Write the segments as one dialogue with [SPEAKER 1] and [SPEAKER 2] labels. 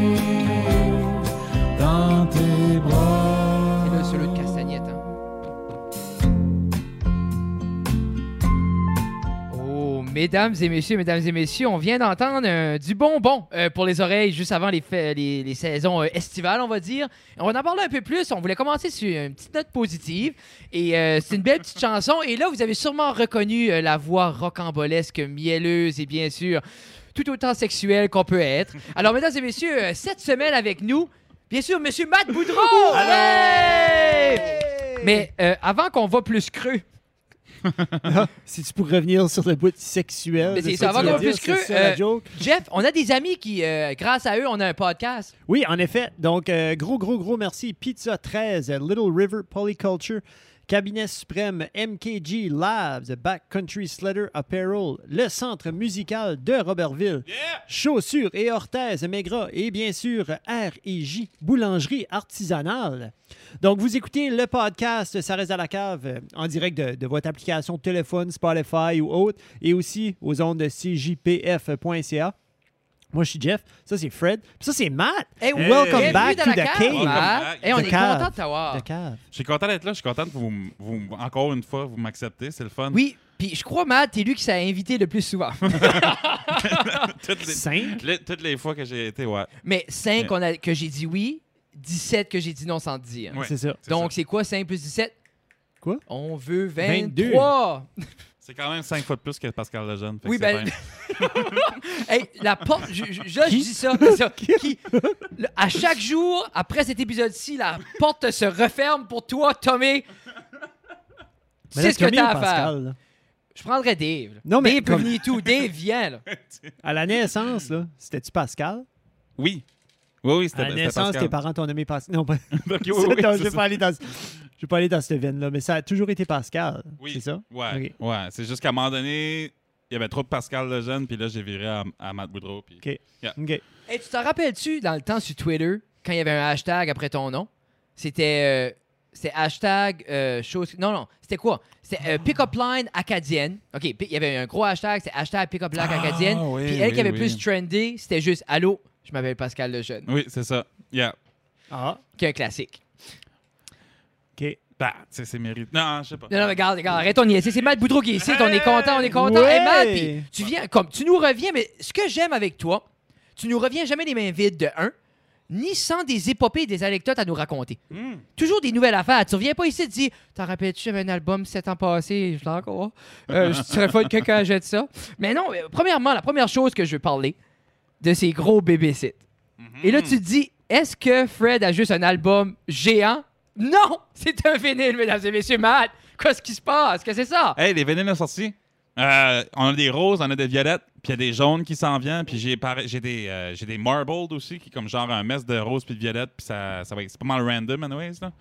[SPEAKER 1] hein. Oh, Mesdames et messieurs, mesdames et messieurs, on vient d'entendre euh, du bonbon euh, pour les oreilles juste avant les, fa- les, les saisons euh, estivales, on va dire. On va en parler un peu plus. On voulait commencer sur une petite note positive. Et euh, c'est une belle petite chanson. Et là, vous avez sûrement reconnu euh, la voix rocambolesque, mielleuse et bien sûr tout autant sexuelle qu'on peut être. Alors, mesdames et messieurs, euh, cette semaine avec nous, bien sûr, monsieur Matt Boudreau! Ouais! Mais euh, avant qu'on va plus creux,
[SPEAKER 2] Si tu pourrais revenir sur le bout sexuel.
[SPEAKER 1] Mais c'est
[SPEAKER 2] de
[SPEAKER 1] ça,
[SPEAKER 2] ce que
[SPEAKER 1] avant
[SPEAKER 2] tu
[SPEAKER 1] qu'on
[SPEAKER 2] veux dire,
[SPEAKER 1] puisse creux,
[SPEAKER 2] c'est ça, la
[SPEAKER 1] euh,
[SPEAKER 2] joke.
[SPEAKER 1] Jeff, on a des amis qui, euh, grâce à eux, on a un podcast.
[SPEAKER 2] Oui, en effet. Donc, euh, gros, gros, gros merci. Pizza 13, euh, Little River Polyculture, Cabinet Suprême, MKG Labs, Backcountry Sledder Apparel, le Centre musical de Robertville, Chaussures et Orthèse Maigrat et bien sûr R&J Boulangerie Artisanale. Donc, vous écoutez le podcast Ça reste à la cave euh, en direct de, de votre application de téléphone, Spotify ou autre, et aussi aux ondes de cjpf.ca. Moi, je suis Jeff. Ça, c'est Fred. Puis ça, c'est Matt.
[SPEAKER 1] Hey,
[SPEAKER 2] Welcome
[SPEAKER 1] bienvenue
[SPEAKER 2] back
[SPEAKER 1] dans
[SPEAKER 2] to
[SPEAKER 1] la
[SPEAKER 2] the
[SPEAKER 1] cave,
[SPEAKER 2] cave.
[SPEAKER 1] Matt. Hey, on
[SPEAKER 2] The
[SPEAKER 1] est
[SPEAKER 2] cave.
[SPEAKER 1] content de t'avoir.
[SPEAKER 2] De cave.
[SPEAKER 3] Je suis content d'être là, je suis content que vous, m- vous m- encore une fois, vous m'acceptez, c'est le fun.
[SPEAKER 1] Oui, puis je crois, Matt, t'es lui qui s'est invité le plus souvent.
[SPEAKER 3] Toutes les,
[SPEAKER 2] Cinq.
[SPEAKER 3] les- toutes les fois que j'ai été, ouais.
[SPEAKER 1] Mais 5 qu'on a, que j'ai dit oui, 17 que j'ai dit non sans te dire.
[SPEAKER 3] Ouais,
[SPEAKER 2] C'est ça.
[SPEAKER 3] c'est
[SPEAKER 1] Donc,
[SPEAKER 3] ça.
[SPEAKER 1] c'est quoi 5 plus 17?
[SPEAKER 2] Quoi?
[SPEAKER 1] On veut
[SPEAKER 2] 22.
[SPEAKER 1] 23.
[SPEAKER 3] c'est quand même cinq fois de plus que Pascal Lejeune. fait
[SPEAKER 1] Oui,
[SPEAKER 3] que c'est
[SPEAKER 1] ben-
[SPEAKER 3] bien.
[SPEAKER 1] hey, la porte, je, je- je- je dis ça. c'est ça. Qui- le- à chaque jour, après cet épisode-ci, la porte se referme pour toi, Tommy. Tu
[SPEAKER 2] Mais là,
[SPEAKER 1] sais ce que
[SPEAKER 2] Tommy
[SPEAKER 1] t'as
[SPEAKER 2] ou
[SPEAKER 1] à faire.
[SPEAKER 2] Pascal, là?
[SPEAKER 1] Je prendrais Dave. là.
[SPEAKER 2] Non, mais
[SPEAKER 1] Dave peut
[SPEAKER 2] comme-
[SPEAKER 1] venir tout. Dave, viens. là.
[SPEAKER 2] À la naissance, là, c'était-tu Pascal?
[SPEAKER 3] Oui. Oui, oui,
[SPEAKER 2] À
[SPEAKER 3] c'était ben,
[SPEAKER 2] la
[SPEAKER 3] c'était
[SPEAKER 2] naissance, tes
[SPEAKER 3] Pascal.
[SPEAKER 2] parents t'ont nommé Pascal. Non, pas...
[SPEAKER 3] Donc, oui, oui,
[SPEAKER 2] non,
[SPEAKER 3] c'est
[SPEAKER 2] je vais
[SPEAKER 3] ça.
[SPEAKER 2] pas aller dans... je vais pas aller dans cette veine-là, mais ça a toujours été Pascal.
[SPEAKER 3] Oui.
[SPEAKER 2] C'est ça?
[SPEAKER 3] Ouais.
[SPEAKER 2] Ok.
[SPEAKER 3] ouais. C'est juste qu'à un moment donné, il y avait trop de Pascal Lejeune, puis là, j'ai viré à, à Matt Boudreau. Puis...
[SPEAKER 2] OK.
[SPEAKER 3] Yeah.
[SPEAKER 2] OK.
[SPEAKER 1] Hey, tu t'en rappelles-tu dans le temps sur Twitter, quand il y avait un hashtag après ton nom? C'était. euh, c'était hashtag euh, chose. Non, non. C'était quoi? C'était euh, Pick Up Line Acadienne. OK, pi- il y avait un gros hashtag, c'était hashtag Pick Up Line
[SPEAKER 3] Ah,
[SPEAKER 1] Acadienne.
[SPEAKER 3] oui,
[SPEAKER 1] Puis elle qui
[SPEAKER 3] oui,
[SPEAKER 1] avait
[SPEAKER 3] oui.
[SPEAKER 1] plus trendé, c'était juste Allô, je m'appelle Pascal Lejeune,
[SPEAKER 3] Oui, c'est ça. Yeah.
[SPEAKER 2] Ah,
[SPEAKER 1] qui est un classique.
[SPEAKER 2] OK.
[SPEAKER 3] Bah, tu sais, c'est mérité. Non, je sais pas.
[SPEAKER 1] Non, non, mais regarde, regarde, arrête, on y est. C'est c'est Matt Boudreau qui est ici. On est content, on est content.
[SPEAKER 2] Ouais.
[SPEAKER 1] Hey, Matt, puis tu viens, comme, tu nous reviens, mais ce que j'aime avec toi, tu nous reviens jamais les mains vides de un, ni sans des épopées et des anecdotes à nous raconter.
[SPEAKER 3] Hmm.
[SPEAKER 1] Toujours des nouvelles affaires. Tu reviens pas ici et te dis, t'en rappelles-tu, j'avais un album sept ans passé, je l'ai encore. Euh, je serais folle que quelqu'un jette ça. Mais non, euh, premièrement, la première chose que je veux parler, de ces gros babysites. Et là, tu te dis, est-ce que Fred a juste un album géant? Non! C'est un vinyle, mesdames et messieurs. Matt, qu'est-ce qui se passe? Qu'est-ce que c'est ça?
[SPEAKER 3] Hey, les vénines sont sortis. Euh, on a des roses, on a des violettes, puis il y a des jaunes qui s'en viennent, puis j'ai par- j'ai des, euh, j'ai des marbled aussi, qui est comme genre un mess de roses puis de violettes, puis ça, ça va être- c'est pas mal random, anyways, là.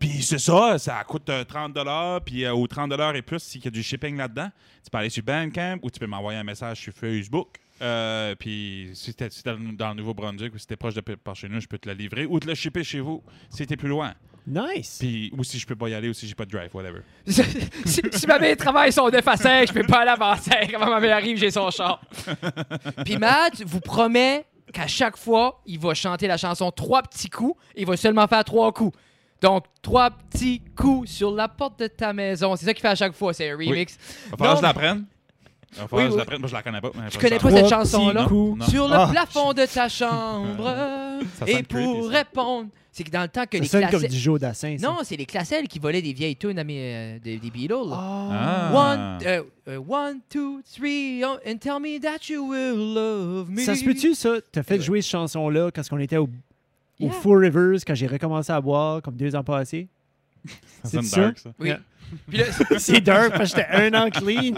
[SPEAKER 3] Puis c'est ça, ça coûte euh, 30$, puis euh, ou 30$ et plus s'il y a du shipping là-dedans. Tu peux aller sur Bandcamp ou tu peux m'envoyer un message sur Facebook. Euh, puis si t'es si t'es dans le Nouveau-Brunswick ou si t'es proche de par chez nous, je peux te le livrer ou te le shipper chez vous si t'es plus loin.
[SPEAKER 2] Nice.
[SPEAKER 3] Puis ou si je peux pas y aller ou si j'ai pas de drive, whatever.
[SPEAKER 1] si, si ma mère travaille son neuf à 5, je peux pas aller avant 5. Avant ma mère arrive, j'ai son char. Puis Matt vous promet qu'à chaque fois, il va chanter la chanson trois petits coups. Il va seulement faire trois coups. Donc, trois petits coups sur la porte de ta maison. C'est ça qu'il fait à chaque fois. C'est un remix.
[SPEAKER 3] Va falloir
[SPEAKER 1] Non,
[SPEAKER 3] que je l'apprenne. Va falloir
[SPEAKER 1] Oui,
[SPEAKER 3] que
[SPEAKER 1] oui.
[SPEAKER 3] je l'apprenne. Moi, je la connais pas. mais
[SPEAKER 1] Je connais pas
[SPEAKER 3] ça.
[SPEAKER 2] Trois
[SPEAKER 1] cette
[SPEAKER 2] petits
[SPEAKER 1] chanson-là.
[SPEAKER 2] coups.
[SPEAKER 3] Non.
[SPEAKER 1] Sur le
[SPEAKER 2] Ah,
[SPEAKER 1] plafond de ta chambre.
[SPEAKER 3] Ça sonne
[SPEAKER 1] et
[SPEAKER 3] creepy,
[SPEAKER 1] pour
[SPEAKER 3] ça.
[SPEAKER 1] répondre, c'est que dans le temps que
[SPEAKER 2] Ça
[SPEAKER 1] les
[SPEAKER 2] sonne comme
[SPEAKER 1] classelles.
[SPEAKER 2] du Joe Dassin. ça.
[SPEAKER 1] Non, c'est les classelles qui volaient des vieilles tunes à mes- euh, des, des Beatles. là.
[SPEAKER 2] Ah.
[SPEAKER 3] Ah.
[SPEAKER 1] One, euh, euh, one, two, three, oh, and tell me that you will love me.
[SPEAKER 2] Ça se peut-tu, ça? T'as fait
[SPEAKER 1] Ouais.
[SPEAKER 2] jouer cette chanson-là quand on était au, au
[SPEAKER 1] Yeah.
[SPEAKER 2] Four Rivers, quand j'ai recommencé à boire, comme deux ans passés?
[SPEAKER 3] Ça sonne
[SPEAKER 2] C'est
[SPEAKER 3] dark, ça.
[SPEAKER 1] Oui.
[SPEAKER 2] Yeah.
[SPEAKER 1] Puis là,
[SPEAKER 2] C'est dark, parce que j'étais un an clean.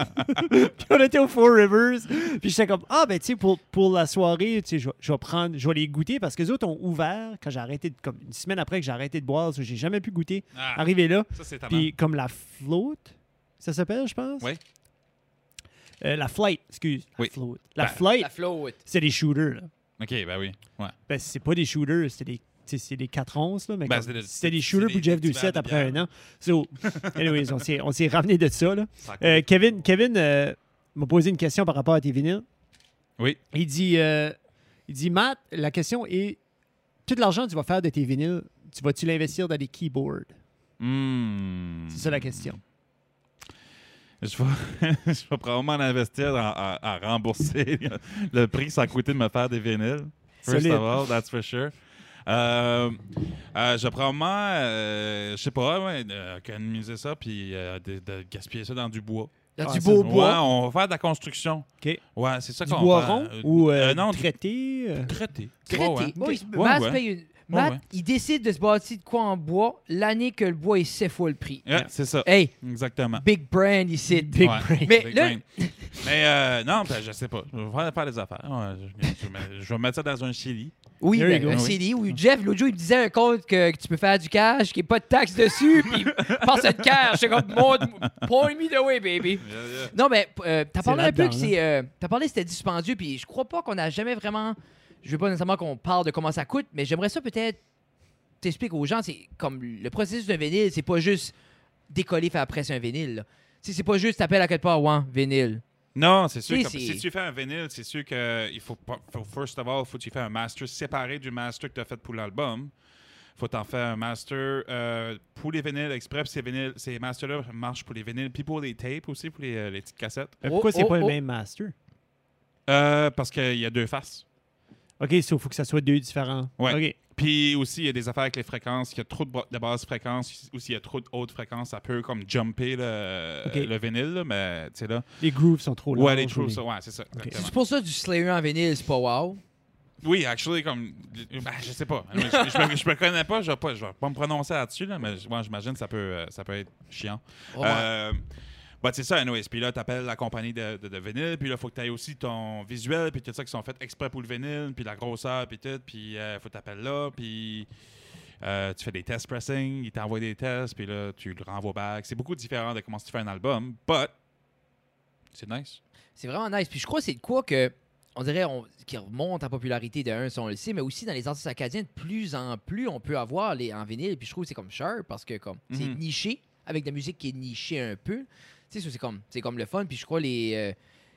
[SPEAKER 2] puis on était au Four Rivers. Puis j'étais comme, ah, ben, tu sais, pour, pour la soirée, tu sais, je vais- je vais prendre, je vais les goûter parce que les autres ont ouvert quand j'ai arrêté, de- comme une semaine après que j'ai arrêté de boire, ça, j'ai jamais pu goûter.
[SPEAKER 3] Ah,
[SPEAKER 2] Arrivé là,
[SPEAKER 3] ça, c'est ta
[SPEAKER 2] puis comme la flotte, ça s'appelle, je pense?
[SPEAKER 3] Ouais.
[SPEAKER 2] Euh, la flight, excuse. La
[SPEAKER 3] Oui.
[SPEAKER 2] float. La
[SPEAKER 3] Ben,
[SPEAKER 2] flight,
[SPEAKER 1] la float.
[SPEAKER 2] c'est des shooters, là.
[SPEAKER 3] OK, ben oui. Ouais.
[SPEAKER 2] Ben, c'est pas des shooters, c'est des, c'est- c'est des 4 onces, là, mais
[SPEAKER 3] Ben,
[SPEAKER 2] comme-
[SPEAKER 3] c'est des-
[SPEAKER 2] c'était des
[SPEAKER 3] c'est
[SPEAKER 2] shooters
[SPEAKER 3] des-
[SPEAKER 2] pour Jeff
[SPEAKER 3] des
[SPEAKER 2] Doucette
[SPEAKER 3] petits
[SPEAKER 2] après
[SPEAKER 3] verres de
[SPEAKER 2] un an. So, anyways, on s'est- on s'est ramené de ça, là.
[SPEAKER 3] Ça coûte.
[SPEAKER 2] Euh, Kevin, Kevin euh, m'a posé une question par rapport à tes vinyles.
[SPEAKER 3] Oui.
[SPEAKER 2] Il dit, euh, il dit Matt, la question est tout l'argent que tu vas faire de tes vinyles, tu vas-tu l'investir dans des keyboards
[SPEAKER 3] Hmm.
[SPEAKER 2] C'est ça la question.
[SPEAKER 3] je vais, je vais probablement investir à, à- à rembourser le prix que ça a coûté de me faire des vinyles. First
[SPEAKER 2] Solide.
[SPEAKER 3] of all, that's for sure. Euh, euh, je vais probablement, euh, je sais pas, ouais, euh, économiser ça puis euh, de, de gaspiller ça dans du bois.
[SPEAKER 1] Dans
[SPEAKER 2] Ah,
[SPEAKER 1] du
[SPEAKER 2] ça,
[SPEAKER 1] beau
[SPEAKER 2] Au
[SPEAKER 3] Ouais,
[SPEAKER 1] bois.
[SPEAKER 3] on va faire de la construction.
[SPEAKER 2] OK.
[SPEAKER 3] Ouais, c'est ça
[SPEAKER 2] Du
[SPEAKER 3] qu'on
[SPEAKER 2] bois
[SPEAKER 3] va-
[SPEAKER 2] rond
[SPEAKER 3] euh,
[SPEAKER 2] ou euh,
[SPEAKER 3] euh, non, Oh, du-
[SPEAKER 2] traité? euh?
[SPEAKER 3] traité.
[SPEAKER 1] Traité.
[SPEAKER 3] Ouais, hein. ouais.
[SPEAKER 1] Oh, il se-
[SPEAKER 3] Ouais,
[SPEAKER 1] Matt,
[SPEAKER 3] ouais.
[SPEAKER 1] paye une- Matt,
[SPEAKER 3] ouais.
[SPEAKER 1] il décide de se bâtir de quoi en bois l'année que le bois est 7 fois le prix.
[SPEAKER 3] Ouais, c'est ça,
[SPEAKER 1] Hey,
[SPEAKER 3] exactement.
[SPEAKER 1] big brand ici.
[SPEAKER 2] Big
[SPEAKER 3] Ouais.
[SPEAKER 2] brain.
[SPEAKER 1] Mais
[SPEAKER 3] Big
[SPEAKER 1] là-
[SPEAKER 3] brain. Mais, euh, non, ben, je sais pas. Je vais faire- faire des affaires. Ouais, je, je vais- je vais mettre ça dans un chili.
[SPEAKER 1] Oui,
[SPEAKER 2] There you
[SPEAKER 1] ben,
[SPEAKER 2] go.
[SPEAKER 1] un
[SPEAKER 3] Oui.
[SPEAKER 1] CD où Jeff, l'autre jour, il me disait un compte que, que tu peux faire du cash, qu'il n'y a pas de taxe dessus, puis passe le cash. C'est comme, mon, point me the way, baby. Non, mais euh, t'as
[SPEAKER 2] C'est
[SPEAKER 1] parlé un peu
[SPEAKER 2] là-dedans,
[SPEAKER 1] que c'est. euh, t'as parlé que c'était dispendieux, puis je crois pas qu'on a jamais vraiment. Je veux pas nécessairement qu'on parle de comment ça coûte, mais j'aimerais ça peut-être t'expliquer aux gens. C'est comme le processus d'un vinyle, c'est pas juste décoller, faire presser un vinyle. là. Tu sais, c'est pas juste t'appelles à quelque part, ouais, vinyle.
[SPEAKER 3] Non, c'est sûr.
[SPEAKER 1] Oui,
[SPEAKER 3] que
[SPEAKER 1] c'est-
[SPEAKER 3] si tu fais un vinyle, c'est sûr que il faut, pas- faut- first of all, faut que tu fasses un master séparé du master que tu as fait pour l'album. Faut t'en faire un master euh, pour les vinyles exprès. puis Ces, vinyles- ces masters-là marchent pour les vinyles, puis pour les tapes aussi, pour les, euh, les petites cassettes.
[SPEAKER 2] Euh, Pourquoi
[SPEAKER 1] Oh,
[SPEAKER 2] c'est
[SPEAKER 1] oh,
[SPEAKER 2] pas le
[SPEAKER 1] oh.
[SPEAKER 2] même master?
[SPEAKER 3] Euh, parce qu'il y a deux faces.
[SPEAKER 2] OK, il faut que ça soit deux différents.
[SPEAKER 3] Ouais.
[SPEAKER 2] OK.
[SPEAKER 3] Puis aussi, il y a des affaires avec les fréquences. S'il y a trop de, bas- de basses fréquences ou s'il y a trop de hautes fréquences, ça peut comme jumper le,
[SPEAKER 2] Ok.
[SPEAKER 3] le vinyle. là, mais tu sais là.
[SPEAKER 2] Les grooves sont trop longs.
[SPEAKER 3] ouais, les trous, ça, ouais, c'est ça. exactement.
[SPEAKER 1] C'est pour ça du Slayer en vinyle, c'est pas wow.
[SPEAKER 3] Oui, actually, comme. ben, je sais pas. Anyway, je, je me- je me connais pas, je vais pas, je vais pas me prononcer là-dessus, là, mais moi, j'imagine que ça peut, euh, ça peut être chiant.
[SPEAKER 1] Ouais.
[SPEAKER 3] Euh, bah, c'est ça, anyways. Puis là, t'appelles la compagnie de, de, de vinyle, puis là, faut que t'ailles aussi ton visuel, puis tout ça qui sont faits exprès pour le vinyle, puis la grosseur, puis tout, puis euh, faut que t'appelles là, puis euh, tu fais des test pressing, ils t'envoient des tests, puis là, tu le renvoies back. C'est beaucoup différent de comment tu fais un album, but c'est nice.
[SPEAKER 1] C'est vraiment nice. Puis je crois que c'est de quoi que. On dirait on- qui remonte en popularité de un, si on le sait, mais aussi dans les artistes acadiens, de plus en plus, on peut avoir les en vinyle. Puis je trouve que c'est comme cher parce que comme c'est
[SPEAKER 3] Mhm.
[SPEAKER 1] niché, avec de la musique qui est nichée un peu. Tu sais, ça, c'est comme, c'est comme le fun. Puis je crois les. euh,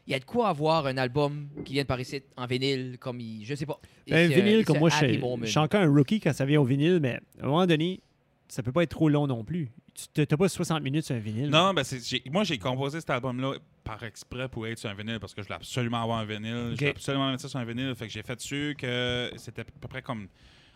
[SPEAKER 1] il y a de quoi avoir un album qui vient de par ici en vinyle, comme il, euh, je sais pas.
[SPEAKER 2] Ben,
[SPEAKER 1] It's a-
[SPEAKER 2] vinyle,
[SPEAKER 1] it's
[SPEAKER 2] comme
[SPEAKER 1] a
[SPEAKER 2] moi, je
[SPEAKER 1] happy
[SPEAKER 2] suis-
[SPEAKER 1] moment.
[SPEAKER 2] je suis encore un rookie quand ça vient au vinyle, mais à un moment donné, ça peut pas être trop long non plus. Tu n'as pas 60 minutes sur un vinyle.
[SPEAKER 3] Non, ben c'est- j'ai- moi j'ai composé cet album-là par exprès pour être sur un vinyle parce que je voulais absolument avoir un vinyle. Je voulais
[SPEAKER 2] Ok.
[SPEAKER 3] absolument mettre ça sur un vinyle. Fait que j'ai fait sûr que c'était à peu près comme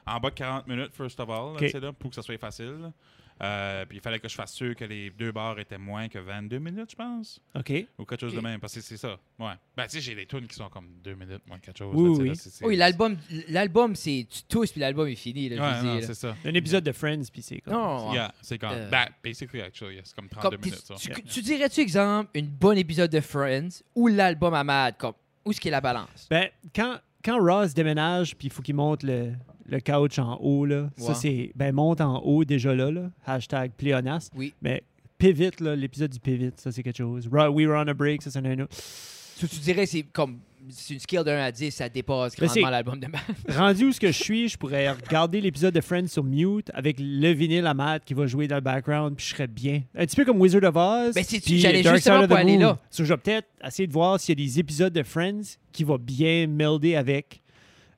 [SPEAKER 3] en bas de 40 minutes, first of all, là,
[SPEAKER 2] Ok.
[SPEAKER 3] tu sais, là, pour que ça soit facile. Euh, puis il fallait que je fasse sûr que les deux barres étaient moins que 22 minutes, je pense.
[SPEAKER 2] OK. Oui,
[SPEAKER 3] Ou quelque chose
[SPEAKER 1] Ok.
[SPEAKER 3] de même. Parce que c'est ça. Ouais. Ben tu sais, j'ai des tunes qui sont comme 2 minutes, moins quelque chose.
[SPEAKER 2] Oui,
[SPEAKER 3] là, tu sais,
[SPEAKER 2] oui.
[SPEAKER 3] là, c'est- c'est-
[SPEAKER 1] Oui, l'album, l'album c'est tu tousses, puis l'album est fini. Là, je
[SPEAKER 3] Ouais,
[SPEAKER 1] vous dis,
[SPEAKER 3] non,
[SPEAKER 1] là.
[SPEAKER 3] c'est ça.
[SPEAKER 2] un épisode de Friends, puis c'est comme...
[SPEAKER 1] Non,
[SPEAKER 3] Yeah, c'est quand
[SPEAKER 1] Euh.
[SPEAKER 3] Ben, basically, actually, yeah, c'est comme 32
[SPEAKER 1] Comme, puis
[SPEAKER 3] minutes. ça.
[SPEAKER 1] tu,
[SPEAKER 3] Yeah.
[SPEAKER 1] tu- tu dirais-tu, exemple, une bonne épisode de Friends ou l'album à Mad, comme, où est-ce qu'il y a la balance?
[SPEAKER 2] Ben, quand, quand Ross déménage, puis il faut qu'il monte le, le couch en haut, là,
[SPEAKER 1] Ouais.
[SPEAKER 2] ça, c'est... Ben, monte en haut déjà là, là. Hashtag pléonas.
[SPEAKER 1] Oui.
[SPEAKER 2] Mais pivot, là, l'épisode du pivot, ça, c'est quelque chose. Ro- We were on a break, ça, c'est un autre.
[SPEAKER 1] Tu, tu dirais, c'est comme, c'est une scale de 1 à 10, ça dépasse
[SPEAKER 2] Ben,
[SPEAKER 1] grandement
[SPEAKER 2] c'est-
[SPEAKER 1] l'album de Mad.
[SPEAKER 2] Rendu où ce que je suis, je pourrais regarder l'épisode de Friends sur mute avec le vinyle à mat qui va jouer dans le background, puis je serais bien. Un petit peu comme Wizard of Oz.
[SPEAKER 1] Ben, c'est-
[SPEAKER 2] puis
[SPEAKER 1] j'allais
[SPEAKER 2] Dark
[SPEAKER 1] justement
[SPEAKER 2] Side of the
[SPEAKER 1] pour aller
[SPEAKER 2] Moon.
[SPEAKER 1] là.
[SPEAKER 2] So, je vais peut-être essayer de voir s'il y a des épisodes de Friends qui vont bien melder avec,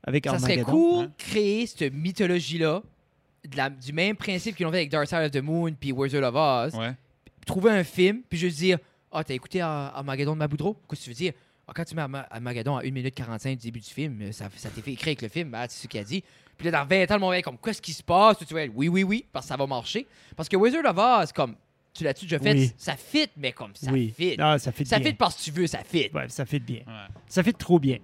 [SPEAKER 2] avec
[SPEAKER 1] Ça serait
[SPEAKER 2] Armageddon.
[SPEAKER 1] cool
[SPEAKER 3] hein?
[SPEAKER 1] de créer cette mythologie-là, de la- du même principe qu'ils ont fait avec Dark Side of the Moon puis Wizard of Oz.
[SPEAKER 3] Ouais.
[SPEAKER 1] Trouver un film, puis juste dire, ah, t'as écouté Ar- Armageddon de Maboudreau? Qu'est-ce que tu veux dire? Ah, quand tu mets Arma- Armageddon à 1 minute 45 du début du film, euh, ça, ça t'est fait écrire avec le film, Matt, c'est ce qu'il a dit. Puis là, dans 20 ans, le monde va être comme, qu'est-ce qui se passe? Tu vas être, oui, oui, oui, parce que ça va marcher. Parce que Wizard of Oz, comme, tu l'as-tu déjà fait,
[SPEAKER 2] Oui.
[SPEAKER 1] ça fit, mais comme, ça
[SPEAKER 2] oui.
[SPEAKER 1] fit.
[SPEAKER 2] Ah, ça fit
[SPEAKER 1] Ça
[SPEAKER 2] bien.
[SPEAKER 1] fit parce que tu veux, ça fit.
[SPEAKER 2] Ouais, ça fit bien.
[SPEAKER 3] Ouais.
[SPEAKER 2] Ça fit trop bien.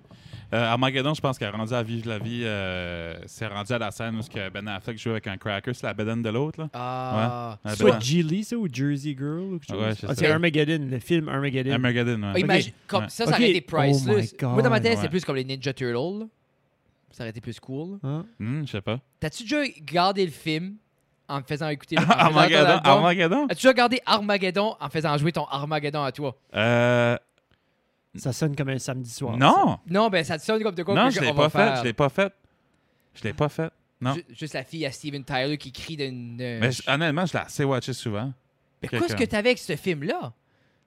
[SPEAKER 3] Euh, Armageddon, je pense qu'elle est rendue à vivre la vie. euh, c'est rendu à la scène où ce que Ben Affleck joue avec un cracker sur la bedaine de l'autre. là.
[SPEAKER 1] Ah.
[SPEAKER 3] Ouais. Ah,
[SPEAKER 2] Soit
[SPEAKER 3] ben.
[SPEAKER 2] Gilly, ça, ou Jersey Girl, ou quelque chose.
[SPEAKER 3] Ouais, c'est
[SPEAKER 2] Ah,
[SPEAKER 3] ça.
[SPEAKER 2] c'est Armageddon, le film Armageddon.
[SPEAKER 3] Armageddon, ouais.
[SPEAKER 1] Ah, imagine-
[SPEAKER 2] Ok.
[SPEAKER 1] comme
[SPEAKER 3] Ouais.
[SPEAKER 1] Ça, ça
[SPEAKER 2] Ok.
[SPEAKER 1] aurait été
[SPEAKER 2] Oh my
[SPEAKER 1] priceless. Moi, dans ma tête,
[SPEAKER 3] God.
[SPEAKER 1] c'est plus comme les Ninja Turtles. là. Ça aurait été plus cool.
[SPEAKER 2] Hein?
[SPEAKER 3] Hmm, je sais pas.
[SPEAKER 1] T'as-tu déjà regardé le film en me faisant écouter en faisant entendre
[SPEAKER 3] Armageddon.
[SPEAKER 1] l'album?
[SPEAKER 3] Armageddon?
[SPEAKER 1] As-tu déjà regardé Armageddon en faisant jouer ton Armageddon à toi?
[SPEAKER 3] Euh,
[SPEAKER 2] Ça sonne comme un samedi soir.
[SPEAKER 3] non!
[SPEAKER 1] Non, ben ça te sonne comme de quoi
[SPEAKER 3] Non,
[SPEAKER 1] que-
[SPEAKER 3] je
[SPEAKER 1] qu'on
[SPEAKER 3] l'ai
[SPEAKER 1] va
[SPEAKER 3] pas fait.
[SPEAKER 1] faire.
[SPEAKER 3] Je l'ai pas fait. Je l'ai pas fait. Non.
[SPEAKER 1] Ju- Juste la fille à Steven Tyler qui crie d'une. euh,
[SPEAKER 3] Mais je- ah, honnêtement, je l'ai assez watché souvent.
[SPEAKER 1] Mais qu'est-ce que
[SPEAKER 3] quelqu'un.
[SPEAKER 1] t'avais avec ce film-là?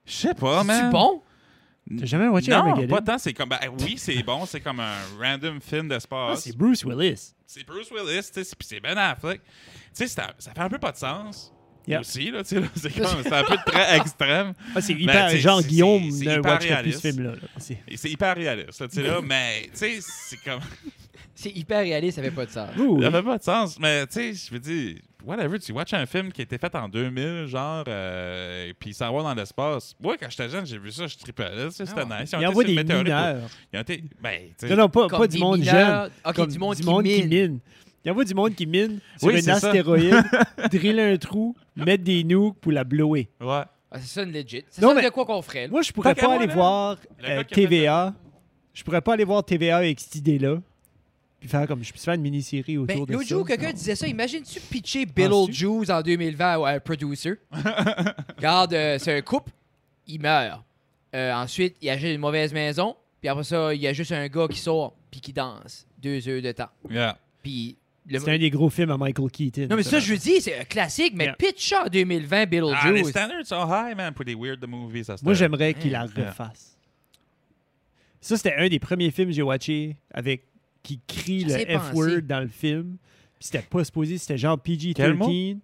[SPEAKER 3] Je sais pas, man.
[SPEAKER 1] C'est bon?
[SPEAKER 2] T'as jamais watché
[SPEAKER 3] Non,
[SPEAKER 2] Armageddon?
[SPEAKER 3] pas tant. C'est comme. ben, oui, c'est bon. C'est comme un random film
[SPEAKER 2] Ah,
[SPEAKER 3] d'espace.
[SPEAKER 2] c'est Bruce Willis.
[SPEAKER 3] c'est Bruce Willis, tu sais, c'est- puis c'est Ben Affleck. Tu sais, ça, ça fait un peu pas de sens.
[SPEAKER 2] Yeah.
[SPEAKER 3] aussi. Là, tu sais, là, c'est comme- c'est un peu très extrême.
[SPEAKER 2] Ah, c'est
[SPEAKER 3] Ben,
[SPEAKER 2] hyper.
[SPEAKER 3] tu sais,
[SPEAKER 2] Jean
[SPEAKER 3] c'est-
[SPEAKER 2] Guillaume
[SPEAKER 3] c'est- c'est
[SPEAKER 2] ne
[SPEAKER 3] hyper
[SPEAKER 2] watcherait plus ce
[SPEAKER 3] réaliste.
[SPEAKER 2] film-là. là. C'est-
[SPEAKER 3] Et C'est hyper réaliste, là, tu sais, là, mais tu sais, c'est comme.
[SPEAKER 1] C'est hyper réaliste, ça fait pas de sens.
[SPEAKER 2] Ouh,
[SPEAKER 3] Ça fait pas de sens, mais tu sais, je veux dire, whatever, tu watches un film qui a été fait en 2000, genre, euh, puis ça va dans l'espace. Moi, quand j'étais jeune, j'ai vu ça, je tripais là, tu sais, c'était
[SPEAKER 1] Ah ouais.
[SPEAKER 3] nice. Ils ont
[SPEAKER 2] Il
[SPEAKER 3] été
[SPEAKER 2] envoie
[SPEAKER 3] sur
[SPEAKER 2] des
[SPEAKER 3] le météorite,
[SPEAKER 2] mineurs.
[SPEAKER 3] Ils ont été. Ben, tu sais.
[SPEAKER 2] Non, non, pas,
[SPEAKER 1] Comme
[SPEAKER 2] pas du
[SPEAKER 1] des
[SPEAKER 2] monde jeune.
[SPEAKER 1] mineurs- Ok,
[SPEAKER 2] comme
[SPEAKER 1] du monde qui
[SPEAKER 2] qui
[SPEAKER 1] mine.
[SPEAKER 2] mine. Il y a pas du monde qui mine sur
[SPEAKER 3] Oui,
[SPEAKER 2] un
[SPEAKER 3] c'est ça.
[SPEAKER 2] astéroïde, driller un trou, mettre des nukes pour la blower.
[SPEAKER 3] Ouais.
[SPEAKER 1] Ah, c'est ça une legit. C'est
[SPEAKER 2] Non,
[SPEAKER 1] ça
[SPEAKER 2] mais-
[SPEAKER 1] de quoi qu'on ferait. là.
[SPEAKER 2] Moi, je pourrais
[SPEAKER 3] Tant
[SPEAKER 2] pas
[SPEAKER 3] qu'à
[SPEAKER 2] aller
[SPEAKER 3] moi, là,
[SPEAKER 2] voir
[SPEAKER 3] le
[SPEAKER 2] euh,
[SPEAKER 3] gars qui a fait
[SPEAKER 2] TVA. Je pourrais pas aller voir TVA avec cette idée-là. Puis faire comme je puisse faire une mini-série
[SPEAKER 1] Ben,
[SPEAKER 2] autour de
[SPEAKER 1] l'autre
[SPEAKER 2] ça.
[SPEAKER 1] jour, quelqu'un disait ça. Imagine-tu pitcher Beetlejuice en 2020 ou un producer? Regarde, euh, c'est un couple, il meurt. Euh, ensuite, il achète une mauvaise maison. Puis après ça, il y a juste un gars qui sort puis qui danse deux heures de temps.
[SPEAKER 3] Yeah.
[SPEAKER 1] Puis le...
[SPEAKER 2] C'est un des gros films à Michael Keaton.
[SPEAKER 1] Non, mais ça, je dis, c'est un classique, mais
[SPEAKER 2] Yeah.
[SPEAKER 1] pitch ça en 2020,
[SPEAKER 3] Ah, les
[SPEAKER 1] Beetlejuice.
[SPEAKER 3] standards sont high, man, pour des weird movies. Ça,
[SPEAKER 2] Moi,
[SPEAKER 3] c'était-
[SPEAKER 2] j'aimerais qu'il la refasse. Ça, c'était un des premiers films que j'ai watché avec qui crie
[SPEAKER 1] Ça,
[SPEAKER 2] le
[SPEAKER 1] c'est pensé.
[SPEAKER 2] F-word dans le film. Puis c'était pas supposé, c'était genre
[SPEAKER 3] Quel mot?
[SPEAKER 2] PG-13.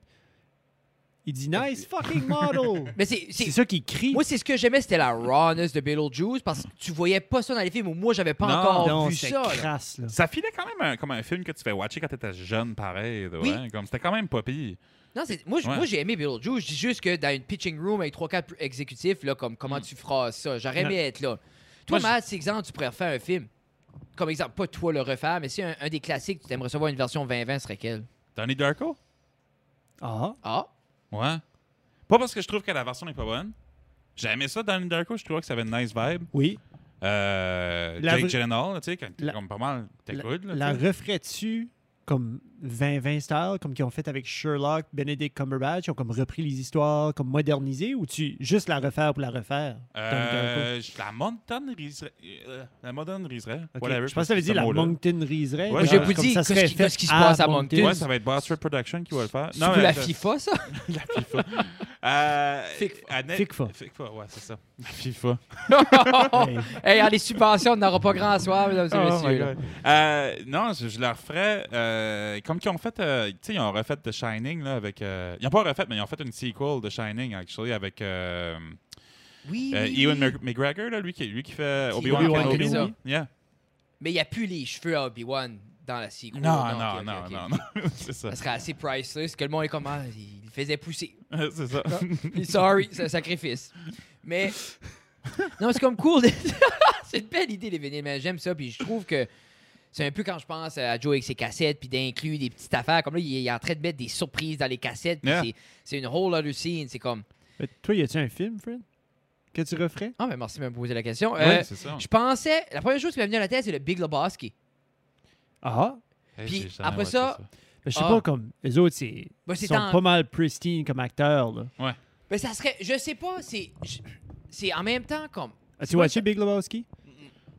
[SPEAKER 2] Il dit « Nice fucking model!
[SPEAKER 1] mais » c'est, c'est-
[SPEAKER 2] C'est ça qu'il crie.
[SPEAKER 1] Moi, c'est ce que j'aimais, c'était la rawness de Beetlejuice parce que tu voyais pas ça dans les films. où Moi, j'avais pas
[SPEAKER 3] Non,
[SPEAKER 1] encore
[SPEAKER 2] non,
[SPEAKER 1] vu
[SPEAKER 2] c'est
[SPEAKER 1] ça. là.
[SPEAKER 2] crasse, là.
[SPEAKER 3] Ça filait quand même un- comme un film que tu fais watcher quand t'étais jeune, pareil. là,
[SPEAKER 1] Oui.
[SPEAKER 3] ouais, Comme c'était quand même pas pire.
[SPEAKER 1] Non, c'est- moi, j'-
[SPEAKER 3] Ouais.
[SPEAKER 1] moi, j'ai aimé Beetlejuice. Je dis juste que dans une pitching room avec 3-4 exécutifs, là, comme comment tu feras ça. J'aurais aimé être là. Toi,
[SPEAKER 3] Mm. Moi, je-
[SPEAKER 1] Matt, c'est exemple, tu pourrais refaire un film. Comme exemple, pas toi le refaire, mais si un, un des classiques, tu aimerais savoir une version 2020, serait quelle
[SPEAKER 3] Donnie Darko?
[SPEAKER 2] Ah,
[SPEAKER 1] Ah,
[SPEAKER 3] Ouais. Pas parce que je trouve que la version n'est pas bonne. J'ai aimé ça, Donnie Darko, je trouvais que ça avait une nice vibe.
[SPEAKER 2] oui.
[SPEAKER 3] Euh,
[SPEAKER 2] La
[SPEAKER 3] Jake
[SPEAKER 2] vraie-
[SPEAKER 3] Gyllenhaal, là, tu sais, quand t'es
[SPEAKER 2] La-
[SPEAKER 3] comme pas mal, t'es
[SPEAKER 2] La,
[SPEAKER 3] good. là,
[SPEAKER 2] la
[SPEAKER 3] tu sais.
[SPEAKER 2] referais-tu comme 20-20 style, comme qu'ils ont fait avec Sherlock, Benedict Cumberbatch? Ils ont comme repris les histoires, comme modernisé, ou tu juste la refaire pour la refaire? Dunkerque?
[SPEAKER 3] Euh, je- la moderniserais. euh, La moderniserais.
[SPEAKER 2] Ok,
[SPEAKER 3] Whatever,
[SPEAKER 2] je pense que ça veut
[SPEAKER 3] c'est
[SPEAKER 2] dire
[SPEAKER 3] ce
[SPEAKER 2] la
[SPEAKER 3] mot-là.
[SPEAKER 2] Moncton Riseray.
[SPEAKER 3] Ouais, j'ai pas
[SPEAKER 1] dit qu'est-ce qui- qu'est-ce qui se passe à Moncton.
[SPEAKER 3] Ouais, ça va être Boss Street Production qui va le faire.
[SPEAKER 1] c'est pour la
[SPEAKER 3] attends.
[SPEAKER 1] FIFA, ça
[SPEAKER 3] La FIFA. Euh,
[SPEAKER 1] Ficfa.
[SPEAKER 3] à Net-
[SPEAKER 2] Ficfa.
[SPEAKER 3] Ficfa, ouais, c'est ça. La FIFA.
[SPEAKER 2] Hey.
[SPEAKER 1] Hey, en les subventions, on n'aura pas grand à soir, mesdames
[SPEAKER 3] Oh
[SPEAKER 1] et messieurs. là.
[SPEAKER 3] Euh, non, je, je la referais. euh, comme qu'ils ont fait. euh, tu sais, ils ont refait The Shining, là, avec. euh, ils n'ont pas refait, mais ils ont fait une sequel de Shining, actually, avec. euh,
[SPEAKER 1] Oui,
[SPEAKER 3] euh,
[SPEAKER 1] oui,
[SPEAKER 3] Ewan
[SPEAKER 1] oui.
[SPEAKER 3] Mc- McGregor, là, lui, qui, lui qui fait
[SPEAKER 1] Qui-
[SPEAKER 3] Obi-Wan
[SPEAKER 2] Obi-Wan
[SPEAKER 3] Kenobi.
[SPEAKER 1] Kenobi.
[SPEAKER 3] Yeah.
[SPEAKER 1] mais il n'y a plus les cheveux à Obi-Wan dans la sequel.
[SPEAKER 3] Non,
[SPEAKER 1] ok,
[SPEAKER 3] non,
[SPEAKER 1] ok,
[SPEAKER 3] non,
[SPEAKER 1] ok.
[SPEAKER 3] non, non. c'est ça.
[SPEAKER 1] Ça serait assez priceless que le monde est comme ah, il le faisait pousser.
[SPEAKER 3] c'est ça.
[SPEAKER 1] Sorry, c'est un sacrifice. Mais. Non, c'est comme cool. de- c'est une belle idée, les vinyles, mais j'aime ça. Puis je trouve que c'est un peu quand je pense à Joe avec ses cassettes, puis d'inclure des petites affaires. Comme là, il est il est en train de mettre des surprises dans les cassettes. Puis
[SPEAKER 3] Yeah.
[SPEAKER 1] c'est- c'est une whole other scene. C'est comme.
[SPEAKER 2] Mais toi, y a-tu un film, Fred, que tu referais?
[SPEAKER 1] Ah, mais merci de me poser la question. Euh,
[SPEAKER 3] Ouais, c'est ça.
[SPEAKER 1] je pensais. La première chose qui m'est venue à la tête, c'est le Big Lebowski.
[SPEAKER 2] Ah,
[SPEAKER 3] Hey,
[SPEAKER 1] puis
[SPEAKER 3] j'ai jamais
[SPEAKER 1] après
[SPEAKER 3] watché
[SPEAKER 1] ça-
[SPEAKER 2] ben, je sais
[SPEAKER 1] Ah.
[SPEAKER 2] pas, comme les autres, c'est,
[SPEAKER 1] Bah,
[SPEAKER 2] ils
[SPEAKER 1] c'est
[SPEAKER 2] sont
[SPEAKER 1] en-
[SPEAKER 2] pas mal pristine comme acteurs. Là.
[SPEAKER 1] Mais Ben, ça serait. Je sais pas, c'est. je- C'est en même temps comme.
[SPEAKER 2] As-tu
[SPEAKER 1] pas
[SPEAKER 2] watché Big Lebowski?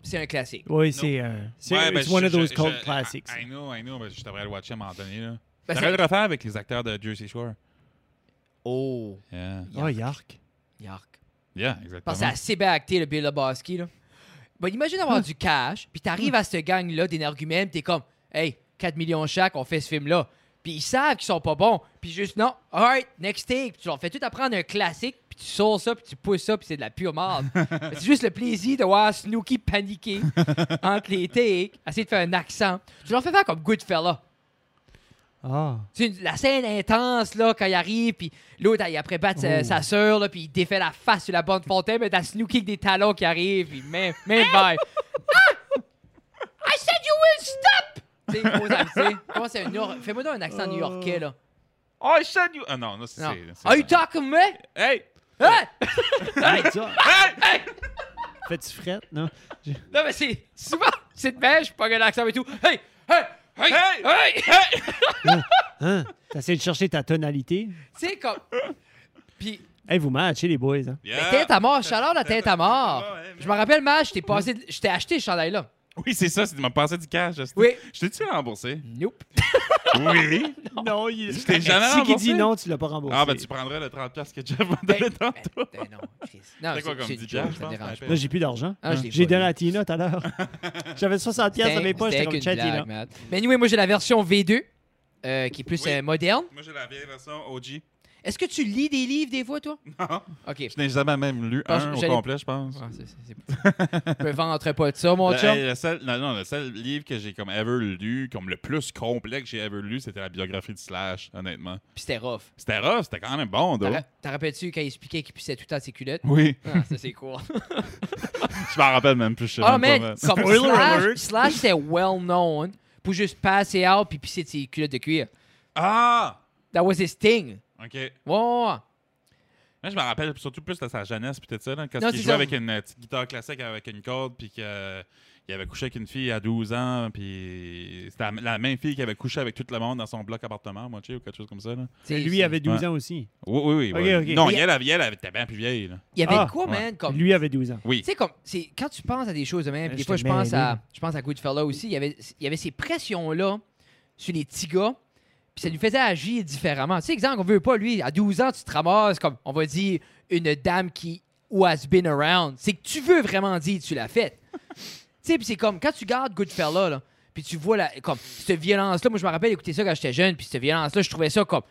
[SPEAKER 1] C'est un classique.
[SPEAKER 2] Oui, c'est un. C'est
[SPEAKER 3] Ouais, ben,
[SPEAKER 2] it's one
[SPEAKER 3] je-
[SPEAKER 2] of those
[SPEAKER 3] je-
[SPEAKER 2] cult
[SPEAKER 3] je-
[SPEAKER 2] classics.
[SPEAKER 3] I, I know, I know, mais je devrais le watcher à un moment donné. Là.
[SPEAKER 1] Ben,
[SPEAKER 3] T'aurais
[SPEAKER 1] ça-
[SPEAKER 3] le refaire avec les acteurs de Jersey Shore.
[SPEAKER 1] Oh,
[SPEAKER 3] Yeah,
[SPEAKER 2] Oh, Yark.
[SPEAKER 1] yark.
[SPEAKER 3] yeah
[SPEAKER 1] Parce que c'est
[SPEAKER 3] exactement.
[SPEAKER 1] assez bien acté, le Bill Lebowski, là. Ben, imagine avoir du cash, puis t'arrives à ce gang-là d'énergumènes, t'es comme, hey, 4 millions chaque, on fait ce film-là. Puis ils savent qu'ils sont pas bons, puis juste, non, alright, next take. Puis tu leur fais tout apprendre un classique, puis tu sors ça, puis tu pousses ça, puis c'est de la pure merde. Mais c'est juste le plaisir de voir Snooki paniquer entre les takes, essayer de faire un accent. Tu leur fais faire comme Goodfella.
[SPEAKER 2] Ah.
[SPEAKER 1] Tu sais, la scène intense, là, quand il arrive, puis l'autre, il après battre sa,
[SPEAKER 2] Oh.
[SPEAKER 1] sa sœur, là, puis il défait la face sur la bonne fontaine, mais t'as Snooki avec des talons qui arrive, puis même, même vibe. Ah! I said you will stop! Tu sais, gros accent. Comment c'est un Nord- Fais-moi donc un accent new-yorkais, là.
[SPEAKER 3] Oh, I said you. Ah non, là, c'est.
[SPEAKER 1] Non. Ah,
[SPEAKER 3] c'est-
[SPEAKER 1] Are you talking to me? Hein?
[SPEAKER 3] Hey!
[SPEAKER 1] Hey!
[SPEAKER 2] Ça,
[SPEAKER 3] Hey!
[SPEAKER 2] Fais-tu fret? Non.
[SPEAKER 1] Non, mais c'est souvent, c'est de même, je pas un accent et tout. Hey! Hey! Hey!
[SPEAKER 3] Hey!
[SPEAKER 1] Hey!
[SPEAKER 2] Hein? T'essaies de chercher ta tonalité?
[SPEAKER 1] Tu sais, comme. Puis
[SPEAKER 2] Hey, vous matchez les boys. Hein?
[SPEAKER 3] Yeah.
[SPEAKER 1] Tête à mort, chaleur la tête à mort.
[SPEAKER 3] Ouais, ouais, mais-
[SPEAKER 1] Je me rappelle, mal, je t'ai passé, je t'ai acheté ce chandail-là.
[SPEAKER 3] Oui, c'est ça, c'est de me passer du cash. Justin.
[SPEAKER 1] Oui.
[SPEAKER 3] Je t'ai-tu remboursé?
[SPEAKER 1] Nope.
[SPEAKER 3] Oui.
[SPEAKER 2] Non, il
[SPEAKER 3] Je t'ai jamais
[SPEAKER 2] Ah, Si qui
[SPEAKER 3] remboursé.
[SPEAKER 2] dit non, tu l'as pas remboursé.
[SPEAKER 3] Ah, ben, tu prendrais le 30$ que Jeff m'a
[SPEAKER 1] Ben, ben,
[SPEAKER 3] donné tantôt.
[SPEAKER 1] ben non, Chris. Non,
[SPEAKER 3] C'est quoi
[SPEAKER 1] c'est-
[SPEAKER 3] comme
[SPEAKER 1] c'est une
[SPEAKER 3] 10
[SPEAKER 1] joke,
[SPEAKER 3] piastres, je
[SPEAKER 1] ça me
[SPEAKER 3] pense, Ben,
[SPEAKER 1] dérange
[SPEAKER 3] ça
[SPEAKER 1] pas.
[SPEAKER 2] Là, j'ai plus d'argent.
[SPEAKER 1] Ah, je l'ai
[SPEAKER 2] J'ai
[SPEAKER 1] pas
[SPEAKER 2] donné
[SPEAKER 1] vu.
[SPEAKER 2] à Tina tout à l'heure. J'avais 60 pièces dans mes poches, j'étais
[SPEAKER 1] C'était
[SPEAKER 2] comme
[SPEAKER 1] une
[SPEAKER 2] chat
[SPEAKER 1] blague,
[SPEAKER 2] Tina.
[SPEAKER 1] Matt. Mais anyway, moi j'ai la version V2, euh, qui est plus
[SPEAKER 3] Oui.
[SPEAKER 1] euh, moderne.
[SPEAKER 3] ben, Moi, j'ai la vieille version OG.
[SPEAKER 1] Est-ce Est-ce que tu lis des livres des fois, toi?
[SPEAKER 3] Non.
[SPEAKER 1] OK.
[SPEAKER 3] Je n'ai jamais même lu
[SPEAKER 1] Parce que
[SPEAKER 3] un au
[SPEAKER 1] j'allais-
[SPEAKER 3] complet, je pense.
[SPEAKER 1] Ah, c'est- c'est- c'est- Me ventre pas de ça, mon
[SPEAKER 3] Le,
[SPEAKER 1] chum.
[SPEAKER 3] Ben, hey, le seul, non, non, le seul livre que j'ai comme ever lu, comme le plus complet que j'ai ever lu, c'était la biographie de Slash, honnêtement.
[SPEAKER 1] Puis c'était rough.
[SPEAKER 3] C'était rough, c'était quand même
[SPEAKER 1] T'en
[SPEAKER 3] bon, donc.
[SPEAKER 1] ra- T'en rappelles-tu quand il expliquait qu'il pissait tout le temps ses culottes?
[SPEAKER 3] Oui,
[SPEAKER 1] Ah, ça, c'est cool.
[SPEAKER 3] je m'en rappelle même plus. je sais
[SPEAKER 1] Ah,
[SPEAKER 3] même
[SPEAKER 1] mais
[SPEAKER 3] pas,
[SPEAKER 1] comme
[SPEAKER 2] Spoiler
[SPEAKER 1] Slash,
[SPEAKER 2] alert.
[SPEAKER 1] Slash c'était well known pour juste passer out puis pisser de ses culottes de cuir.
[SPEAKER 3] Ah!
[SPEAKER 1] That was his thing.
[SPEAKER 3] OK.
[SPEAKER 1] Ouais,
[SPEAKER 3] Moi,
[SPEAKER 1] ouais, ouais.
[SPEAKER 3] je me rappelle surtout plus de sa jeunesse, puis tout ça, là, quand
[SPEAKER 1] Non,
[SPEAKER 3] il
[SPEAKER 1] c'est
[SPEAKER 3] jouait
[SPEAKER 1] ça.
[SPEAKER 3] avec une euh, petite guitare classique avec une corde, puis qu'il avait couché avec une fille à 12 ans, puis c'était la, la même fille qui avait couché avec tout le monde dans son bloc appartement, moi, tu sais, ou quelque chose comme ça. là.
[SPEAKER 1] T'sais,
[SPEAKER 2] lui
[SPEAKER 1] c'est-
[SPEAKER 2] avait 12
[SPEAKER 3] Ouais.
[SPEAKER 2] ans aussi.
[SPEAKER 3] Oui, oui, oui.
[SPEAKER 2] Ok,
[SPEAKER 3] oui.
[SPEAKER 2] ok.
[SPEAKER 3] Non,
[SPEAKER 1] Mais-
[SPEAKER 3] elle, elle, elle, elle était bien plus vieille. là.
[SPEAKER 1] Il y avait
[SPEAKER 2] Ah,
[SPEAKER 1] de quoi,
[SPEAKER 3] ouais.
[SPEAKER 1] man? Comme...
[SPEAKER 2] Lui avait 12 ans.
[SPEAKER 3] Oui.
[SPEAKER 1] Tu sais, comme, c'est- quand tu penses à des choses de même,
[SPEAKER 2] Euh,
[SPEAKER 1] puis des
[SPEAKER 2] je
[SPEAKER 1] fois,
[SPEAKER 2] te
[SPEAKER 1] je pense,
[SPEAKER 2] mêle,
[SPEAKER 1] à,
[SPEAKER 2] hein.
[SPEAKER 1] je pense à Goodfella aussi, il y avait, il y avait ces pressions-là sur les petits gars, puis ça lui faisait agir différemment. Tu sais, exemple, on veut pas, lui, à 12 ans, tu te ramasses comme, on va dire, une dame qui who has been around. C'est que tu veux vraiment dire, tu l'as faite. tu sais, puis c'est comme, quand tu gardes Goodfella, là, puis tu vois, la, comme, cette violence-là, moi, je me rappelle écouter ça quand j'étais jeune, puis cette violence-là, je trouvais ça comme,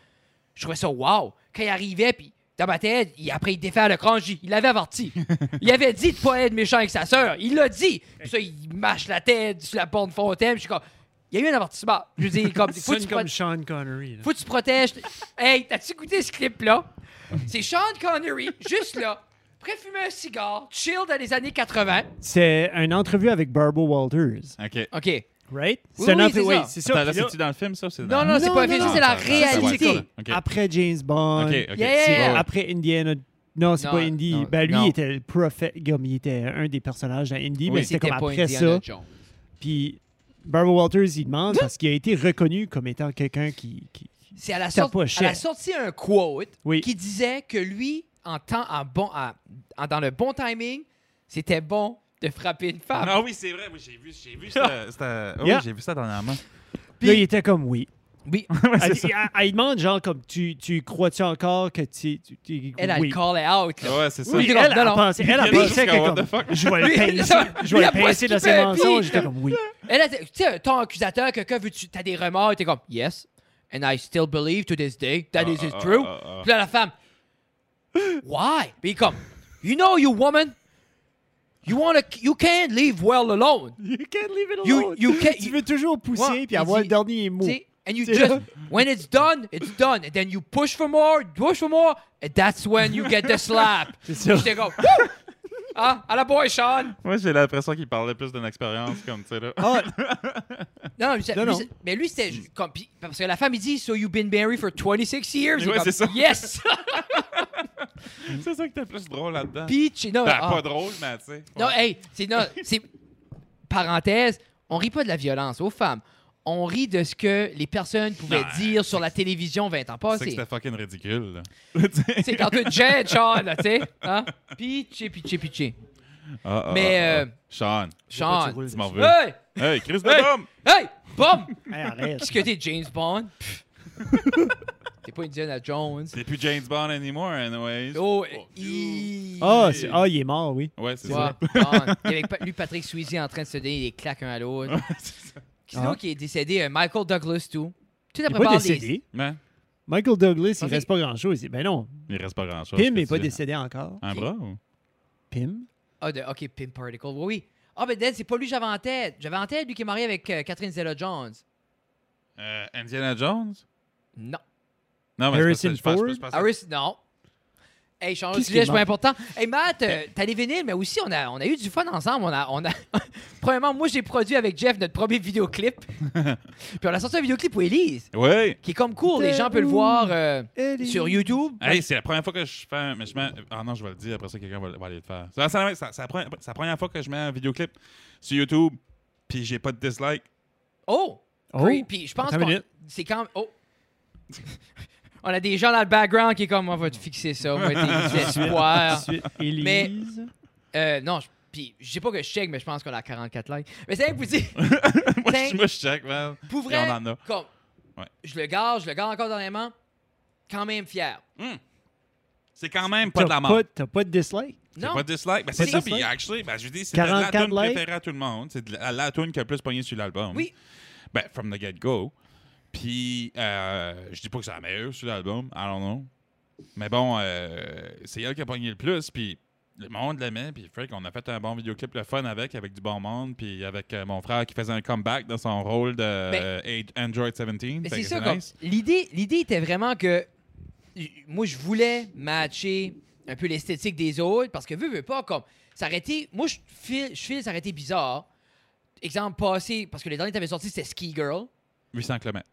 [SPEAKER 1] je trouvais ça wow. Quand il arrivait, puis dans ma tête, il- après il défait le crâne, j'ai- il l'avait averti. Il avait dit de pas être méchant avec sa sœur. Il l'a dit. Puis ça, il mâche la tête sur la porte fontaine. Puis Je suis comme, il y a eu un avertissement. Je veux dire, comme, faut que tu
[SPEAKER 2] Sonne
[SPEAKER 1] pro-
[SPEAKER 2] comme Sean Connery. là.
[SPEAKER 1] faut que tu protèges. Hey, t'as-tu goûté ce clip-là? C'est Sean Connery, juste là, prêt à fumer un cigare, chill dans les années 80.
[SPEAKER 2] C'est une entrevue avec Barbara Walters.
[SPEAKER 3] OK.
[SPEAKER 1] OK.
[SPEAKER 2] Right?
[SPEAKER 1] Oui,
[SPEAKER 2] C'est une
[SPEAKER 1] oui, c'est
[SPEAKER 2] entrevue-
[SPEAKER 1] ça.
[SPEAKER 2] oui, c'est ça.
[SPEAKER 3] Attends, là,
[SPEAKER 2] puis là-
[SPEAKER 3] c'est-tu dans le Ah, film, ça? ou c'est
[SPEAKER 1] Non,
[SPEAKER 3] dans-
[SPEAKER 1] non, c'est
[SPEAKER 2] Non,
[SPEAKER 1] pas un
[SPEAKER 2] non,
[SPEAKER 1] film,
[SPEAKER 2] non,
[SPEAKER 1] ça, c'est la
[SPEAKER 3] ça, ça, ouais,
[SPEAKER 1] réalité. Ah,
[SPEAKER 3] ça. OK.
[SPEAKER 2] Après James Bond.
[SPEAKER 3] OK, OK.
[SPEAKER 1] Yeah.
[SPEAKER 2] C'est
[SPEAKER 1] Yeah.
[SPEAKER 2] après Indiana. Non, c'est
[SPEAKER 1] Non,
[SPEAKER 2] pas Indy.
[SPEAKER 1] non,
[SPEAKER 2] ben, lui,
[SPEAKER 1] non.
[SPEAKER 2] il était le prophète. Comme il était un des personnages dans Indy,
[SPEAKER 3] Oui.
[SPEAKER 2] mais c'était comme
[SPEAKER 1] pas
[SPEAKER 2] après
[SPEAKER 1] Indiana
[SPEAKER 2] ça.
[SPEAKER 1] Jones.
[SPEAKER 2] Puis Barbara Walters, il demande parce qu'il a été reconnu comme étant quelqu'un qui. qui-
[SPEAKER 1] C'est à la
[SPEAKER 2] T'as
[SPEAKER 1] sortie.
[SPEAKER 2] pas
[SPEAKER 1] Elle
[SPEAKER 2] cher.
[SPEAKER 1] a sorti un quote
[SPEAKER 2] Oui.
[SPEAKER 1] qui disait que lui, en temps, en bon, en- en- dans le bon timing, c'était bon de frapper une femme.
[SPEAKER 3] Ah oui, c'est vrai. Oui, j'ai vu, j'ai vu, ça- ça- oui,
[SPEAKER 2] Yeah.
[SPEAKER 3] j'ai vu ça dernièrement.
[SPEAKER 2] Là, il était comme oui.
[SPEAKER 1] Oui,
[SPEAKER 3] Ouais, c'est
[SPEAKER 2] Elle,
[SPEAKER 3] ça.
[SPEAKER 2] elle- elle demande, genre, comme tu, tu crois-tu encore que tu. tu- tu-
[SPEAKER 1] elle, elle
[SPEAKER 2] oui.
[SPEAKER 1] call it out. là.
[SPEAKER 3] Ouais, c'est ça.
[SPEAKER 2] Oui,
[SPEAKER 1] Il était
[SPEAKER 2] elle,
[SPEAKER 1] comme,
[SPEAKER 2] elle,
[SPEAKER 1] non, non.
[SPEAKER 2] pensait, elle, elle
[SPEAKER 3] Puis elle
[SPEAKER 2] pensait
[SPEAKER 3] dit,
[SPEAKER 2] que
[SPEAKER 3] what
[SPEAKER 2] comme,
[SPEAKER 3] the fuck?
[SPEAKER 2] je vais le
[SPEAKER 1] Lui,
[SPEAKER 2] pincer,
[SPEAKER 1] ça,
[SPEAKER 2] je vais
[SPEAKER 1] lui,
[SPEAKER 2] le
[SPEAKER 1] elle pense
[SPEAKER 2] pincer de
[SPEAKER 1] qu'il
[SPEAKER 2] ses
[SPEAKER 1] fait un
[SPEAKER 2] mensonges.
[SPEAKER 1] pire.
[SPEAKER 2] J'étais comme oui.
[SPEAKER 1] Elle, elle, tu sais, ton accusateur, quelqu'un, veux-tu, t'as des remords, t'es comme, yes, and I still believe to this day that this is
[SPEAKER 3] Ah, ah,
[SPEAKER 1] true.
[SPEAKER 3] ah, ah.
[SPEAKER 1] Puis là, la femme, why? Puis il est comme, you know, you woman, you wanna, you can't leave well alone.
[SPEAKER 2] You can't leave it
[SPEAKER 1] You- you can't-
[SPEAKER 2] tu veux toujours pousser
[SPEAKER 1] Ouais,
[SPEAKER 2] puis
[SPEAKER 1] il
[SPEAKER 2] avoir
[SPEAKER 1] dit-
[SPEAKER 2] le dernier mot.
[SPEAKER 1] See? And you
[SPEAKER 2] C'est
[SPEAKER 1] just
[SPEAKER 2] là.
[SPEAKER 1] when it's done, it's done. And then you push for more, push for more, and that's when you get the slap.
[SPEAKER 2] C'est ça.
[SPEAKER 1] J'étais comme Woo! Ah, à la boy, Sean!
[SPEAKER 3] Moi, j'ai l'impression qu'il parlait plus d'une expérience comme, tu sais, là.
[SPEAKER 2] Ah,
[SPEAKER 1] oh, Non, mais, c'est-
[SPEAKER 2] Non,
[SPEAKER 1] lui,
[SPEAKER 2] non.
[SPEAKER 1] c'est- mais lui, c'était ju- comme. puis- Parce que la femme, il dit So you've been married for 26 years? J'ai
[SPEAKER 3] Ouais,
[SPEAKER 1] comme,
[SPEAKER 3] c'est ça.
[SPEAKER 1] Yes!
[SPEAKER 3] c'est ça qui était plus drôle là-dedans.
[SPEAKER 1] Peach, non,
[SPEAKER 3] Ben,
[SPEAKER 1] ah.
[SPEAKER 3] pas drôle, mais tu sais.
[SPEAKER 1] Non, hey, c'est. non, c'est- Parenthèse, on rit pas de la violence aux femmes. On rit de ce que les personnes pouvaient
[SPEAKER 3] Non,
[SPEAKER 1] dire sur la télévision 20 ans
[SPEAKER 3] c'est que
[SPEAKER 1] passés.
[SPEAKER 3] c'était fucking ridicule, là.
[SPEAKER 1] C'est quand tu jet, Sean, là, tu sais. Hein? Pitché, pitché, pitché.
[SPEAKER 3] Ah, ah,
[SPEAKER 1] Mais,
[SPEAKER 3] ah, ah.
[SPEAKER 1] euh,
[SPEAKER 3] Sean.
[SPEAKER 1] Sean.
[SPEAKER 3] Tu m'en veux.
[SPEAKER 1] Hey!
[SPEAKER 3] Hey, Chris de
[SPEAKER 1] Hey!
[SPEAKER 3] Dom!
[SPEAKER 1] Hey! Bum!
[SPEAKER 2] hey, arrête.
[SPEAKER 1] Qu'est-ce que t'es, James Bond? Pff. t'es pas Indiana Jones.
[SPEAKER 3] C'est plus James Bond anymore, anyways.
[SPEAKER 1] Oh,
[SPEAKER 3] Fuck you.
[SPEAKER 1] il...
[SPEAKER 2] Ah, c'est- ah, il est mort, oui.
[SPEAKER 3] Ouais, c'est
[SPEAKER 1] Ouais,
[SPEAKER 3] ça.
[SPEAKER 1] Bond. Il y avait pa- lui, Patrick Sweezy, en train de se donner des claques un à l'autre.
[SPEAKER 3] Ouais, c'est ça.
[SPEAKER 1] Qui c'est d'autre qui est décédé? Euh, Michael Douglas, tout. Tout
[SPEAKER 2] Il
[SPEAKER 1] après
[SPEAKER 2] n'est pas
[SPEAKER 1] parler-
[SPEAKER 2] décédé.
[SPEAKER 3] Ouais.
[SPEAKER 2] Michael Douglas, il
[SPEAKER 1] Ok.
[SPEAKER 2] reste pas grand-chose. Ben non,
[SPEAKER 3] Il reste pas grand-chose.
[SPEAKER 2] Pim
[SPEAKER 3] que
[SPEAKER 2] n'est
[SPEAKER 3] tu
[SPEAKER 2] pas
[SPEAKER 3] dis.
[SPEAKER 2] décédé encore.
[SPEAKER 3] Un bras ou?
[SPEAKER 2] Ah. Pim?
[SPEAKER 1] Ah, de- ok, Pim Particle. Oui, oui. Ah, ben, Dan, c'est pas lui que j'avais en tête. J'avais en tête lui qui est marié avec euh, Catherine Zella-Jones.
[SPEAKER 3] Euh, Indiana Jones?
[SPEAKER 1] Non.
[SPEAKER 3] Non, mais
[SPEAKER 2] Harrison
[SPEAKER 3] c'est parce que-
[SPEAKER 2] Ford?
[SPEAKER 3] je pense- je pense- je pense-
[SPEAKER 1] Harris, Ah non. Hey, Charles,
[SPEAKER 2] Qu'est-ce
[SPEAKER 1] tu
[SPEAKER 2] qui est
[SPEAKER 1] l'as, c'est pas important. Hey, Matt, euh, t'as les vinyles, mais aussi, on a, on a eu du fun ensemble. On a, on a... Premièrement, moi, j'ai produit avec Jeff notre premier vidéoclip. Puis on a sorti un vidéoclip pour Elise,
[SPEAKER 3] Ouais!
[SPEAKER 1] qui est comme cool. Les gens peuvent le voir euh, sur YouTube.
[SPEAKER 3] Hey, c'est la première fois que je fais un. mais je mets- Ah non, je vais le dire, après ça, quelqu'un va, va aller le faire. C'est la- C'est la, c'est la première- c'est la première fois que je mets un vidéoclip sur YouTube, puis j'ai pas de dislike.
[SPEAKER 1] Oh!
[SPEAKER 2] Oh!
[SPEAKER 1] Creep. Puis je pense
[SPEAKER 2] Attends une
[SPEAKER 1] que
[SPEAKER 2] minute.
[SPEAKER 1] c'est quand... Oh! on a des gens dans le background qui est comme, on va te fixer ça, on va te désespoir.
[SPEAKER 2] Ensuite, Élise.
[SPEAKER 1] Mais- Euh, non, je- puis je sais pas que je check, mais je pense qu'on a 44 likes. Mais c'est vous dire...
[SPEAKER 3] moi, je,
[SPEAKER 1] Thank-
[SPEAKER 3] moi, je check, man.
[SPEAKER 1] Pour
[SPEAKER 3] Et
[SPEAKER 1] vrai,
[SPEAKER 3] on en a.
[SPEAKER 1] comme,
[SPEAKER 3] Ouais.
[SPEAKER 1] je le garde, je le garde encore dernièrement, quand même fier.
[SPEAKER 3] C'est quand même pas
[SPEAKER 2] T'as
[SPEAKER 3] de la mort.
[SPEAKER 2] pas, t'as pas de dislike?
[SPEAKER 3] C'est
[SPEAKER 1] Non,
[SPEAKER 3] pas de dislike. Ben, c'est
[SPEAKER 2] de
[SPEAKER 3] ça,
[SPEAKER 2] dislike.
[SPEAKER 3] puis actually, ben, je veux dire, c'est de la
[SPEAKER 2] 44
[SPEAKER 3] tune
[SPEAKER 2] likes.
[SPEAKER 3] préférée à tout le monde. C'est de la, la tune qui a le plus pogné sur l'album.
[SPEAKER 1] oui,
[SPEAKER 3] Ben, from the get-go. Puis, euh, je dis pas que c'est la meilleure sur l'album, I don't know. Mais bon, euh, c'est elle qui a pogné le plus, puis le monde l'aimait, puis Frick, on a fait un bon vidéoclip le fun avec, avec du bon monde, puis avec euh, mon frère qui faisait un comeback dans son rôle de euh, Android 17.
[SPEAKER 1] Ben Mais
[SPEAKER 3] Fait
[SPEAKER 1] c'est
[SPEAKER 3] que
[SPEAKER 1] ça, comme-
[SPEAKER 3] nice.
[SPEAKER 1] l'idée, l'idée était vraiment que j- moi, je voulais matcher un peu l'esthétique des autres parce que veux, veux pas, comme s'arrêter. Moi, je file, je file s'arrêter bizarre. Exemple passé, parce que le dernier que t'avais sorti, c'était Ski Girl.
[SPEAKER 3] 800 km.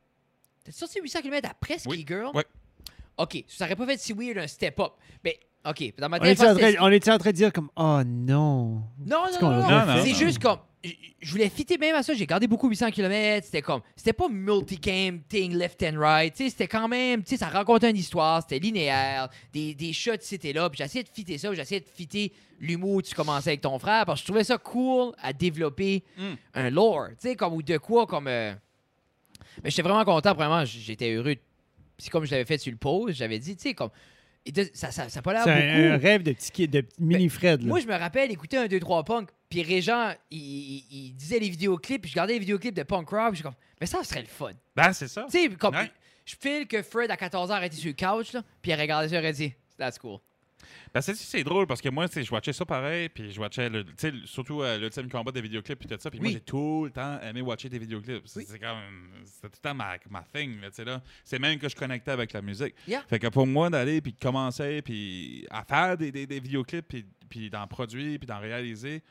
[SPEAKER 1] T'as sorti 800 km après Ski
[SPEAKER 3] Oui.
[SPEAKER 1] Girl?
[SPEAKER 3] Ouais.
[SPEAKER 1] OK, ça aurait pas fait si weird un step-up. Mais, OK, dans ma
[SPEAKER 2] On
[SPEAKER 1] tête, je
[SPEAKER 2] était, en
[SPEAKER 1] pense que
[SPEAKER 2] train, on était en train de dire comme oh non.
[SPEAKER 1] Non,
[SPEAKER 2] Est-ce
[SPEAKER 1] non,
[SPEAKER 2] qu'on
[SPEAKER 1] non,
[SPEAKER 2] l'aurait
[SPEAKER 1] non,
[SPEAKER 3] fait?
[SPEAKER 1] C'est
[SPEAKER 3] Non, non.
[SPEAKER 1] juste comme. je- Je voulais fitter même à ça. J'ai gardé beaucoup 800 km. C'était comme. C'était pas multicam, thing, left and right. Tu sais, c'était quand même. Tu sais, ça racontait une histoire. C'était linéaire. Des, des shots, c'était là. Puis j'essayais de fitter ça. puis J'essayais de fitter l'humour où tu commençais avec ton frère. Parce que je trouvais ça cool à développer
[SPEAKER 2] Hmm.
[SPEAKER 3] Mm.
[SPEAKER 1] un lore. Tu sais, comme. Ou de quoi, comme. euh, Mais j'étais vraiment content. Vraiment, j- j'étais heureux. Puis comme je l'avais fait sur le pause, j'avais dit, tu sais, comme. et de- ça, ça, ça a pas l'air
[SPEAKER 2] C'est
[SPEAKER 1] Ah, beaucoup. Ben,
[SPEAKER 2] un, un rêve de petit kid- de petit mini Fred là.
[SPEAKER 1] Moi, je me rappelle écouter un 2-3 punk, puis Régent, il, il- il disait les vidéoclips, puis je regardais les vidéoclips de punk rock, puis je suis comme, mais ça serait le fun.
[SPEAKER 3] Ben, c'est ça.
[SPEAKER 1] Tu sais, comme,
[SPEAKER 3] Ouais.
[SPEAKER 1] je file que Fred à 14 ans était sur le couch, là, puis il regardait ça, il aurait dit, that's cool.
[SPEAKER 3] Ben, c'est, c'est drôle parce que moi, tu sais, je watchais ça pareil, puis je watchais le, tu sais, le- surtout euh, l'ultime combat des vidéoclips, puis tout ça. Puis moi,
[SPEAKER 1] Oui.
[SPEAKER 3] j'ai tout le temps aimé watcher des vidéoclips. C'est,
[SPEAKER 1] Oui.
[SPEAKER 3] c'est comme. C'était tout le temps ma, ma thing, là, tu sais, là. C'est même que je connectais avec la musique.
[SPEAKER 1] Yeah.
[SPEAKER 3] Fait que pour moi, d'aller, puis de commencer, puis à faire des, des, des vidéoclips, puis, puis d'en produire, puis d'en réaliser,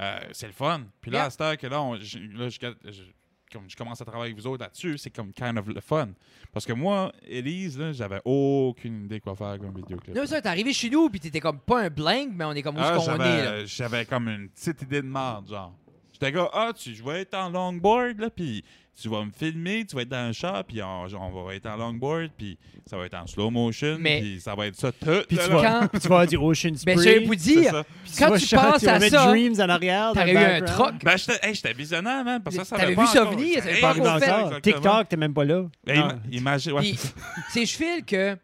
[SPEAKER 3] euh, c'est le fun. Puis là,
[SPEAKER 1] Yeah.
[SPEAKER 3] à cette heure que là, on- je- là, je, je- comme je commence à travailler avec vous autres là-dessus, c'est comme kind of le fun. Parce que moi, Elise, là, j'avais aucune idée quoi faire comme vidéoclip.
[SPEAKER 1] Là, ça, t'es arrivé chez nous, puis t'étais comme pas un blank, mais on est comme où
[SPEAKER 3] Ah,
[SPEAKER 1] est-ce qu'on est, là.
[SPEAKER 3] j'avais, j'avais comme une petite idée de merde, genre. J'étais comme, ah, tu, je vais être en longboard, là, puis tu vas me filmer, tu vas être dans le chat, puis on, on va être en longboard, puis ça va être en slow motion,
[SPEAKER 1] Mais-
[SPEAKER 3] puis ça va être ça tout.
[SPEAKER 2] Puis
[SPEAKER 3] là,
[SPEAKER 2] tu
[SPEAKER 3] là.
[SPEAKER 2] vas,
[SPEAKER 1] Quand-
[SPEAKER 2] puis tu vas avoir du Ocean
[SPEAKER 1] Mais
[SPEAKER 2] Spray.
[SPEAKER 1] c'est pour
[SPEAKER 3] C'est
[SPEAKER 1] dire,
[SPEAKER 3] ça.
[SPEAKER 2] puis
[SPEAKER 1] quand
[SPEAKER 2] vas
[SPEAKER 1] tu
[SPEAKER 2] chanter,
[SPEAKER 1] penses
[SPEAKER 2] vas
[SPEAKER 1] à
[SPEAKER 2] mettre
[SPEAKER 1] ça,
[SPEAKER 2] Dreams en arrière. dans
[SPEAKER 1] t'aurais
[SPEAKER 2] le
[SPEAKER 1] eu un
[SPEAKER 2] background.
[SPEAKER 1] troc.
[SPEAKER 3] Ben, j'étais, hey, j'étais visionnaire, man, parce que ça, ça
[SPEAKER 1] T'avais
[SPEAKER 3] avait pas
[SPEAKER 1] vu ça
[SPEAKER 3] encore-
[SPEAKER 1] venir, ça avait
[SPEAKER 3] Hey,
[SPEAKER 1] pas
[SPEAKER 2] Pas
[SPEAKER 1] encore
[SPEAKER 2] dans
[SPEAKER 1] fait. Ben,
[SPEAKER 2] ça.
[SPEAKER 3] exactement.
[SPEAKER 2] TikTok, t'es même pas là.
[SPEAKER 3] Hey,
[SPEAKER 2] Non.
[SPEAKER 3] ma- imagine, ouais.
[SPEAKER 1] Puis, tu sais, je file que.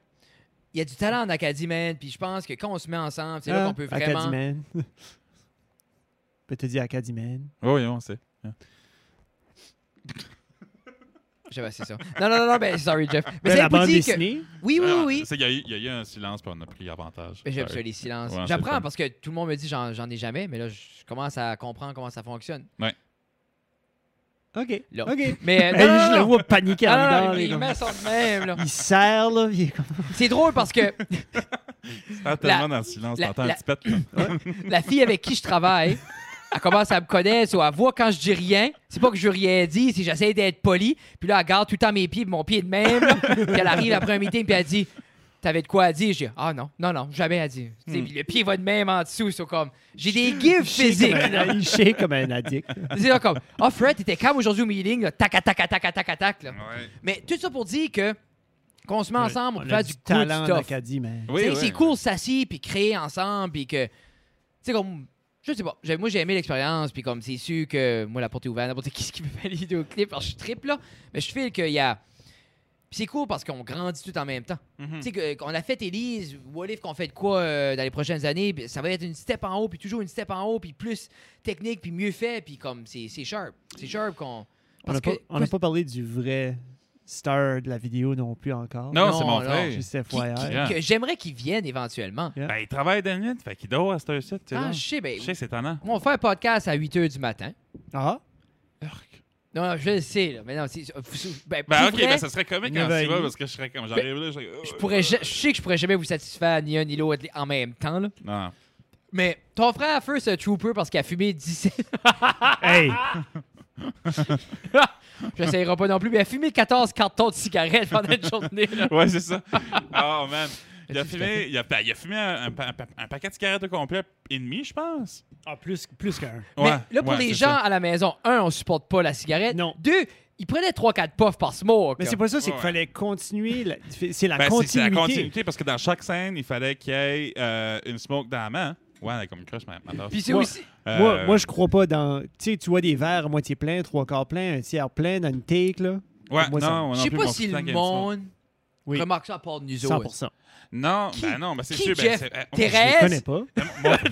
[SPEAKER 1] Il y a du talent en Acadie, man, puis je pense que quand on se met ensemble, c'est là
[SPEAKER 2] Ah,
[SPEAKER 1] qu'on peut vraiment.
[SPEAKER 2] Acadiman. peut te dire Ben, Acadiman.
[SPEAKER 3] Oh, oui, on sait.
[SPEAKER 1] Je sais pas, c'est ça. Non, non, non, non, ben, sorry, Jeff. Mais
[SPEAKER 2] Ben,
[SPEAKER 1] c'est
[SPEAKER 2] la
[SPEAKER 1] pour
[SPEAKER 2] bande
[SPEAKER 1] dire que.
[SPEAKER 2] dessinée.
[SPEAKER 1] Oui, oui,
[SPEAKER 3] Ah,
[SPEAKER 1] oui.
[SPEAKER 3] c'est- Il y, a eu- il y a eu un silence, puis on a pris avantage.
[SPEAKER 1] Mais J'aime
[SPEAKER 3] Sorry.
[SPEAKER 1] ça, les silences.
[SPEAKER 3] Ouais, c'est le
[SPEAKER 1] J'apprends
[SPEAKER 3] fun.
[SPEAKER 1] parce que tout le monde me dit j'en j'en ai jamais, mais là, je commence à comprendre comment ça fonctionne.
[SPEAKER 2] OK.
[SPEAKER 1] Là.
[SPEAKER 2] OK.
[SPEAKER 1] Mais euh, non,
[SPEAKER 2] Hey,
[SPEAKER 1] non,
[SPEAKER 2] je
[SPEAKER 1] non,
[SPEAKER 2] le
[SPEAKER 1] non.
[SPEAKER 2] vois paniquer en
[SPEAKER 1] Ah, non,
[SPEAKER 2] dedans,
[SPEAKER 1] non,
[SPEAKER 2] les
[SPEAKER 1] il
[SPEAKER 2] gars.
[SPEAKER 1] met son de même, là.
[SPEAKER 2] Il serre, là. Il est comme...
[SPEAKER 1] C'est drôle parce que
[SPEAKER 3] Ah,
[SPEAKER 1] La-
[SPEAKER 3] tellement dans le silence,
[SPEAKER 1] la-
[SPEAKER 3] t'entends un
[SPEAKER 1] la-
[SPEAKER 3] petit pet. là.
[SPEAKER 1] la fille avec qui je travaille, elle commence à me connaître ou elle voit quand je dis rien. C'est pas que je lui ai dit, c'est que j'essaie d'être poli. Puis là, elle garde tout le temps mes pieds, puis mon pied est de même. là. puis elle arrive après un meeting, puis elle dit T'avais de quoi à dire J'ai Ah non, non, non, jamais à dire. Tu sais, Puis le pied va de même en dessous. C'est comme J'ai des gifs
[SPEAKER 2] Il shake
[SPEAKER 1] physiques.
[SPEAKER 2] comme
[SPEAKER 1] là.
[SPEAKER 2] un- Il shake comme un addict.
[SPEAKER 1] C'est là comme Ah, Fred, t'étais calme aujourd'hui au meeting. là. Tac, tac, tac, tac, tac, tac, tac. là.
[SPEAKER 3] Ouais.
[SPEAKER 1] Mais tout ça pour dire que qu'on se met ensemble pour
[SPEAKER 2] On a
[SPEAKER 1] faire du, cool
[SPEAKER 2] talent
[SPEAKER 1] stuff.
[SPEAKER 2] d'Acadie, man.
[SPEAKER 3] Oui,
[SPEAKER 1] Tu sais,
[SPEAKER 3] oui.
[SPEAKER 1] C'est cool s'assier puis créer ensemble puis que tu sais comme je sais pas, j'ai- moi j'ai aimé l'expérience puis comme c'est sûr que moi la porte est ouverte, n'importe qui qui peut faire les vidéoclips, alors je suis triple là, mais je file qu'il y a puis c'est cool parce qu'on grandit tout en même temps.
[SPEAKER 3] Mhm.
[SPEAKER 1] Tu sais, que- qu'on a fait Elise, what if qu'on fait de quoi euh, dans les prochaines années, puis ça va être une step en haut, puis toujours une step en haut, puis plus technique, puis mieux fait, puis comme c'est c'est sharp. C'est sharp qu'on.
[SPEAKER 2] On
[SPEAKER 1] parce
[SPEAKER 2] n'a pas,
[SPEAKER 1] que-
[SPEAKER 2] on a pas parlé du vrai star de la vidéo non plus encore.
[SPEAKER 3] Non,
[SPEAKER 1] Non,
[SPEAKER 3] c'est mon
[SPEAKER 1] non.
[SPEAKER 3] frère.
[SPEAKER 2] Juste
[SPEAKER 1] qui-
[SPEAKER 2] FYI.
[SPEAKER 1] qui-
[SPEAKER 3] Yeah.
[SPEAKER 1] que j'aimerais qu'ils viennent éventuellement.
[SPEAKER 3] Ben, il travaille de nuit, fait qu'il dort à cette heure-ci, tu sais. là.
[SPEAKER 1] Ah, je sais, ben,
[SPEAKER 3] Je sais, c'est tannant.
[SPEAKER 1] on fait un podcast à 8 h du matin.
[SPEAKER 2] Ah,
[SPEAKER 1] Non, non, je le sais, là. Mais non, c'est. vous- Ben,
[SPEAKER 3] Ben,
[SPEAKER 1] pour
[SPEAKER 3] ok,
[SPEAKER 1] vrai, Ben,
[SPEAKER 3] ben, ça serait comique
[SPEAKER 2] Neuf
[SPEAKER 3] quand tu
[SPEAKER 2] et
[SPEAKER 3] vas
[SPEAKER 2] demi.
[SPEAKER 3] parce que je serais comme. J'arrive là, je serais,
[SPEAKER 1] je, pourrais, ja- je sais que je pourrais jamais vous satisfaire ni un ni l'autre en même temps, là.
[SPEAKER 3] Oh, Non.
[SPEAKER 1] Mais ton frère, First un Trooper, parce qu'il a fumé 17.
[SPEAKER 2] hey,
[SPEAKER 1] J'essayerai pas non plus, mais il a fumé 14 cartons de cigarettes pendant une journée, là.
[SPEAKER 3] Ouais, c'est ça. Oh, man. Il a
[SPEAKER 1] Tout à
[SPEAKER 3] fumé, il a, ben, il a fumé un, un pa- un pa- un paquet de cigarettes au complet et demi, je pense.
[SPEAKER 2] ah, plus, plus qu'un.
[SPEAKER 1] Mais
[SPEAKER 3] Ouais,
[SPEAKER 1] là, pour
[SPEAKER 3] ouais,
[SPEAKER 1] les
[SPEAKER 3] c'est
[SPEAKER 1] gens
[SPEAKER 3] ça.
[SPEAKER 1] à la maison, un, on supporte pas la cigarette.
[SPEAKER 2] Non.
[SPEAKER 1] Deux, ils prenaient 3-4 puffs par smoke.
[SPEAKER 2] Mais
[SPEAKER 1] là.
[SPEAKER 2] c'est pas ça, c'est
[SPEAKER 3] Ouais.
[SPEAKER 2] qu'il fallait continuer. la- C'est la
[SPEAKER 3] Ben, c'est- c'est
[SPEAKER 2] continuité.
[SPEAKER 3] la continuité parce que dans chaque scène, il fallait qu'il y ait euh, une smoke dans la main. Ouais, elle est comme une crush, ma, ma tasse.
[SPEAKER 1] Puis c'est
[SPEAKER 2] Moi-
[SPEAKER 1] aussi.
[SPEAKER 3] Euh,
[SPEAKER 2] Moi, moi, je crois pas dans. Tu sais, tu vois des verres à moitié plein, trois quarts plein, un tiers plein dans une take, là.
[SPEAKER 3] Ouais,
[SPEAKER 2] moi, ça-
[SPEAKER 3] non, moi non
[SPEAKER 1] Je sais
[SPEAKER 3] plus,
[SPEAKER 1] pas
[SPEAKER 3] mon
[SPEAKER 1] si
[SPEAKER 3] fils,
[SPEAKER 1] le
[SPEAKER 3] quand il y a une smoke.
[SPEAKER 1] monde
[SPEAKER 2] Oui.
[SPEAKER 1] Remarque ça à part de nous autres.
[SPEAKER 2] 100%.
[SPEAKER 3] Non,
[SPEAKER 1] Qui-
[SPEAKER 3] ben non, ben c'est
[SPEAKER 1] qui,
[SPEAKER 3] sûr.
[SPEAKER 1] Jeff?
[SPEAKER 3] Ben, c'est- eh,
[SPEAKER 1] T'es
[SPEAKER 2] Je les
[SPEAKER 1] Yes!
[SPEAKER 2] connais pas.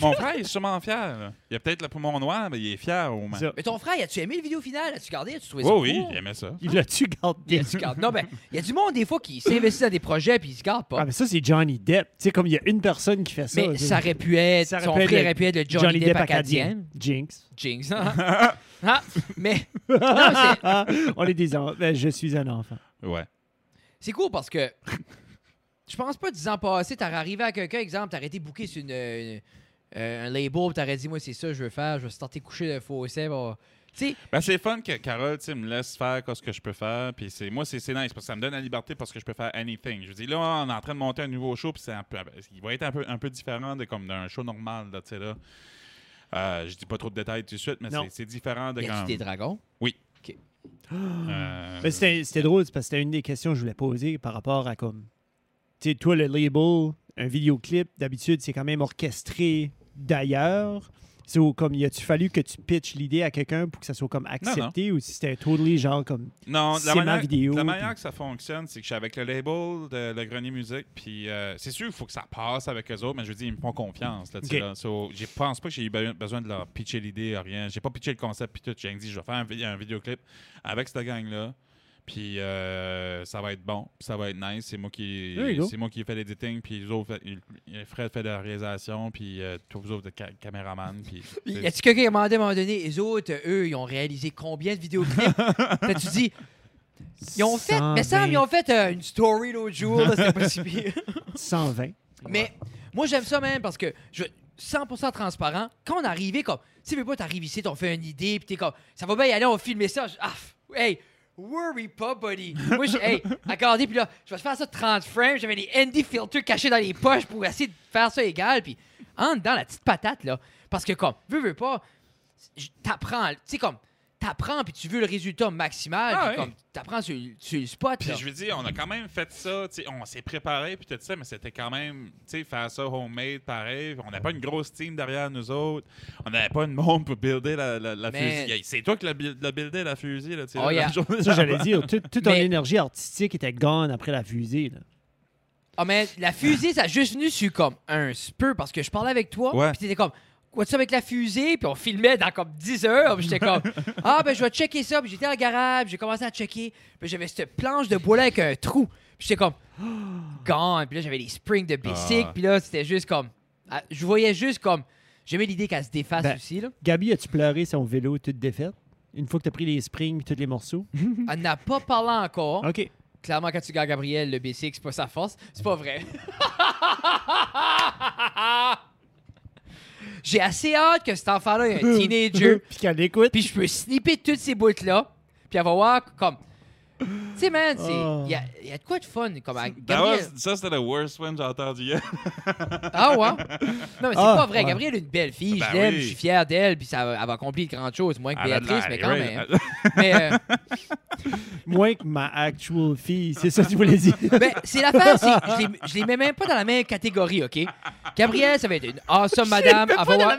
[SPEAKER 3] mon, mon frère est sûrement fier. là. Il a peut-être le poumon noir, mais il est fier au moins.
[SPEAKER 2] Ça.
[SPEAKER 1] Mais ton frère, as-tu aimé le vidéo finale? As-tu gardé? As-tu trouvé ça
[SPEAKER 3] Oh oui,
[SPEAKER 1] cool?
[SPEAKER 3] il aimait ça.
[SPEAKER 2] Il l'a-tu gardé?
[SPEAKER 1] Il y a du cadre. Non, ben, il y a du monde, des fois, qui s'investit dans des projets puis ils se gardent pas.
[SPEAKER 2] Ah, mais ça, c'est Johnny Depp. Tu sais, comme il y a une personne qui fait ça.
[SPEAKER 1] mais
[SPEAKER 2] c'est-
[SPEAKER 1] ça aurait pu être.
[SPEAKER 2] Ça aurait
[SPEAKER 1] son
[SPEAKER 2] pu être
[SPEAKER 1] frère
[SPEAKER 2] le
[SPEAKER 1] aurait pu être le Johnny, Depp, acadien.
[SPEAKER 2] Jinx.
[SPEAKER 1] Jinx. hein? Ah, mais. Non, c'est-
[SPEAKER 2] Ah, on est des enfants. Ben, je suis un enfant.
[SPEAKER 3] Ouais.
[SPEAKER 1] c'est cool parce que. Je pense pas, dix ans passés, t'aurais arrivé à quelqu'un, exemple, t'aurais été booké sur une, une- euh, un label puis t'aurais dit, moi, c'est ça que je veux faire, je vais starter coucher de fossé. Bon. Tu sais,
[SPEAKER 3] Ben, c'est fun que Carole tu sais, me laisse faire ce que je peux faire. Puis c'est, moi, c'est, c'est nice parce que ça me donne la liberté parce que je peux faire anything. Je veux dire, là, on est en train de monter un nouveau show. Puis c'est un peu, il va être un peu, un peu différent de, comme d'un show normal. Là, tu sais, là. Euh, je dis pas trop de détails tout de suite, mais
[SPEAKER 2] Non.
[SPEAKER 3] c'est, c'est différent de
[SPEAKER 1] y a
[SPEAKER 3] quand.
[SPEAKER 1] des dragons?
[SPEAKER 3] euh,
[SPEAKER 2] Ben, c'était c'était drôle, c'est parce que c'était une des questions que je voulais poser par rapport à comme. Tu sais, toi, le label, un vidéoclip, d'habitude, c'est quand même orchestré d'ailleurs. C'est au- comme, y a-tu fallu que tu pitches l'idée à quelqu'un pour que ça soit comme accepté ou si c'était totally genre comme.
[SPEAKER 3] Non,
[SPEAKER 2] C'est
[SPEAKER 3] la
[SPEAKER 2] ma
[SPEAKER 3] manière,
[SPEAKER 2] vidéo,
[SPEAKER 3] la
[SPEAKER 2] puis-
[SPEAKER 3] manière que ça fonctionne, c'est que je suis avec le label de Le Grenier Musique, puis euh, c'est sûr, il faut que ça passe avec eux autres, mais je veux dire, ils me font confiance. Là, tu sais,
[SPEAKER 2] Ok.
[SPEAKER 3] là. So, je pense pas que j'ai eu be- besoin de leur pitcher l'idée, rien. J'ai pas pitché le concept, puis tout. J'ai dit, je vais faire un, vid- un vidéoclip avec cette gang-là, puis euh, ça va être bon, puis ça va être nice. C'est moi qui
[SPEAKER 2] There you go.
[SPEAKER 3] c'est moi qui fais l'editing, puis les autres, fait- ils- Fred fait la réalisation, puis euh, tous vous autres, de ca- caméraman, puis.
[SPEAKER 1] Y a-tu quelqu'un qui a demandé à un moment donné, les autres, eux, ils ont réalisé combien de vidéoclips? T'as-tu dit, Ils ont fait, mais ça,
[SPEAKER 2] 120,
[SPEAKER 1] ils ont fait euh, une story l'autre jour, là, c'était pas si pire.
[SPEAKER 2] 120.
[SPEAKER 1] Mais moi, j'aime ça même parce que je 100% transparent. Quand on est arrivé, comme, tu sais, pas, t'arrives ici, t'en fait une idée, pis t'es comme, ça va bien y aller, on filme ça. Je- ah, f- hey, worry pas, buddy. Moi, je, hey, regardez, puis là, je vais te faire ça 30 frames. J'avais des ND filters cachés dans les poches pour essayer de faire ça égal, puis en dedans, la petite patate, là. Parce que, comme, veux, veux pas, je- t'apprends, tu sais, comme, t'apprends, puis tu veux le résultat maximal,
[SPEAKER 3] Ah
[SPEAKER 1] puis
[SPEAKER 3] ouais.
[SPEAKER 1] comme, t'apprends sur, sur le spot,
[SPEAKER 3] Puis
[SPEAKER 1] là.
[SPEAKER 3] je veux dire, on a quand même fait ça, tu sais, on s'est préparé, puis tout ça, mais c'était quand même, tu sais, faire ça homemade, pareil. On n'a pas une grosse team derrière nous autres. On n'avait pas une bombe pour builder la, la, la
[SPEAKER 1] Mais-
[SPEAKER 3] fusée. C'est toi qui l'as buil- l'as buildé, la fusée, là, tu sais.
[SPEAKER 1] Oh,
[SPEAKER 3] là, la
[SPEAKER 1] yeah.
[SPEAKER 3] journée
[SPEAKER 2] Ça,
[SPEAKER 3] d'avant.
[SPEAKER 2] j'allais dire, tout- toute ton
[SPEAKER 1] Mais-
[SPEAKER 2] énergie artistique était gone après la fusée. là.
[SPEAKER 1] Ah, mais la fusée, ça a juste venu sur comme un peu parce que je parlais avec toi.
[SPEAKER 3] Ouais.
[SPEAKER 1] Puis t'étais comme, quoi ça avec la fusée? Puis on filmait dans comme 10 heures. Puis j'étais comme, ah, ben je vais checker ça. Puis j'étais dans le garage. puis j'ai commencé à checker. Puis j'avais cette planche de bois là avec un trou. Puis j'étais comme, gone. Puis là, j'avais les springs de bicycle.
[SPEAKER 3] Ah.
[SPEAKER 1] Puis là, c'était juste comme, ah, je voyais juste comme, j'aimais l'idée qu'elle se défasse
[SPEAKER 2] Ben.
[SPEAKER 1] aussi. Là.
[SPEAKER 2] Gabi, as-tu pleuré son vélo toute défaite? Une fois que t'as pris les springs et tous les morceaux?
[SPEAKER 1] Elle n'a pas parlé encore.
[SPEAKER 2] OK.
[SPEAKER 1] Clairement, quand tu gagnes Gabriel, le bicycle, c'est pas sa force. C'est pas vrai. J'ai assez hâte que cet enfant-là ait un teenager,
[SPEAKER 2] Puis qu'elle écoute.
[SPEAKER 1] puis je peux snipper toutes ces bouts-là, puis elle va voir comme. Tu sais, man, il
[SPEAKER 2] Oh.
[SPEAKER 1] y, a, y a de quoi de fun. Comme à
[SPEAKER 3] That
[SPEAKER 1] Gabriel.
[SPEAKER 3] was- ça, c'était le worst one que j'ai entendu hier.
[SPEAKER 1] Ah ouais? Non, mais c'est
[SPEAKER 2] Ah,
[SPEAKER 1] pas vrai.
[SPEAKER 2] ouais.
[SPEAKER 1] Gabriel est une belle fille.
[SPEAKER 3] Ben
[SPEAKER 1] je l'aime,
[SPEAKER 3] oui.
[SPEAKER 1] je suis fier d'elle, puis ça, va- elle va accomplir de grandes choses, moins que
[SPEAKER 3] Elle a de
[SPEAKER 1] Béatrice,
[SPEAKER 3] l'air-
[SPEAKER 1] mais quand
[SPEAKER 3] Ah, ben, ouais,
[SPEAKER 1] même.
[SPEAKER 3] elle-
[SPEAKER 1] Mais. euh,
[SPEAKER 2] Moins que ma actual fille, c'est ça que tu voulais dire.
[SPEAKER 1] Ben, c'est l'affaire, c'est je les- je les mets même pas dans la même catégorie, OK? Gabrielle, ça va être une awesome madame. elle va avoir-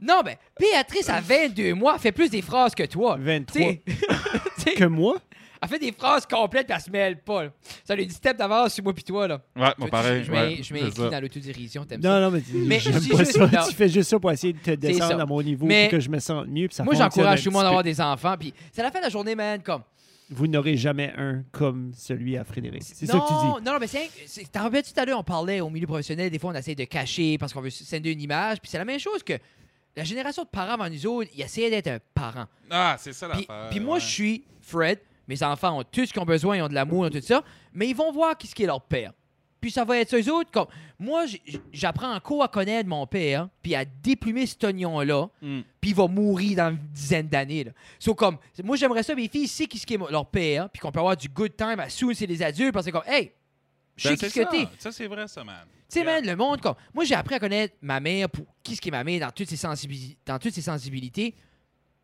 [SPEAKER 1] Non, ben, Béatrice, à 22 mois, elle fait plus des phrases que toi.
[SPEAKER 2] 23.
[SPEAKER 1] T'sais, t'sais,
[SPEAKER 2] Que moi?
[SPEAKER 1] Elle fait des phrases complètes, puis elle se mêle pas. là. Ça lui dit step d'avance sur moi puis toi, là.
[SPEAKER 3] Ouais, bon, pareil.
[SPEAKER 1] Je
[SPEAKER 3] ouais,
[SPEAKER 1] mets- je
[SPEAKER 3] c'est
[SPEAKER 1] m'inclus
[SPEAKER 3] ça.
[SPEAKER 1] dans l'autodérision, t'aimes
[SPEAKER 2] Non,
[SPEAKER 1] ça?
[SPEAKER 2] non, mais,
[SPEAKER 1] Mais
[SPEAKER 2] j'aime
[SPEAKER 1] c'est
[SPEAKER 2] pas
[SPEAKER 1] juste-
[SPEAKER 2] ça.
[SPEAKER 1] non.
[SPEAKER 2] Tu fais juste ça pour essayer de te descendre
[SPEAKER 1] ça.
[SPEAKER 2] à mon niveau
[SPEAKER 1] Mais-
[SPEAKER 2] pour que je me sente mieux. puis ça
[SPEAKER 1] Moi,
[SPEAKER 2] fonctionne
[SPEAKER 1] j'encourage
[SPEAKER 2] un
[SPEAKER 1] tout le monde à
[SPEAKER 2] petit
[SPEAKER 1] avoir
[SPEAKER 2] peu.
[SPEAKER 1] des enfants, puis c'est la fin de la journée, man, comme...
[SPEAKER 2] Vous n'aurez jamais un comme celui à Frédéric. C'est ça
[SPEAKER 1] non,
[SPEAKER 2] que tu dis.
[SPEAKER 1] Non, non, mais c'est. c'est- T'en rappelles tout à l'heure, on parlait au milieu professionnel, des fois on essaie de cacher parce qu'on veut scinder une image. Puis c'est la même chose que la génération de parents avant nous autres, ils essayaient d'être un parent.
[SPEAKER 3] Ah, c'est ça
[SPEAKER 1] Puis,
[SPEAKER 3] l'affaire.
[SPEAKER 1] puis moi,
[SPEAKER 3] ouais.
[SPEAKER 1] je suis Fred. Mes enfants ont tout ce qu'ils ont besoin, ils ont de l'amour, ils ont tout ça. Mais ils vont voir qui ce qui est leur père. Puis ça va être ça, eux autres. Comme, moi, j- j'apprends en quoi à connaître mon père, puis à déplumer cet oignon-là,
[SPEAKER 3] Mm.
[SPEAKER 1] puis il va mourir dans une dizaine d'années. là. So, comme, moi, j'aimerais ça, mes filles, c'est qui ce qui est mo- leur père, hein, puis qu'on peut avoir du good time à soon, c'est les adultes, parce que comme, hey, je sais
[SPEAKER 3] Ben,
[SPEAKER 1] qui
[SPEAKER 3] c'est
[SPEAKER 1] ce que
[SPEAKER 3] ça.
[SPEAKER 1] t'es.
[SPEAKER 3] Ça, c'est vrai, ça, man.
[SPEAKER 1] Tu sais,
[SPEAKER 3] Yeah.
[SPEAKER 1] man, le monde, comme. Moi, j'ai appris à connaître ma mère pour qui ce qui est ma mère dans toutes ses, sensibi- dans toutes ses sensibilités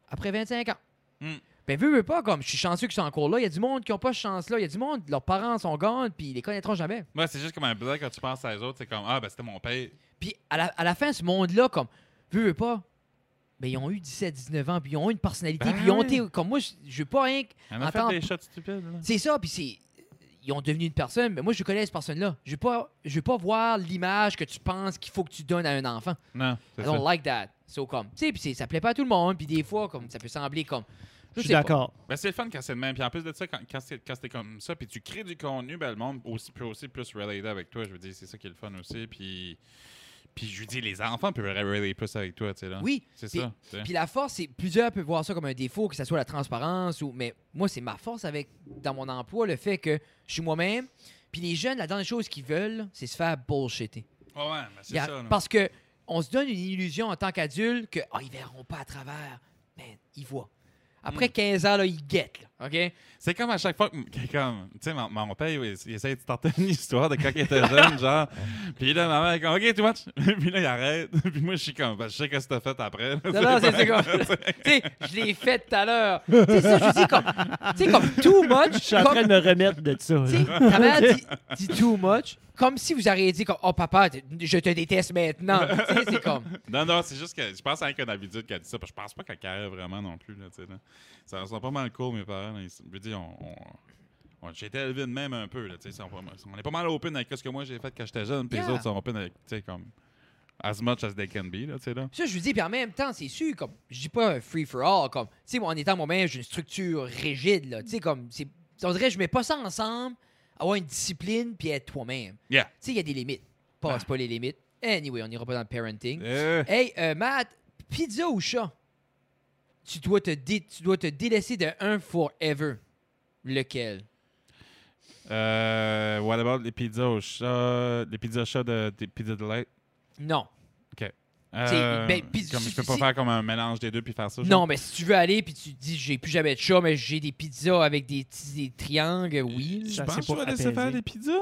[SPEAKER 1] après 25 ans.
[SPEAKER 3] Mm.
[SPEAKER 1] Ben, veux, veux pas, comme je suis chanceux qu'ils sont encore là. Il y a du monde qui ont pas cette chance-là. Il y a du monde, leurs parents sont gone, puis ils les connaîtront jamais.
[SPEAKER 3] Ouais, c'est juste comme un blague quand tu penses à les autres, c'est comme, ah, ben, c'était mon père.
[SPEAKER 1] Puis à la, à la fin, ce monde-là, comme, veux, veux pas, ben, ils ont eu 17, 19 ans, puis ils ont une personnalité,
[SPEAKER 3] Ben
[SPEAKER 1] puis ils ont
[SPEAKER 3] oui.
[SPEAKER 1] été. Comme moi, je je veux pas rien. que-
[SPEAKER 3] On a
[SPEAKER 1] Attends.
[SPEAKER 3] fait des shots stupides, là.
[SPEAKER 1] C'est ça, puis c'est. ils ont devenu une personne, mais moi, je connais cette personne-là. Je ne pas, je vais pas voir l'image que tu penses qu'il faut que tu donnes à un enfant.
[SPEAKER 3] Non,
[SPEAKER 1] I
[SPEAKER 3] c'est ça.
[SPEAKER 1] don't like that. So, comme, tu sais, puis c'est- ça plaît pas à tout le monde, puis des fois, comme, ça peut sembler comme.
[SPEAKER 2] Je suis
[SPEAKER 1] sais pas.
[SPEAKER 2] d'accord.
[SPEAKER 3] Ben, c'est le fun quand c'est le même. Puis en plus de ça, quand, quand c'est- quand c'était comme ça, puis tu crées du contenu, ben, le monde aussi, peut aussi plus relater avec toi. Je veux dire, c'est ça qui est le fun aussi. Puis, puis je veux dire, les enfants peuvent relater plus avec toi, tu sais, là.
[SPEAKER 1] Oui,
[SPEAKER 3] C'est
[SPEAKER 1] puis-
[SPEAKER 3] ça. tu sais.
[SPEAKER 1] Puis la force, c'est plusieurs peuvent voir ça comme un défaut, que ce soit la transparence ou. Mais moi, c'est ma force avec dans mon emploi, le fait que je suis moi-même. Puis les jeunes, la dernière chose qu'ils veulent, c'est se faire bullshitter.
[SPEAKER 3] Ouais, ouais, ben, c'est
[SPEAKER 1] Y a-
[SPEAKER 3] ça. là.
[SPEAKER 1] parce que on se donne une illusion en tant qu'adulte que Ah, ils verront pas à travers. Ben, ils voient.
[SPEAKER 3] Hmm.
[SPEAKER 1] Après 15 ans, là, ils guettent. là, OK?
[SPEAKER 3] C'est comme à chaque fois que quelqu'un. Tu sais, mon, mon père, il, il essaie de tenter une histoire de quand il était jeune, genre. Puis là, maman, elle est comme, OK, tu watch. puis là, il arrête. puis moi, je suis comme, ben, je sais que c'était fait après. là,
[SPEAKER 1] Non, non, c'est c'est comme. Tu sais, je l'ai fait tout à l'heure. Tu sais, ça, je dis comme. Tu sais, comme too much.
[SPEAKER 2] Je suis en
[SPEAKER 1] comme-
[SPEAKER 2] train de me remettre de ça. là.
[SPEAKER 1] Tu sais, ta mère dit, dit too much, comme si vous auriez dit comme, Oh papa, t- je te déteste maintenant. Tu sais, c'est comme.
[SPEAKER 3] Non, non, c'est juste que je pense à un habitude qui a dit ça. parce que Je pense pas qu'elle carré vraiment non plus. Là, tu sais, là. Ça sont pas mal cool, mes parents. là. Ils se- je veux dire, on, on- on- j'ai été élevé de même un peu. Là, tu sais, on, on est pas mal open avec ce que moi j'ai fait quand j'étais jeune. Puis les
[SPEAKER 1] Yeah.
[SPEAKER 3] autres sont open avec, tu sais, comme, as much as they can be. Là, tu sais, là.
[SPEAKER 1] Ça, je vous dis, puis en même temps, c'est sûr, comme, je dis pas un free for all, comme, tu sais, moi, en étant moi-même, j'ai une structure rigide, là. Tu sais, comme, c'est. On dirait, je mets pas ça ensemble, avoir une discipline, puis être toi-même.
[SPEAKER 3] Yeah.
[SPEAKER 1] Tu sais, il y a des limites. Passe pas les limites. Anyway, on ira pas dans le parenting.
[SPEAKER 3] Euh,
[SPEAKER 1] Hey, euh, Matt, pizza ou chat? Tu dois te, dé- tu dois te délaisser de un forever. Lequel?
[SPEAKER 3] euh, what about les pizzas au chat? Les pizzas au chat de, des pizzas de lait?
[SPEAKER 1] Non.
[SPEAKER 3] Euh,
[SPEAKER 1] ben, puis
[SPEAKER 3] comme,
[SPEAKER 1] si-
[SPEAKER 3] je peux pas
[SPEAKER 1] si-
[SPEAKER 3] faire comme un mélange des deux puis faire ça. genre?
[SPEAKER 1] Non, mais si tu veux aller puis tu te dis j'ai plus jamais de chat, mais j'ai des pizzas avec des petits des triangles, oui.
[SPEAKER 3] Je
[SPEAKER 2] Ça,
[SPEAKER 3] pense
[SPEAKER 2] c'est
[SPEAKER 3] que tu
[SPEAKER 2] pour
[SPEAKER 3] vas laisser faire
[SPEAKER 2] apaiser.
[SPEAKER 3] des pizzas?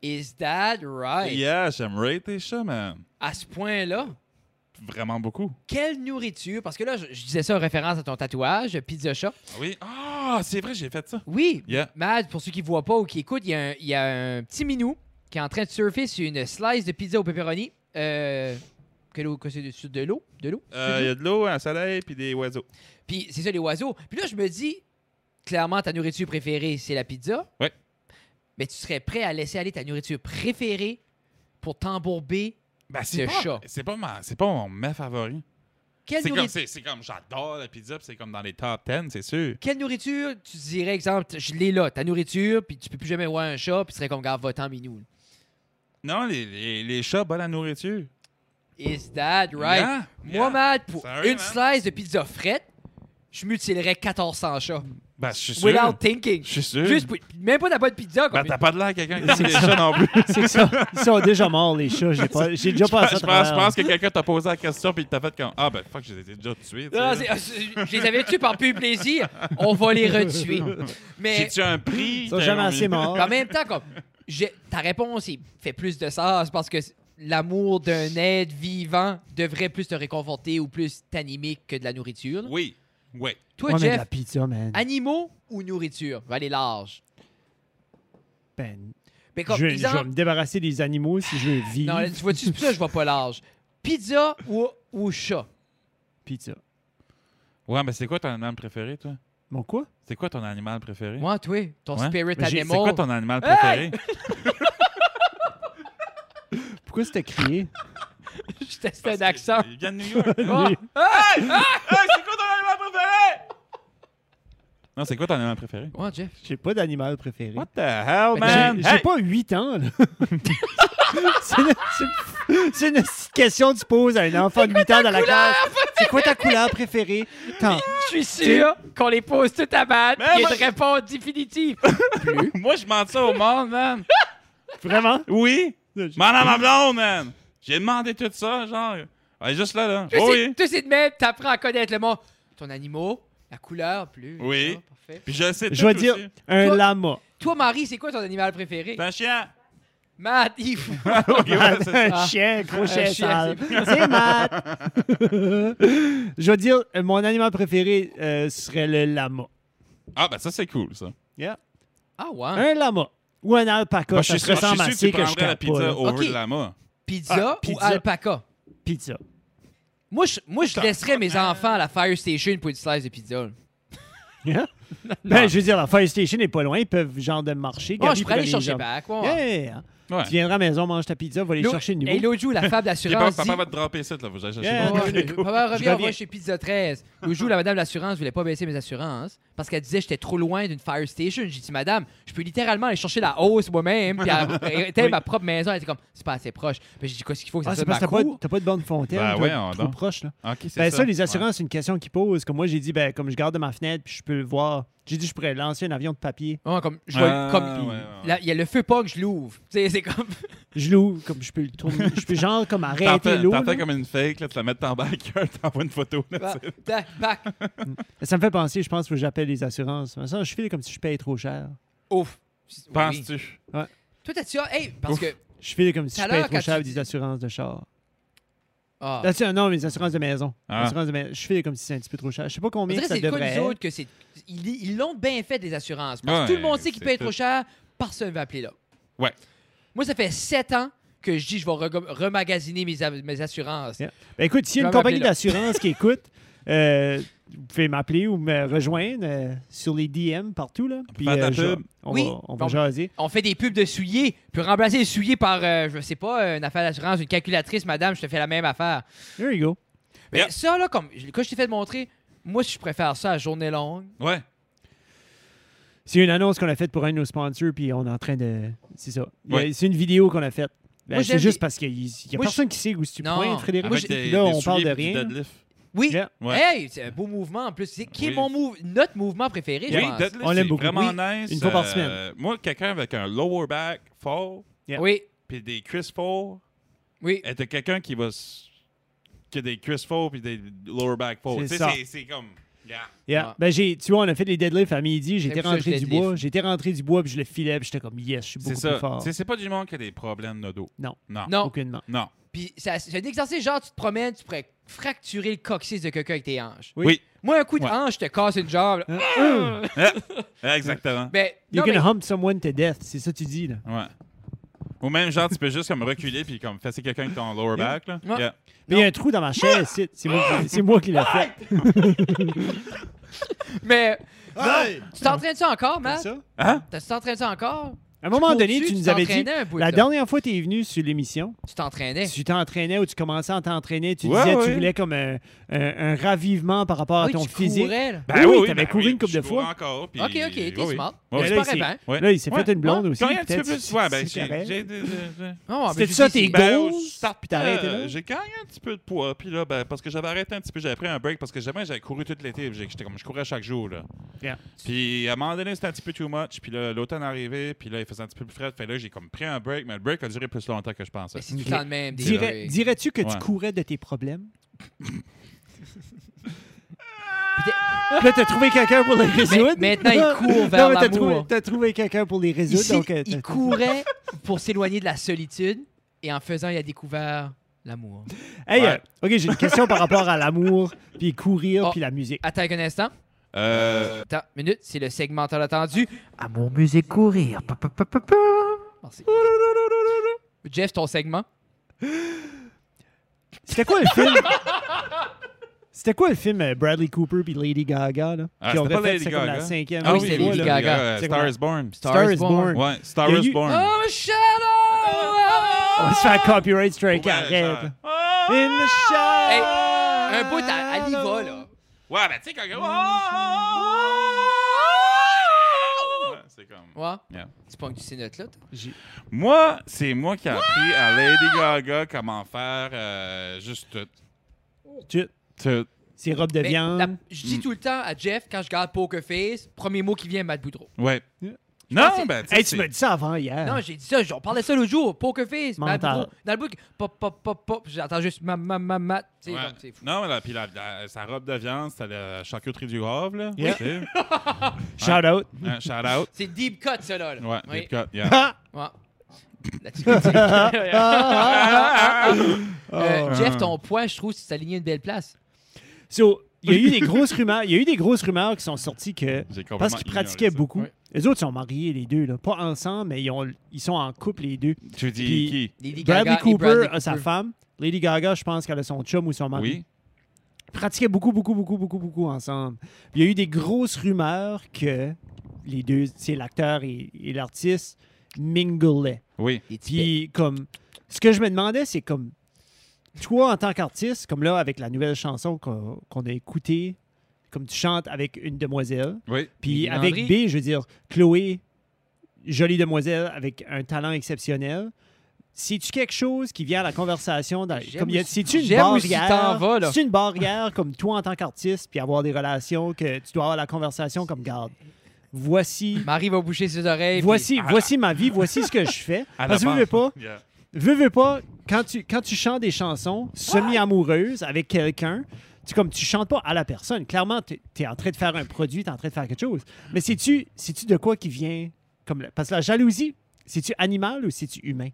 [SPEAKER 1] Is that right?
[SPEAKER 3] Yeah, j'aimerais tes chats, mais
[SPEAKER 1] À ce point-là,
[SPEAKER 3] vraiment beaucoup.
[SPEAKER 1] quelle nourriture? Parce que là, je, je disais ça en référence à ton tatouage, pizza chat.
[SPEAKER 3] Oui. Ah, c'est vrai, j'ai fait ça.
[SPEAKER 1] Oui,
[SPEAKER 3] Yeah.
[SPEAKER 1] Mad, pour ceux qui voient pas ou qui écoutent, il y, a un- il y a un petit minou qui est en train de surfer sur une slice de pizza au pepperoni. Euh, que l'eau, que c'est dessus de l'eau, de l'eau.
[SPEAKER 3] Euh, Il y a de l'eau, un soleil, puis des oiseaux.
[SPEAKER 1] Puis c'est ça les oiseaux. Puis là, je me dis, clairement, ta nourriture préférée, c'est la pizza.
[SPEAKER 3] Ouais.
[SPEAKER 1] Mais tu serais prêt à laisser aller ta nourriture préférée pour t'embourber.
[SPEAKER 3] Ben,
[SPEAKER 1] Le
[SPEAKER 3] c'est
[SPEAKER 1] chat.
[SPEAKER 3] pas, c'est pas, ma- c'est pas mon mets favori.
[SPEAKER 1] Quelle
[SPEAKER 3] C'est comme,
[SPEAKER 1] nourriture,
[SPEAKER 3] c'est, c'est comme j'adore la pizza, puis c'est comme dans les top 10, c'est sûr.
[SPEAKER 1] quelle nourriture tu dirais, exemple, t- je l'ai là, ta nourriture, puis tu peux plus jamais voir un chat, puis tu serais comme, garde, va-t'en, minou.
[SPEAKER 3] Non, les, les, les chats, bonne la nourriture.
[SPEAKER 1] Is that right?
[SPEAKER 3] Yeah,
[SPEAKER 1] Moi,
[SPEAKER 3] yeah.
[SPEAKER 1] Matt, pour
[SPEAKER 3] Sérieux,
[SPEAKER 1] une slice de pizza frette, je mutilerais 1400 chats.
[SPEAKER 3] Ben, je suis sûr.
[SPEAKER 1] Without thinking.
[SPEAKER 3] Je suis sûr.
[SPEAKER 1] Juste pour- même pas de la bonne pizza. Comme
[SPEAKER 3] Ben, t'as pas de l'air à quelqu'un qui aime les chats non plus.
[SPEAKER 2] C'est que ça. Ils sont déjà morts, les chats. J'ai pas- j'ai déjà
[SPEAKER 3] Je pense,
[SPEAKER 2] passé à
[SPEAKER 3] je pense- je
[SPEAKER 2] travers.
[SPEAKER 3] pense que quelqu'un t'a posé la question, puis il t'a fait comme Ah, ben, fuck, j'ai été déjà tué. tu
[SPEAKER 1] Non, non,
[SPEAKER 3] sais.
[SPEAKER 1] c'est- ah, c'est- je les avais tués par pur plaisir. On va les retuer. Mais
[SPEAKER 3] J'ai-tu un prix
[SPEAKER 2] Ils sont
[SPEAKER 3] T'as
[SPEAKER 2] jamais
[SPEAKER 3] un-
[SPEAKER 2] assez morts.
[SPEAKER 1] en même temps, comme, j'ai- ta réponse il fait plus de sens parce que c- l'amour d'un être vivant devrait plus te réconforter ou plus t'animer que de la nourriture. là.
[SPEAKER 3] Oui, oui.
[SPEAKER 1] Toi,
[SPEAKER 2] On a de la
[SPEAKER 1] Jeff,
[SPEAKER 2] pizza, man.
[SPEAKER 1] animaux ou nourriture? Va aller large.
[SPEAKER 2] Ben,
[SPEAKER 1] Mais
[SPEAKER 2] je,
[SPEAKER 1] comme,
[SPEAKER 2] je
[SPEAKER 1] exemple-
[SPEAKER 2] vais me débarrasser des animaux si je veux vivre.
[SPEAKER 1] Non, là, tu vois-tu, c'est pour ça que je vois pas large. Pizza ou, ou chat?
[SPEAKER 2] Pizza.
[SPEAKER 3] Ouais, mais c'est quoi ton animal préféré, toi
[SPEAKER 2] Mon quoi?
[SPEAKER 3] C'est quoi ton animal préféré
[SPEAKER 1] Moi, toi, ton
[SPEAKER 3] Ouais.
[SPEAKER 1] spirit
[SPEAKER 3] Mais j'ai- C'est
[SPEAKER 1] animal.
[SPEAKER 3] quoi ton animal
[SPEAKER 1] Hey!
[SPEAKER 3] préféré
[SPEAKER 2] Pourquoi c'était crié?
[SPEAKER 1] je testais un accent.
[SPEAKER 3] Il vient de New York.
[SPEAKER 1] Ah!
[SPEAKER 2] Lui-
[SPEAKER 3] c'est quoi ton animal préféré? Non, c'est quoi ton animal préféré?
[SPEAKER 1] Ouais, Jeff.
[SPEAKER 2] J'ai pas d'animal préféré.
[SPEAKER 3] What the hell, man?
[SPEAKER 2] J'ai j'ai
[SPEAKER 3] Ben, Hey!
[SPEAKER 2] pas 8 ans, là. c'est une, c'est une question que tu poses à un enfant de 8 ans dans la classe. C'est quoi ta couleur préférée? Tant.
[SPEAKER 1] Je suis sûr qu'on les pose tout à balle.
[SPEAKER 3] Mais
[SPEAKER 1] Il y a
[SPEAKER 3] moi-
[SPEAKER 1] une réponse définitive.
[SPEAKER 3] Moi, je demande ça au monde, man.
[SPEAKER 2] Vraiment?
[SPEAKER 3] Oui?
[SPEAKER 2] Je-
[SPEAKER 3] Madame ma blonde, man. J'ai demandé tout ça, genre. Elle est juste là, là. Oh
[SPEAKER 1] Tout
[SPEAKER 3] oui.
[SPEAKER 1] c'est- tout c'est de même, t'apprends à connaître le monde. Ton animal, la couleur, plus.
[SPEAKER 3] Oui.
[SPEAKER 1] ça, parfait.
[SPEAKER 3] Puis je le sais
[SPEAKER 2] Je
[SPEAKER 3] tout
[SPEAKER 2] vais dire
[SPEAKER 3] aussi.
[SPEAKER 2] un
[SPEAKER 1] Toi-
[SPEAKER 2] lama.
[SPEAKER 1] Toi, Marie, c'est quoi ton animal préféré?
[SPEAKER 3] C'est un chien.
[SPEAKER 1] Matt, Yves.
[SPEAKER 3] Ok, ouais, c'est ça. Ah.
[SPEAKER 2] Un chien, gros chien
[SPEAKER 1] chien,
[SPEAKER 2] sale. C'est Matt. Je vais dire, euh, mon animal préféré euh, serait le lama.
[SPEAKER 3] Ah, ben ça, c'est cool, ça.
[SPEAKER 2] Yeah.
[SPEAKER 1] Ah
[SPEAKER 3] Hein?
[SPEAKER 1] ouais.
[SPEAKER 2] Un lama. Ou un alpaca,
[SPEAKER 3] Moi, je
[SPEAKER 2] ça
[SPEAKER 3] suis
[SPEAKER 2] se
[SPEAKER 3] sûr je suis
[SPEAKER 2] ressemble
[SPEAKER 3] sûr que
[SPEAKER 2] assez
[SPEAKER 3] tu
[SPEAKER 2] que je
[SPEAKER 3] prendrais la
[SPEAKER 2] tape pas.
[SPEAKER 3] pizza
[SPEAKER 2] là.
[SPEAKER 3] over
[SPEAKER 1] Ok.
[SPEAKER 3] le lama.
[SPEAKER 1] Pizza
[SPEAKER 2] Ah,
[SPEAKER 1] ou
[SPEAKER 2] pizza.
[SPEAKER 1] alpaca?
[SPEAKER 2] Pizza.
[SPEAKER 1] Moi, je, moi, je laisserais mes enfants à la fire station pour une slice de pizza. là.
[SPEAKER 2] ben,
[SPEAKER 3] Non.
[SPEAKER 2] je veux dire, la Fire Station n'est pas loin. Ils peuvent, genre, de marcher.
[SPEAKER 1] Moi,
[SPEAKER 2] Gary
[SPEAKER 1] je pourrais aller
[SPEAKER 2] prenait
[SPEAKER 1] chercher
[SPEAKER 2] les jambes.
[SPEAKER 1] back. ouais.
[SPEAKER 2] Yeah.
[SPEAKER 3] Ouais.
[SPEAKER 2] Tu viendras à la maison, mange ta pizza, va aller
[SPEAKER 1] Lo-
[SPEAKER 2] chercher le nouveau.
[SPEAKER 1] Hey, Loju, la fable
[SPEAKER 3] J'ai peur
[SPEAKER 1] d'assurance.
[SPEAKER 3] que papa
[SPEAKER 1] dit-
[SPEAKER 3] va te dropper ici, là. Faut que j'aille chercher
[SPEAKER 2] Yeah.
[SPEAKER 3] mon-
[SPEAKER 1] Ouais,
[SPEAKER 2] Allez,
[SPEAKER 1] ouais,
[SPEAKER 2] go.
[SPEAKER 1] papa,
[SPEAKER 2] Je
[SPEAKER 1] reviens, on
[SPEAKER 2] reviens.
[SPEAKER 1] va chez Pizza 13. Loujou, la madame de l'assurance, voulait pas baisser mes assurances parce qu'elle disait que j'étais trop loin d'une fire station. J'ai dit, madame, je peux littéralement aller chercher la hausse moi-même. Puis elle- elle était à ma propre maison. Elle était comme, c'est pas assez proche. Puis j'ai dit, qu'est-ce qu'il faut que ça
[SPEAKER 2] Ah, c'est
[SPEAKER 1] soit de
[SPEAKER 2] parce
[SPEAKER 1] ma
[SPEAKER 2] que t'as pas,
[SPEAKER 1] cour?
[SPEAKER 2] t'as pas de bonne fontaine.
[SPEAKER 3] Ben,
[SPEAKER 2] toi,
[SPEAKER 3] voyons
[SPEAKER 2] trop
[SPEAKER 3] donc.
[SPEAKER 2] proche, là.
[SPEAKER 3] Ok, c'est
[SPEAKER 2] Ben, ça, les assurances, c'est une question qu'ils posent. Comme moi, j'ai dit, ben, comme je garde de ma fenêtre, puis je peux le voir. J'ai dit, je pourrais lancer un avion de papier.
[SPEAKER 1] Ouais, comme, je
[SPEAKER 3] Ah,
[SPEAKER 1] vais- comme-
[SPEAKER 3] ouais, ouais, ouais.
[SPEAKER 1] là, il y a le feu pas que je l'ouvre. Tu sais, c'est comme.
[SPEAKER 2] Je l'ouvre, comme je peux le tourner. je peux, genre, comme
[SPEAKER 3] Ouais. T'en
[SPEAKER 2] arrêter
[SPEAKER 3] fais
[SPEAKER 2] l'eau.
[SPEAKER 3] t'en fais
[SPEAKER 2] là.
[SPEAKER 3] comme une fake, là, tu la mets dans le backer, t'envoies une photo. Là,
[SPEAKER 1] Bah,
[SPEAKER 3] tu sais.
[SPEAKER 1] tac, bac.
[SPEAKER 2] Ça me fait penser, je pense, faut que j'appelle les assurances. Mais Ça, je file comme si je paye trop cher.
[SPEAKER 1] Ouf. Oui.
[SPEAKER 3] Penses-tu?
[SPEAKER 1] Toi, t'as-tu. ah, Hey, parce
[SPEAKER 3] Ouf.
[SPEAKER 1] que.
[SPEAKER 2] Je file comme si
[SPEAKER 1] Tout à
[SPEAKER 2] je paye
[SPEAKER 1] l'heure,
[SPEAKER 2] trop
[SPEAKER 1] quand
[SPEAKER 2] cher
[SPEAKER 1] tu
[SPEAKER 2] des
[SPEAKER 1] dis-
[SPEAKER 2] assurances de char.
[SPEAKER 1] Ah.
[SPEAKER 2] Là, tu- non, mais les assurances de maison.
[SPEAKER 3] Ah.
[SPEAKER 2] Assurances de maison. Je file comme si c'est un petit peu trop cher. Je sais pas
[SPEAKER 1] On
[SPEAKER 2] combien
[SPEAKER 1] dirait que
[SPEAKER 2] ça
[SPEAKER 1] c'est le cas des
[SPEAKER 2] devrait
[SPEAKER 1] autres
[SPEAKER 2] être.
[SPEAKER 1] que c'est. Ils ils l'ont bien fait des assurances. Parce que
[SPEAKER 3] Ouais,
[SPEAKER 1] tout le monde sait qu'ils
[SPEAKER 3] c'est
[SPEAKER 1] payent
[SPEAKER 3] tout.
[SPEAKER 1] trop cher, personne ne va appeler là.
[SPEAKER 3] Ouais.
[SPEAKER 1] Moi, ça fait sept ans que je dis je vais rego- remagasiner mes, a- mes assurances.
[SPEAKER 2] Yeah. Ben, écoute, s'il y a
[SPEAKER 1] Je
[SPEAKER 2] une
[SPEAKER 1] vais
[SPEAKER 2] compagnie
[SPEAKER 1] m'appeler là.
[SPEAKER 2] d'assurance qui écoute, euh, vous pouvez m'appeler ou me rejoindre euh, sur les DM partout. Là. Puis, euh,
[SPEAKER 3] Faire ta
[SPEAKER 2] je-
[SPEAKER 3] pub.
[SPEAKER 2] on,
[SPEAKER 1] Oui.
[SPEAKER 2] va, on va
[SPEAKER 1] Bon.
[SPEAKER 2] jaser.
[SPEAKER 1] On fait des pubs de souliers, puis remplacer les souliers par, euh, je sais pas, une affaire d'assurance, une calculatrice, madame, je te fais la même affaire.
[SPEAKER 2] There you go.
[SPEAKER 1] Mais
[SPEAKER 3] Yeah.
[SPEAKER 1] ça, là, comme je- quand je t'ai fait montrer, moi, si je préfère ça à journée longue,
[SPEAKER 3] Ouais.
[SPEAKER 2] C'est une annonce qu'on a faite pour un de nos sponsors, puis on est en train de. C'est ça. Il y a-
[SPEAKER 3] Ouais.
[SPEAKER 2] C'est une vidéo qu'on a faite. Ben,
[SPEAKER 1] Moi,
[SPEAKER 2] c'est
[SPEAKER 1] j'aime
[SPEAKER 2] juste
[SPEAKER 1] les-
[SPEAKER 2] parce qu'il n'y a
[SPEAKER 1] Moi,
[SPEAKER 2] personne qui sait où tu
[SPEAKER 1] Non.
[SPEAKER 2] pointes, Frédéric.
[SPEAKER 3] Avec
[SPEAKER 2] Puis là,
[SPEAKER 3] des, des
[SPEAKER 2] on parle
[SPEAKER 3] souliers
[SPEAKER 2] de
[SPEAKER 3] puis du
[SPEAKER 2] rien. là.
[SPEAKER 3] deadlift.
[SPEAKER 1] oui,
[SPEAKER 2] Yeah.
[SPEAKER 3] Ouais.
[SPEAKER 1] hey, c'est un beau mouvement en plus. C'est qui est
[SPEAKER 3] Oui.
[SPEAKER 1] mon mouve- notre mouvement préféré, je
[SPEAKER 3] Oui,
[SPEAKER 1] pense.
[SPEAKER 3] deadlift,
[SPEAKER 2] On l'aime
[SPEAKER 3] c'est
[SPEAKER 2] beaucoup.
[SPEAKER 3] vraiment nice.
[SPEAKER 2] Une fois par semaine.
[SPEAKER 3] Euh, moi, quelqu'un avec un lower back fort,
[SPEAKER 2] Yeah.
[SPEAKER 1] Oui,
[SPEAKER 3] puis des cuisses forts,
[SPEAKER 1] oui.
[SPEAKER 3] était quelqu'un qui va... s- qui a des cuisses forts puis des lower back forts.
[SPEAKER 2] C'est
[SPEAKER 3] Tu sais,
[SPEAKER 2] ça.
[SPEAKER 3] c'est- c'est comme... yeah.
[SPEAKER 2] Yeah.
[SPEAKER 1] Ah.
[SPEAKER 2] Ben, j'ai, tu vois, on a fait les deadlifts à midi. J'étais
[SPEAKER 1] J'aime ça,
[SPEAKER 2] rentré
[SPEAKER 1] le
[SPEAKER 2] du
[SPEAKER 1] deadlift.
[SPEAKER 2] bois. J'étais rentré du bois, puis je le filais, puis j'étais comme, yes, je suis
[SPEAKER 3] C'est
[SPEAKER 2] beaucoup
[SPEAKER 3] ça.
[SPEAKER 2] plus fort.
[SPEAKER 3] Tu sais, C'est pas du monde qui a des problèmes de dos.
[SPEAKER 2] Non.
[SPEAKER 3] Non.
[SPEAKER 1] Non,
[SPEAKER 2] Aucunement.
[SPEAKER 3] Non.
[SPEAKER 1] Puis ça- c'est un exercice genre, tu te promènes, tu pourrais fracturer le coccyx de quelqu'un avec tes hanches.
[SPEAKER 2] Oui.
[SPEAKER 3] Oui.
[SPEAKER 1] Moi, un coup de
[SPEAKER 3] Ouais.
[SPEAKER 1] hanche, je te casse une jambe.
[SPEAKER 2] Hein?
[SPEAKER 1] là.
[SPEAKER 3] Exactement.
[SPEAKER 1] Ben,
[SPEAKER 2] You
[SPEAKER 1] Ah! non,
[SPEAKER 2] can
[SPEAKER 1] mais-
[SPEAKER 2] hump someone to death. C'est ça que tu dis, là.
[SPEAKER 3] Ouais. Ou même genre, tu peux juste comme reculer puis comme fesser quelqu'un avec ton lower
[SPEAKER 2] Yeah.
[SPEAKER 3] back. Là.
[SPEAKER 1] Ouais.
[SPEAKER 3] Yeah.
[SPEAKER 2] Puis il y a un trou dans ma
[SPEAKER 1] Ah!
[SPEAKER 2] chaise. C'est, c'est moi, qui- c'est moi qui l'ai fait. hum-
[SPEAKER 1] mais
[SPEAKER 2] Hey!
[SPEAKER 1] tu t'entraînes ça encore, Matt?
[SPEAKER 2] ça?
[SPEAKER 3] Hein?
[SPEAKER 1] Tu t'entraînes ça encore?
[SPEAKER 2] À un moment donné,
[SPEAKER 1] Au-dessus,
[SPEAKER 2] tu nous avais dit.
[SPEAKER 1] t'entraînais Eh. un bout,
[SPEAKER 2] La
[SPEAKER 1] là.
[SPEAKER 2] dernière fois que tu es venu sur l'émission,
[SPEAKER 1] Tu t'entraînais.
[SPEAKER 2] tu t'entraînais ou tu commençais à t'entraîner, tu
[SPEAKER 3] Ouais,
[SPEAKER 2] disais tu
[SPEAKER 3] ouais.
[SPEAKER 2] voulais comme un, un- un ravivement par rapport à
[SPEAKER 1] Oui,
[SPEAKER 2] ton
[SPEAKER 1] tu
[SPEAKER 2] physique.
[SPEAKER 1] courais, là.
[SPEAKER 3] Ben
[SPEAKER 2] Oui, oui, t'avais couru une couple
[SPEAKER 3] je
[SPEAKER 2] de
[SPEAKER 3] cours
[SPEAKER 2] fois. Ben
[SPEAKER 3] encore. puis-
[SPEAKER 1] OK, OK, t'es
[SPEAKER 3] oui, oui.
[SPEAKER 1] smart.
[SPEAKER 3] Ouais,
[SPEAKER 1] Tu
[SPEAKER 2] là,
[SPEAKER 1] parais
[SPEAKER 2] il
[SPEAKER 1] bien.
[SPEAKER 3] Ouais.
[SPEAKER 2] Là, il s'est
[SPEAKER 3] Ouais.
[SPEAKER 2] fait une blonde aussi.
[SPEAKER 3] Quand il y a un petit peu
[SPEAKER 2] peut-être,
[SPEAKER 3] plus.
[SPEAKER 2] c'est-
[SPEAKER 3] Ouais, ben,
[SPEAKER 2] c'est
[SPEAKER 3] j'ai.
[SPEAKER 2] correct.
[SPEAKER 3] j'ai des- des-
[SPEAKER 1] Oh, ben,
[SPEAKER 2] C'était
[SPEAKER 1] je
[SPEAKER 2] ça,
[SPEAKER 1] sais-
[SPEAKER 2] t'es
[SPEAKER 1] Ben,
[SPEAKER 3] Ben,
[SPEAKER 2] Grosse,
[SPEAKER 3] au start,
[SPEAKER 2] puis t'as arrêté là?
[SPEAKER 3] euh, J'ai gagné un petit peu de poids, puis là, ben, parce que j'avais arrêté un petit peu, j'avais pris un break, parce que jamais j'avais couru tout l'été, puis j'ai- j'étais comme, je courais chaque jour, là.
[SPEAKER 2] Yeah.
[SPEAKER 3] Puis à un moment donné, c'était un petit peu too much, puis là, l'automne arrivait, puis là, il faisait un petit peu plus frais, fait là, j'ai comme pris un break, mais le break a duré plus longtemps que je pensais.
[SPEAKER 1] Mais c'est tout le temps le même. des
[SPEAKER 2] Dirais-
[SPEAKER 1] breaks.
[SPEAKER 2] Dirais-tu que tu
[SPEAKER 3] Ouais.
[SPEAKER 2] courais de tes problèmes? Là, t'as trouvé quelqu'un pour les résoudre.
[SPEAKER 1] maintenant, il court vers
[SPEAKER 2] Non, mais t'as
[SPEAKER 1] l'amour.
[SPEAKER 2] trouvé- T'as trouvé quelqu'un pour les résoudre.
[SPEAKER 1] Ici,
[SPEAKER 2] donc, euh, t'as-
[SPEAKER 1] il courait pour s'éloigner de la solitude et en faisant, il a découvert l'amour.
[SPEAKER 2] Hey,
[SPEAKER 3] Ouais.
[SPEAKER 2] euh, OK, j'ai une question par rapport à l'amour, puis courir,
[SPEAKER 1] Oh.
[SPEAKER 2] puis la musique.
[SPEAKER 1] Attends un instant.
[SPEAKER 3] Euh,
[SPEAKER 1] Attends, minute, c'est le segment tant attendu.
[SPEAKER 4] Amour, musique, courir. Pa, pa, pa, pa, pa.
[SPEAKER 1] Merci. Jeff, ton segment.
[SPEAKER 2] C'était quoi le film? C'était quoi le film euh, Bradley Cooper puis Lady Gaga? Là,
[SPEAKER 3] Ah,
[SPEAKER 2] qui ont
[SPEAKER 3] c'était pas
[SPEAKER 2] refait,
[SPEAKER 3] Lady
[SPEAKER 2] c'est comme la
[SPEAKER 3] Gaga.
[SPEAKER 2] cinquième
[SPEAKER 1] Ah oui,
[SPEAKER 2] fois,
[SPEAKER 1] c'est
[SPEAKER 2] là.
[SPEAKER 1] Lady Gaga.
[SPEAKER 3] euh,
[SPEAKER 2] C'est
[SPEAKER 3] Star
[SPEAKER 2] comme-
[SPEAKER 3] is Born.
[SPEAKER 2] Star is Born.
[SPEAKER 3] Ouais, Star
[SPEAKER 2] Il y a
[SPEAKER 3] is
[SPEAKER 2] eu-
[SPEAKER 3] Born.
[SPEAKER 1] Oh,
[SPEAKER 2] On va se
[SPEAKER 1] Shadow!
[SPEAKER 2] faire copyright strike,
[SPEAKER 3] Ouais,
[SPEAKER 2] arrête.
[SPEAKER 3] genre.
[SPEAKER 2] In the show!
[SPEAKER 1] Hey, un bout, à elle y va, là.
[SPEAKER 3] Ouais, ben tu sais, quand. Ouais, c'est comme.
[SPEAKER 1] Ouais.
[SPEAKER 3] Yeah.
[SPEAKER 1] Tu pognes ces notes-là, toi?
[SPEAKER 3] Moi, c'est moi qui ai appris à Lady Gaga comment faire euh, juste tout.
[SPEAKER 2] Tu-
[SPEAKER 3] Tout.
[SPEAKER 2] C'est robe de
[SPEAKER 1] Mais
[SPEAKER 2] viande.
[SPEAKER 1] la- je dis tout le temps à Jeff, quand je garde Poker Face, premier mot qui vient, Matt Boudreau.
[SPEAKER 3] Ouais.
[SPEAKER 2] Yeah.
[SPEAKER 1] pense
[SPEAKER 3] Non,
[SPEAKER 1] que-
[SPEAKER 3] ben tu
[SPEAKER 2] Hey,
[SPEAKER 3] sais.
[SPEAKER 2] tu
[SPEAKER 3] c'est-
[SPEAKER 2] m'as dit ça avant hier.
[SPEAKER 1] Non, j'ai dit ça, on parlait ça l'autre jour, Poker Face, Matt
[SPEAKER 2] Mental.
[SPEAKER 1] Boudreau. Dans le book, pop, pop, pop, pop, j'entends juste ma, ma, ma, ma, tu sais,
[SPEAKER 3] Ouais.
[SPEAKER 1] comme, c'est fou.
[SPEAKER 3] Non, mais là, puis la, la- sa robe de viande, c'était la charcuterie du Havre, là.
[SPEAKER 2] Yeah.
[SPEAKER 3] Tu sais.
[SPEAKER 2] Shout out.
[SPEAKER 3] Hein, shout out.
[SPEAKER 1] C'est deep cut, ça, là. là.
[SPEAKER 3] Ouais,
[SPEAKER 1] Oui.
[SPEAKER 3] deep cut, yeah.
[SPEAKER 2] Ah!
[SPEAKER 1] Ouais. La petite critique. Euh,
[SPEAKER 2] Ah.
[SPEAKER 1] Jeff, ton poids, je trouve, c'est aligné une belle place.
[SPEAKER 2] So, il y a eu des grosses rumeurs. Il y a eu des grosses rumeurs qui sont sorties que
[SPEAKER 3] J'ai complètement
[SPEAKER 2] parce qu'ils
[SPEAKER 3] ignoré
[SPEAKER 2] pratiquaient
[SPEAKER 3] ça.
[SPEAKER 2] beaucoup.
[SPEAKER 1] Oui.
[SPEAKER 2] Les autres sont mariés les deux là, pas ensemble mais ils, ont- ils sont en couple les deux.
[SPEAKER 3] Tu dis
[SPEAKER 2] Puis-
[SPEAKER 3] qui?
[SPEAKER 1] Lady Gaga
[SPEAKER 2] Bradley
[SPEAKER 1] et
[SPEAKER 2] Cooper euh,
[SPEAKER 1] Bradley
[SPEAKER 2] a sa
[SPEAKER 1] Cooper.
[SPEAKER 2] femme. Lady Gaga, je pense qu'elle a son chum ou son mari.
[SPEAKER 3] Oui.
[SPEAKER 2] pratiquaient beaucoup, beaucoup, beaucoup, beaucoup, beaucoup ensemble. Puis il y a eu des grosses rumeurs que les deux, c'est l'acteur et, et l'artiste, minglaient.
[SPEAKER 3] Oui.
[SPEAKER 1] Des petits
[SPEAKER 2] Puis comme, ce que je me demandais, c'est comme, toi en tant qu'artiste, comme là avec la nouvelle chanson qu'on qu'on a écoutée, comme tu chantes avec une demoiselle.
[SPEAKER 3] Oui.
[SPEAKER 2] Puis
[SPEAKER 1] Lily
[SPEAKER 2] avec
[SPEAKER 1] Landry.
[SPEAKER 2] B, je veux dire, Chloé, jolie demoiselle avec un talent exceptionnel. C'est-tu quelque chose qui vient à la conversation? dans-
[SPEAKER 1] J'aime
[SPEAKER 2] comme il y a-
[SPEAKER 1] où-
[SPEAKER 2] C'est-tu une
[SPEAKER 1] j'aime où tu
[SPEAKER 2] barrière?
[SPEAKER 1] t'en vas, là.
[SPEAKER 2] C'est une barrière comme toi en tant qu'artiste, puis avoir des relations que tu dois avoir la conversation comme garde. Voici,
[SPEAKER 1] Marie va boucher ses oreilles. Ben, puis-
[SPEAKER 2] voici,
[SPEAKER 3] à-
[SPEAKER 2] voici ma vie, voici ce que je fais.
[SPEAKER 3] À la
[SPEAKER 2] Parce que veux,
[SPEAKER 3] base.
[SPEAKER 2] veux pas,
[SPEAKER 3] Yeah.
[SPEAKER 2] veux, veux pas, quand tu, quand tu chantes des chansons semi-amoureuses avec quelqu'un, tu comme tu chantes pas à la personne. Clairement, tu es, en train de faire un produit, tu es en train de faire quelque chose. Mais c'est-tu tu de quoi qui vient comme la- Parce que la jalousie, c'est-tu animal ou c'est-tu humain?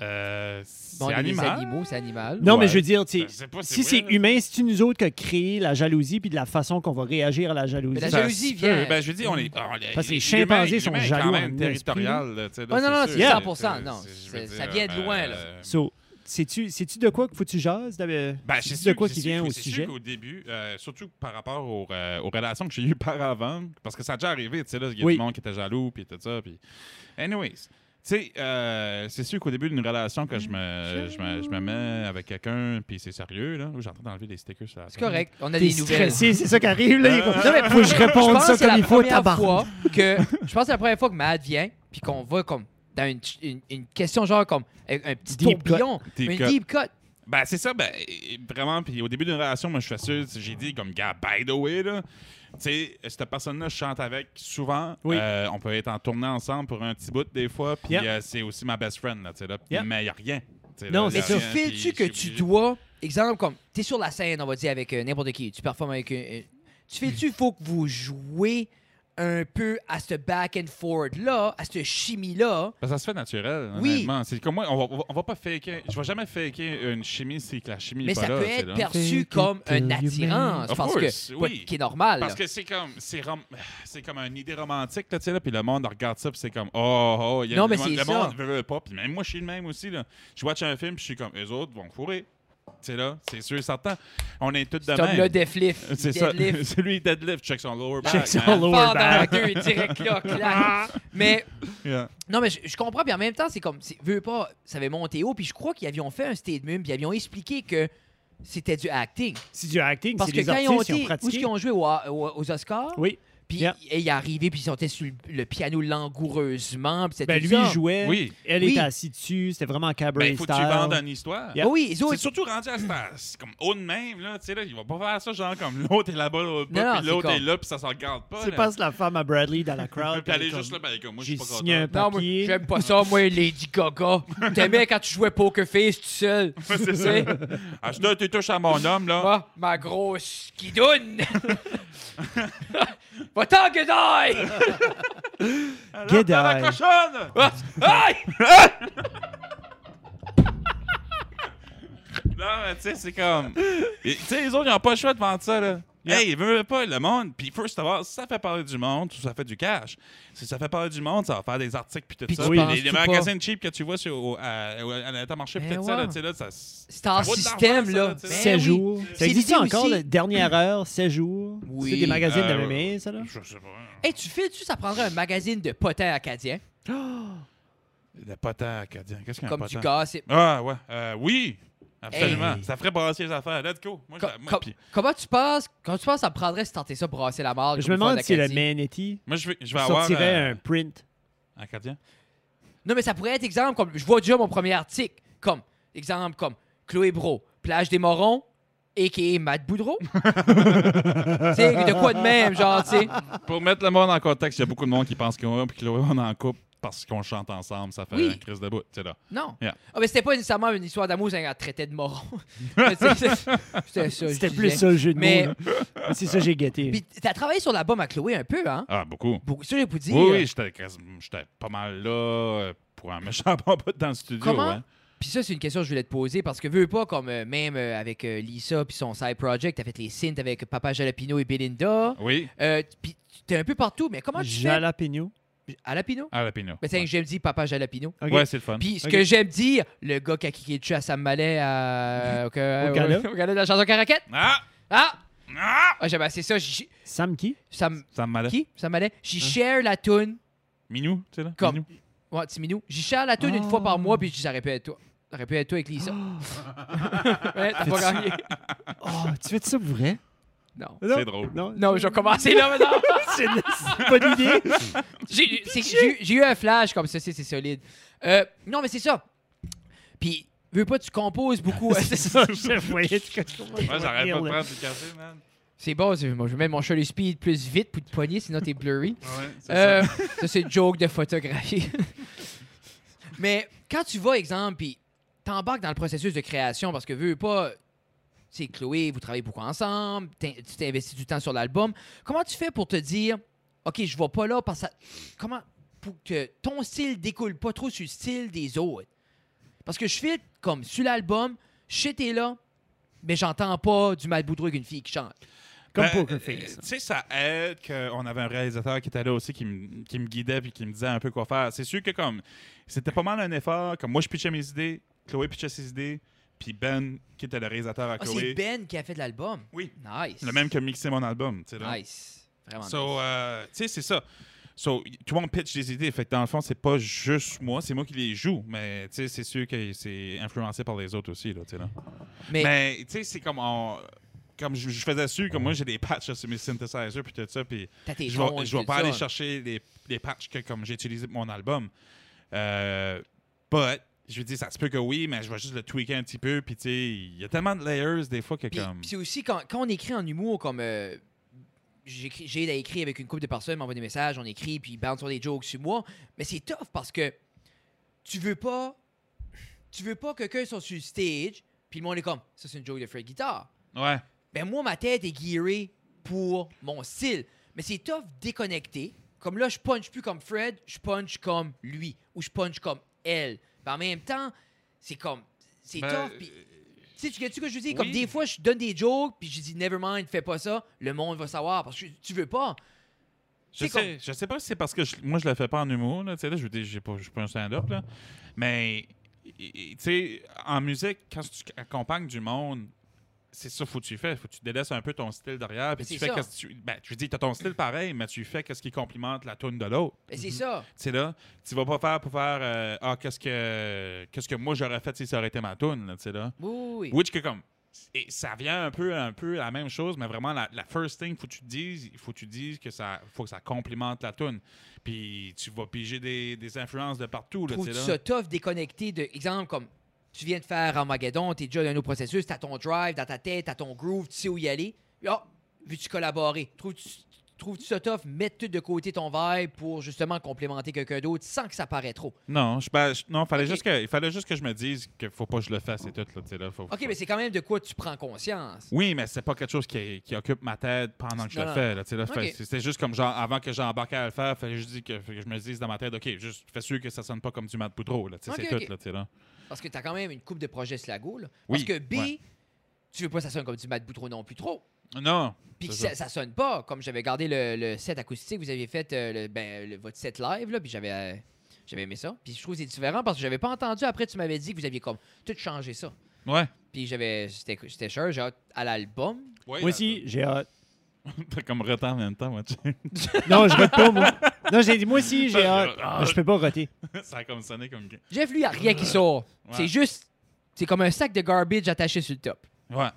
[SPEAKER 3] Euh,
[SPEAKER 1] Bon,
[SPEAKER 3] c'est
[SPEAKER 1] les
[SPEAKER 3] animal.
[SPEAKER 1] animaux, c'est animal.
[SPEAKER 2] Non, mais
[SPEAKER 3] Ouais.
[SPEAKER 2] je veux dire, tu sais,
[SPEAKER 3] Ben, je sais pas,
[SPEAKER 2] si
[SPEAKER 3] c'est
[SPEAKER 2] c'est
[SPEAKER 3] weird.
[SPEAKER 2] humain, c'est-tu nous autres qui a créé la jalousie puis de la façon qu'on va réagir à la jalousie?
[SPEAKER 1] Mais la
[SPEAKER 3] Ça
[SPEAKER 1] jalousie
[SPEAKER 3] se peut.
[SPEAKER 1] vient.
[SPEAKER 3] Ben, je veux dire, on est. on est-
[SPEAKER 2] Parce que les
[SPEAKER 3] l'humain-
[SPEAKER 2] chimpanzés sont
[SPEAKER 3] l'humain est
[SPEAKER 2] jaloux
[SPEAKER 3] quand
[SPEAKER 2] en
[SPEAKER 3] même
[SPEAKER 2] esprit.
[SPEAKER 3] territorial. là, tu sais, là,
[SPEAKER 1] Oh, non, non,
[SPEAKER 3] sûr,
[SPEAKER 1] c'est 100%, non,
[SPEAKER 3] je
[SPEAKER 1] c'est-
[SPEAKER 3] veux
[SPEAKER 1] ça vient de loin, là.
[SPEAKER 2] So, c'est-tu c'est-tu de quoi qu'il faut que tu jases? de-
[SPEAKER 3] Ben,
[SPEAKER 2] c'est-tu
[SPEAKER 3] c'est
[SPEAKER 2] de
[SPEAKER 3] sûr-
[SPEAKER 2] quoi
[SPEAKER 3] c'est
[SPEAKER 2] qui
[SPEAKER 3] sûr
[SPEAKER 2] vient
[SPEAKER 3] que-
[SPEAKER 2] au
[SPEAKER 3] c'est
[SPEAKER 2] sujet?
[SPEAKER 3] sûr qu'au début, euh, surtout par rapport aux, euh, aux relations que j'ai eues par avant, parce que ça a déjà arrivé, tu sais, là, il y a
[SPEAKER 2] Oui.
[SPEAKER 3] du monde qui était jaloux, puis tout ça, puis... Anyways, tu sais, euh, c'est sûr qu'au début d'une relation que je me, je me, je me mets avec quelqu'un, puis c'est sérieux, là, où j'entends d'enlever des stickers sur la
[SPEAKER 1] C'est
[SPEAKER 3] table.
[SPEAKER 1] correct. On a
[SPEAKER 2] T'es
[SPEAKER 1] des nouvelles.
[SPEAKER 2] stressé, c'est ça qui arrive.
[SPEAKER 3] Euh,
[SPEAKER 2] Là, il est comme,
[SPEAKER 1] Non, mais
[SPEAKER 2] faut que je réponde
[SPEAKER 1] pense
[SPEAKER 2] ça
[SPEAKER 1] que c'est
[SPEAKER 2] comme
[SPEAKER 1] la
[SPEAKER 2] il faut,
[SPEAKER 1] première
[SPEAKER 2] tabarnak.
[SPEAKER 1] fois que Je pense que c'est la première fois que Matt vient, puis qu'on va comme dans une, une, une question genre comme un, un petit
[SPEAKER 2] Deep cut.
[SPEAKER 1] tourbillon,
[SPEAKER 3] Deep
[SPEAKER 1] une
[SPEAKER 3] cut.
[SPEAKER 1] deep cut.
[SPEAKER 3] Ben, c'est ça, ben, et- vraiment. Puis au début d'une relation, moi, je suis sûr, j'ai dit comme, gars, by the way, là, tu sais, cette personne-là, je chante avec souvent.
[SPEAKER 2] Oui.
[SPEAKER 3] Euh, on peut être en tournée ensemble pour un petit bout des fois. Puis
[SPEAKER 2] Yep.
[SPEAKER 3] euh, c'est aussi ma best friend, là, tu sais, là.
[SPEAKER 2] Yep.
[SPEAKER 3] Mais il n'y a rien. tu sais,
[SPEAKER 2] Non,
[SPEAKER 3] là,
[SPEAKER 2] c'est
[SPEAKER 1] Mais
[SPEAKER 3] y a
[SPEAKER 1] tu
[SPEAKER 2] ça.
[SPEAKER 3] rien,
[SPEAKER 1] files-tu
[SPEAKER 3] puis
[SPEAKER 1] que
[SPEAKER 3] j'ai
[SPEAKER 1] tu
[SPEAKER 3] obligé-
[SPEAKER 1] dois, exemple comme, t'es sur la scène, on va dire, avec euh, n'importe qui, tu performes avec un. un- tu files-tu,
[SPEAKER 3] Mm.
[SPEAKER 1] faut que vous jouez un peu à ce back and forth là, à cette chimie là.
[SPEAKER 3] Ben, ça se fait naturel,
[SPEAKER 1] Oui.
[SPEAKER 3] honnêtement. C'est comme moi, on va, on va- on va pas faker. Je vais jamais faker une chimie si que la
[SPEAKER 1] Mais
[SPEAKER 3] chimie n'est pas
[SPEAKER 1] ça
[SPEAKER 3] ben là.
[SPEAKER 1] peut
[SPEAKER 3] tu sais, là.
[SPEAKER 1] être perçu
[SPEAKER 4] Fake
[SPEAKER 1] comme
[SPEAKER 4] it till
[SPEAKER 1] une
[SPEAKER 4] you make it.
[SPEAKER 1] attirance,
[SPEAKER 3] Of
[SPEAKER 1] parce
[SPEAKER 3] course,
[SPEAKER 1] que, pas-
[SPEAKER 3] oui.
[SPEAKER 1] qui est normal.
[SPEAKER 3] Parce
[SPEAKER 1] là.
[SPEAKER 3] que c'est comme c'est rom- c'est comme une idée romantique là, tu sais là, puis le monde regarde ça, puis c'est comme oh oh, il y a
[SPEAKER 1] Non,
[SPEAKER 3] le
[SPEAKER 1] mais
[SPEAKER 3] monde,
[SPEAKER 1] c'est
[SPEAKER 3] le
[SPEAKER 1] ça.
[SPEAKER 3] monde veut, veut pas, puis même moi je suis le même aussi là. Je watch un film, puis je suis comme les autres vont fourrer. Tu sais là, c'est sûr et certain. On est tous de
[SPEAKER 1] Cet homme-là,
[SPEAKER 3] même.
[SPEAKER 1] deadlift.
[SPEAKER 3] C'est ça.
[SPEAKER 1] deadlift.
[SPEAKER 3] Celui deadlift, check son lower back.
[SPEAKER 2] Check son
[SPEAKER 3] man.
[SPEAKER 2] lower-
[SPEAKER 1] Fort dans la
[SPEAKER 2] back.
[SPEAKER 1] gueule, direct là, clac. Mais
[SPEAKER 3] Yeah.
[SPEAKER 1] non, mais je, je comprends, puis en même temps, c'est comme, c'est- veux pas, ça avait monté haut, puis je crois qu'ils avaient fait un statement, puis ils avaient expliqué que c'était du acting.
[SPEAKER 2] C'est du acting,
[SPEAKER 1] Parce
[SPEAKER 2] c'est
[SPEAKER 1] que
[SPEAKER 2] des
[SPEAKER 1] quand ils ont,
[SPEAKER 2] artistes
[SPEAKER 1] été,
[SPEAKER 2] qui
[SPEAKER 1] où
[SPEAKER 2] ont
[SPEAKER 1] est-ce
[SPEAKER 2] pratiqué.
[SPEAKER 1] qu'ils ont joué au- au- aux Oscars,
[SPEAKER 2] Oui.
[SPEAKER 1] puis
[SPEAKER 2] Yeah.
[SPEAKER 1] et il est arrivé, puis ils étaient sur le- le piano langoureusement, puis c'était
[SPEAKER 2] Ben, lui,
[SPEAKER 1] ça.
[SPEAKER 2] il jouait.
[SPEAKER 3] Oui.
[SPEAKER 2] Elle
[SPEAKER 1] Oui.
[SPEAKER 2] était assise dessus. C'était vraiment
[SPEAKER 3] Ben,
[SPEAKER 2] cabaret
[SPEAKER 3] il faut que
[SPEAKER 2] style.
[SPEAKER 3] tu vendes une histoire.
[SPEAKER 2] Yeah.
[SPEAKER 1] Ah oui, ils ont-
[SPEAKER 3] C'est surtout rendu à cette- c'est comme haut de même là, tu sais là, il va pas faire ça genre comme l'autre est là-bas, l'autre
[SPEAKER 1] Non, non,
[SPEAKER 3] pas,
[SPEAKER 1] c'est
[SPEAKER 3] puis l'autre est
[SPEAKER 1] comme-
[SPEAKER 3] là, puis ça se regarde pas.
[SPEAKER 2] Tu
[SPEAKER 3] là.
[SPEAKER 2] passes la femme à Bradley dans la crowd.
[SPEAKER 3] Puis elle est
[SPEAKER 2] comme,
[SPEAKER 3] juste là, ben comme moi je
[SPEAKER 2] J'ai
[SPEAKER 3] suis pas
[SPEAKER 2] signé un
[SPEAKER 3] content.
[SPEAKER 1] Non, moi,
[SPEAKER 2] papier.
[SPEAKER 1] j'aime pas ça, moi, Lady Gaga. T'aimais quand tu jouais Poker Face tout seul.
[SPEAKER 3] C'est ça. Ah, je te- tu touches à mon homme là.
[SPEAKER 1] Ah, ma grosse guidoune! Va-t'en, guedaille!
[SPEAKER 2] Get out.
[SPEAKER 3] cochonne!
[SPEAKER 1] Ah, aïe!
[SPEAKER 3] Non, mais tu sais, c'est comme. Et, Tu sais, les autres, ils n'ont pas le choix de vendre ça, là. Hey, ils veulent pas le monde. Puis, first of all, si ça fait parler du monde, ça fait du cash. Si ça fait parler du monde, ça va faire des articles, puis tout
[SPEAKER 1] Puis
[SPEAKER 3] ça.
[SPEAKER 1] tu
[SPEAKER 3] Puis
[SPEAKER 1] penses-tu
[SPEAKER 3] les, les
[SPEAKER 1] pas?
[SPEAKER 3] magasins cheap que tu vois sur, au, à, au- à l'intermarché, puis
[SPEAKER 1] Ben
[SPEAKER 3] tout ça, là,
[SPEAKER 1] ouais.
[SPEAKER 3] tu sais, là, ça. s-
[SPEAKER 1] C'est en
[SPEAKER 3] ça vaut de
[SPEAKER 1] système,
[SPEAKER 3] l'argent, ça,
[SPEAKER 1] là.
[SPEAKER 3] tu sais.
[SPEAKER 2] 16
[SPEAKER 1] Ben oui.
[SPEAKER 2] jours.
[SPEAKER 1] C'est
[SPEAKER 2] Ça existe
[SPEAKER 1] l'idée
[SPEAKER 2] encore,
[SPEAKER 1] aussi.
[SPEAKER 2] la dernière heure, 16 jours.
[SPEAKER 1] Oui.
[SPEAKER 2] C'est des magazines
[SPEAKER 3] Euh,
[SPEAKER 2] de MMA, ça, là.
[SPEAKER 3] Je sais pas.
[SPEAKER 1] Hey, tu fais tu ça prendrait un magazine de potins acadiens,
[SPEAKER 3] Le potin acadien. Qu'est-ce qu'un
[SPEAKER 1] comme
[SPEAKER 3] potin?
[SPEAKER 1] du gossip.
[SPEAKER 3] Ah, ouais. Euh, oui! Absolument. Ça ferait brasser les affaires. Let's go.
[SPEAKER 2] Ben,
[SPEAKER 3] Moi,
[SPEAKER 1] Co-
[SPEAKER 3] j'a- moi,
[SPEAKER 1] co-
[SPEAKER 3] puis-
[SPEAKER 1] comment tu penses, comment tu penses ça prendrait si tenter ça pour brasser la marque?
[SPEAKER 2] Je
[SPEAKER 1] comme
[SPEAKER 2] me
[SPEAKER 1] ils font en
[SPEAKER 2] demande si le
[SPEAKER 1] Acadie?
[SPEAKER 2] Manatee
[SPEAKER 3] moi, je vais, je vais avoir.
[SPEAKER 2] sortirait
[SPEAKER 3] euh,
[SPEAKER 2] un print.
[SPEAKER 3] Acadien?
[SPEAKER 1] Non, mais ça pourrait être exemple comme. Je vois déjà mon premier article. Comme, exemple comme Chloé Bro, Plage des Morons, a.k.a. Matt Boudreau. tu sais, de quoi de même, genre, tu sais.
[SPEAKER 3] Pour mettre le monde en contexte, il y a beaucoup de monde qui pense qu'on est puis que on est en couple parce qu'on chante ensemble, ça fait
[SPEAKER 1] Oui.
[SPEAKER 3] une crise de bout, tu sais là.
[SPEAKER 1] Non.
[SPEAKER 3] Yeah.
[SPEAKER 1] Ah, mais c'était pas nécessairement une histoire d'amour, c'est un traité de moron. Mais tu sais, c'est- c'était ça. je
[SPEAKER 2] C'était plus
[SPEAKER 1] disais.
[SPEAKER 2] ça le jeu de
[SPEAKER 1] Mais-
[SPEAKER 2] mots. là. C'est ça, j'ai gâté.
[SPEAKER 1] Puis t'as travaillé sur l'album à Chloé un peu, hein?
[SPEAKER 3] Ah, beaucoup.
[SPEAKER 1] Beaucoup, ça, j'ai euh, pour dire.
[SPEAKER 3] Oui, oui, j'étais quasi- j'étais pas mal là euh, pour un méchant bon bout dans le studio. hein.
[SPEAKER 1] Comment?
[SPEAKER 3] ouais.
[SPEAKER 1] Puis ça, c'est une question que je voulais te poser parce que veux pas, comme euh, même euh, avec euh, Lisa puis son side project, t'as fait les synths avec Papa Jalapino et Belinda.
[SPEAKER 3] Oui,
[SPEAKER 1] Euh, puis t'es un peu partout, mais comment tu
[SPEAKER 2] Jalapeno.
[SPEAKER 1] fais? Jalapino?
[SPEAKER 3] à la pino.
[SPEAKER 1] Mais c'est que j'aime dire Papa Jalapino.
[SPEAKER 2] Ok.
[SPEAKER 3] Ouais, c'est le fun.
[SPEAKER 1] Puis ce
[SPEAKER 2] Ok.
[SPEAKER 1] que j'aime dire, le gars qui a kické dessus à Sam Mallet à, au,
[SPEAKER 2] Au gala.
[SPEAKER 1] au gala de la chanson Caraquette,
[SPEAKER 3] Ah!
[SPEAKER 1] Ah!
[SPEAKER 3] Ah!
[SPEAKER 1] Ah, j'avais assez ça. j'y-
[SPEAKER 2] Sam qui?
[SPEAKER 1] Ça me.
[SPEAKER 3] Ça me malait.
[SPEAKER 1] Qui? Ça m'allait. J'y
[SPEAKER 2] Hein.
[SPEAKER 1] share la toune.
[SPEAKER 3] Minou, tu sais, là.
[SPEAKER 1] Comme.
[SPEAKER 3] Minou.
[SPEAKER 1] Ouais, petit minou. J'y share la toune une fois
[SPEAKER 2] Ah.
[SPEAKER 1] par mois, puis je dis, ça aurait pu être toi. Ça aurait pu être toi avec Lisa.
[SPEAKER 2] Ah.
[SPEAKER 1] ouais, t'as pas gagné.
[SPEAKER 2] Oh, tu fais de ça pour vrai?
[SPEAKER 1] Non.
[SPEAKER 3] C'est drôle.
[SPEAKER 2] Non,
[SPEAKER 1] Non, je vais commencer là maintenant.
[SPEAKER 2] c'est c'est pas une idée.
[SPEAKER 1] J'ai c'est- j'ai- j'ai eu un flash comme ça, c'est c'est solide. Euh, non, mais c'est ça. Puis, veux pas, tu composes beaucoup.
[SPEAKER 2] C'est ça, je voyais tout cas, je comprends
[SPEAKER 3] Ouais, j'arrête pas
[SPEAKER 2] dire,
[SPEAKER 3] de
[SPEAKER 2] là.
[SPEAKER 3] prendre du café, man.
[SPEAKER 1] C'est bon, c'est- moi, je vais mettre mon Shirley Speed plus vite pour te poigner, sinon t'es blurry.
[SPEAKER 3] Ouais, c'est
[SPEAKER 1] Euh,
[SPEAKER 3] ça.
[SPEAKER 1] ça, c'est une joke de photographie. Mais quand tu vas, exemple, puis t'embarques dans le processus de création parce que veux pas. Tu sais, Chloé, vous travaillez beaucoup ensemble, t'in- tu t'investis du temps sur l'album. Comment tu fais pour te dire, OK, je vais pas là parce que. ça- Comment. Pour que ton style découle pas trop sur le style des autres. Parce que je fais comme sur l'album, je sais t'es là, mais j'entends pas du mal boudreux qu'une fille qui chante.
[SPEAKER 2] Comme
[SPEAKER 3] Ben,
[SPEAKER 2] Poker
[SPEAKER 3] euh,
[SPEAKER 2] Face.
[SPEAKER 3] Tu sais, ça aide qu'on avait un réalisateur qui était là aussi, qui me, qui me guidait puis qui me disait un peu quoi faire. C'est sûr que comme c'était pas mal un effort, comme moi je pitchais mes idées, Chloé pitchait ses idées, puis Ben, qui était le réalisateur à
[SPEAKER 1] Ah,
[SPEAKER 3] Chloé,
[SPEAKER 1] c'est Ben qui a fait de l'album.
[SPEAKER 3] Oui.
[SPEAKER 1] Nice.
[SPEAKER 3] le même qui a mixé mon album. tu sais, là.
[SPEAKER 1] Nice. Vraiment nice.
[SPEAKER 3] So, euh, tu sais, c'est ça. So, y- tout le monde pitch des idées. Fait que dans le fond, c'est pas juste moi, c'est moi qui les joue. Mais tu sais, c'est sûr que c'est influencé par les autres aussi. Là, tu sais, là.
[SPEAKER 1] Mais-
[SPEAKER 3] Mais tu sais, c'est comme on- Comme je, je faisais sûr, comme moi j'ai des patchs là, sur mes synthesizers puis tout ça, puis
[SPEAKER 1] T'as tes
[SPEAKER 3] je vais-
[SPEAKER 1] tons et
[SPEAKER 3] je vais
[SPEAKER 1] tout
[SPEAKER 3] pas
[SPEAKER 1] ça,
[SPEAKER 3] aller
[SPEAKER 1] hein.
[SPEAKER 3] chercher les, les patchs que comme j'ai utilisé pour mon album. Euh, but je lui dis ça se peut que oui, mais je vais juste le tweaker un petit peu. Puis tu sais, il y a tellement de layers des fois que
[SPEAKER 1] Puis,
[SPEAKER 3] comme
[SPEAKER 1] puis c'est aussi quand, quand on écrit en humour, comme euh, j'écris- j'ai écrit avec une couple de personnes, m'envoie des messages, on écrit, puis ils bouncent sur des jokes sur moi. Mais c'est tough parce que tu veux pas. Tu veux pas que quelqu'un soit sur le stage, puis le monde est comme ça, c'est une joke de Fred Guitar.
[SPEAKER 3] ouais,
[SPEAKER 1] Ben moi, ma tête est gearée pour mon style. Mais c'est tough de déconnecter. Comme là, je punch plus comme Fred, je punch comme lui, ou je punch comme elle. Puis en même temps, c'est comme. C'est
[SPEAKER 3] Ben,
[SPEAKER 1] tough. puis- Tu sais, tu sais ce que je veux dire? Comme
[SPEAKER 3] Oui.
[SPEAKER 1] des fois, je donne des jokes, puis je dis never mind, fais pas ça. Le monde va savoir parce que tu veux pas.
[SPEAKER 3] Je
[SPEAKER 1] C'est
[SPEAKER 3] sais, je sais pas si c'est parce que je- moi je le fais pas en humour, là, tu sais, là, je veux dire, j'ai pas- je suis pas un stand-up, là, mais, y- y- tu sais, en musique, quand tu accompagnes du monde, c'est ça faut que tu fais, faut que tu délaisses un peu ton style derrière, puis
[SPEAKER 1] Mais
[SPEAKER 3] tu
[SPEAKER 1] c'est
[SPEAKER 3] fais
[SPEAKER 1] ça.
[SPEAKER 3] qu'est-ce que tu, ben, je veux dire, t'as ton style pareil, mais tu fais qu'est-ce qui complimente la tune de l'autre,
[SPEAKER 1] Ben, c'est ça.
[SPEAKER 3] tu sais, là, tu vas pas faire pour faire, euh, ah, qu'est-ce que, qu'est-ce que moi j'aurais fait si ça aurait été ma tune, là, tu sais, là.
[SPEAKER 1] Oui, oui, oui.
[SPEAKER 3] Which que comme. et ça vient un peu, un peu la même chose, mais vraiment, la, la first thing, faut que tu te dises, il faut que tu te dises que ça, faut que ça complimente la tune. Puis tu vas piger des, des influences de partout. Là, tu
[SPEAKER 1] Trouves-tu
[SPEAKER 3] sais, là.
[SPEAKER 1] ça tough déconnecté de. Exemple, comme tu viens de faire Armageddon, t'es déjà dans un autre processus, t'as ton drive dans ta tête, t'as ton groove, tu sais où y aller. Puis, Ah, veux-tu collaborer? Trouves-tu trouves ça tough mettre tout de côté ton vibe pour justement complémenter quelqu'un d'autre sans que ça paraît trop?
[SPEAKER 3] Non, je, ben, je- non fallait
[SPEAKER 1] Ok.
[SPEAKER 3] juste que, il fallait juste que je me dise qu'il faut pas que je le fasse et tout. Là, tu sais, là, faut-
[SPEAKER 1] Ok, mais c'est quand même de quoi tu prends conscience.
[SPEAKER 3] Oui, mais c'est pas quelque chose qui, qui occupe ma tête pendant que je
[SPEAKER 1] Non,
[SPEAKER 3] le
[SPEAKER 1] non.
[SPEAKER 3] fais. là, tu sais, là.
[SPEAKER 1] Ok.
[SPEAKER 3] Fait- c'est- C'était juste comme genre, avant que j'embarquais à le faire, fallait juste dire que, que je me dise dans ma tête, OK, juste fais sûr que ça sonne pas comme du Matt Boudreau. Là, tu sais,
[SPEAKER 1] Ok,
[SPEAKER 3] c'est
[SPEAKER 1] ok.
[SPEAKER 3] tout. Là, tu sais, là.
[SPEAKER 1] Parce que t'as quand même une coupe de projets Slago, là. Parce
[SPEAKER 3] Oui,
[SPEAKER 1] que B,
[SPEAKER 3] ouais.
[SPEAKER 1] tu veux pas que ça sonne comme du Matt Boutreau non plus trop.
[SPEAKER 3] Non.
[SPEAKER 1] Puis que
[SPEAKER 3] c'est ça.
[SPEAKER 1] ça, ça sonne pas. Comme j'avais gardé le, le set acoustique, vous aviez fait euh, le, ben, le- votre set live, là, puis j'avais, euh, j'avais aimé ça. Puis je trouve que c'est différent parce que j'avais pas entendu. Après, tu m'avais dit que vous aviez comme tout changé ça.
[SPEAKER 3] Ouais.
[SPEAKER 1] Puis j'avais, j'étais, j'étais sûr, j'ai hâte à l'album.
[SPEAKER 2] Moi aussi, j'ai hâte.
[SPEAKER 3] T'as comme retard en même temps, moi. tu sais.
[SPEAKER 2] Non, je rate pas, moi. Non, j'ai dit, moi aussi, j'ai
[SPEAKER 3] Ah,
[SPEAKER 2] hâte.
[SPEAKER 3] ah,
[SPEAKER 2] Mais Je peux pas roter.
[SPEAKER 3] ça a comme sonné comme. que-
[SPEAKER 1] Jeff, lui, y a rien qui sort.
[SPEAKER 3] Ouais.
[SPEAKER 1] C'est juste, c'est comme un sac de garbage attaché sur le top.
[SPEAKER 3] Ouais.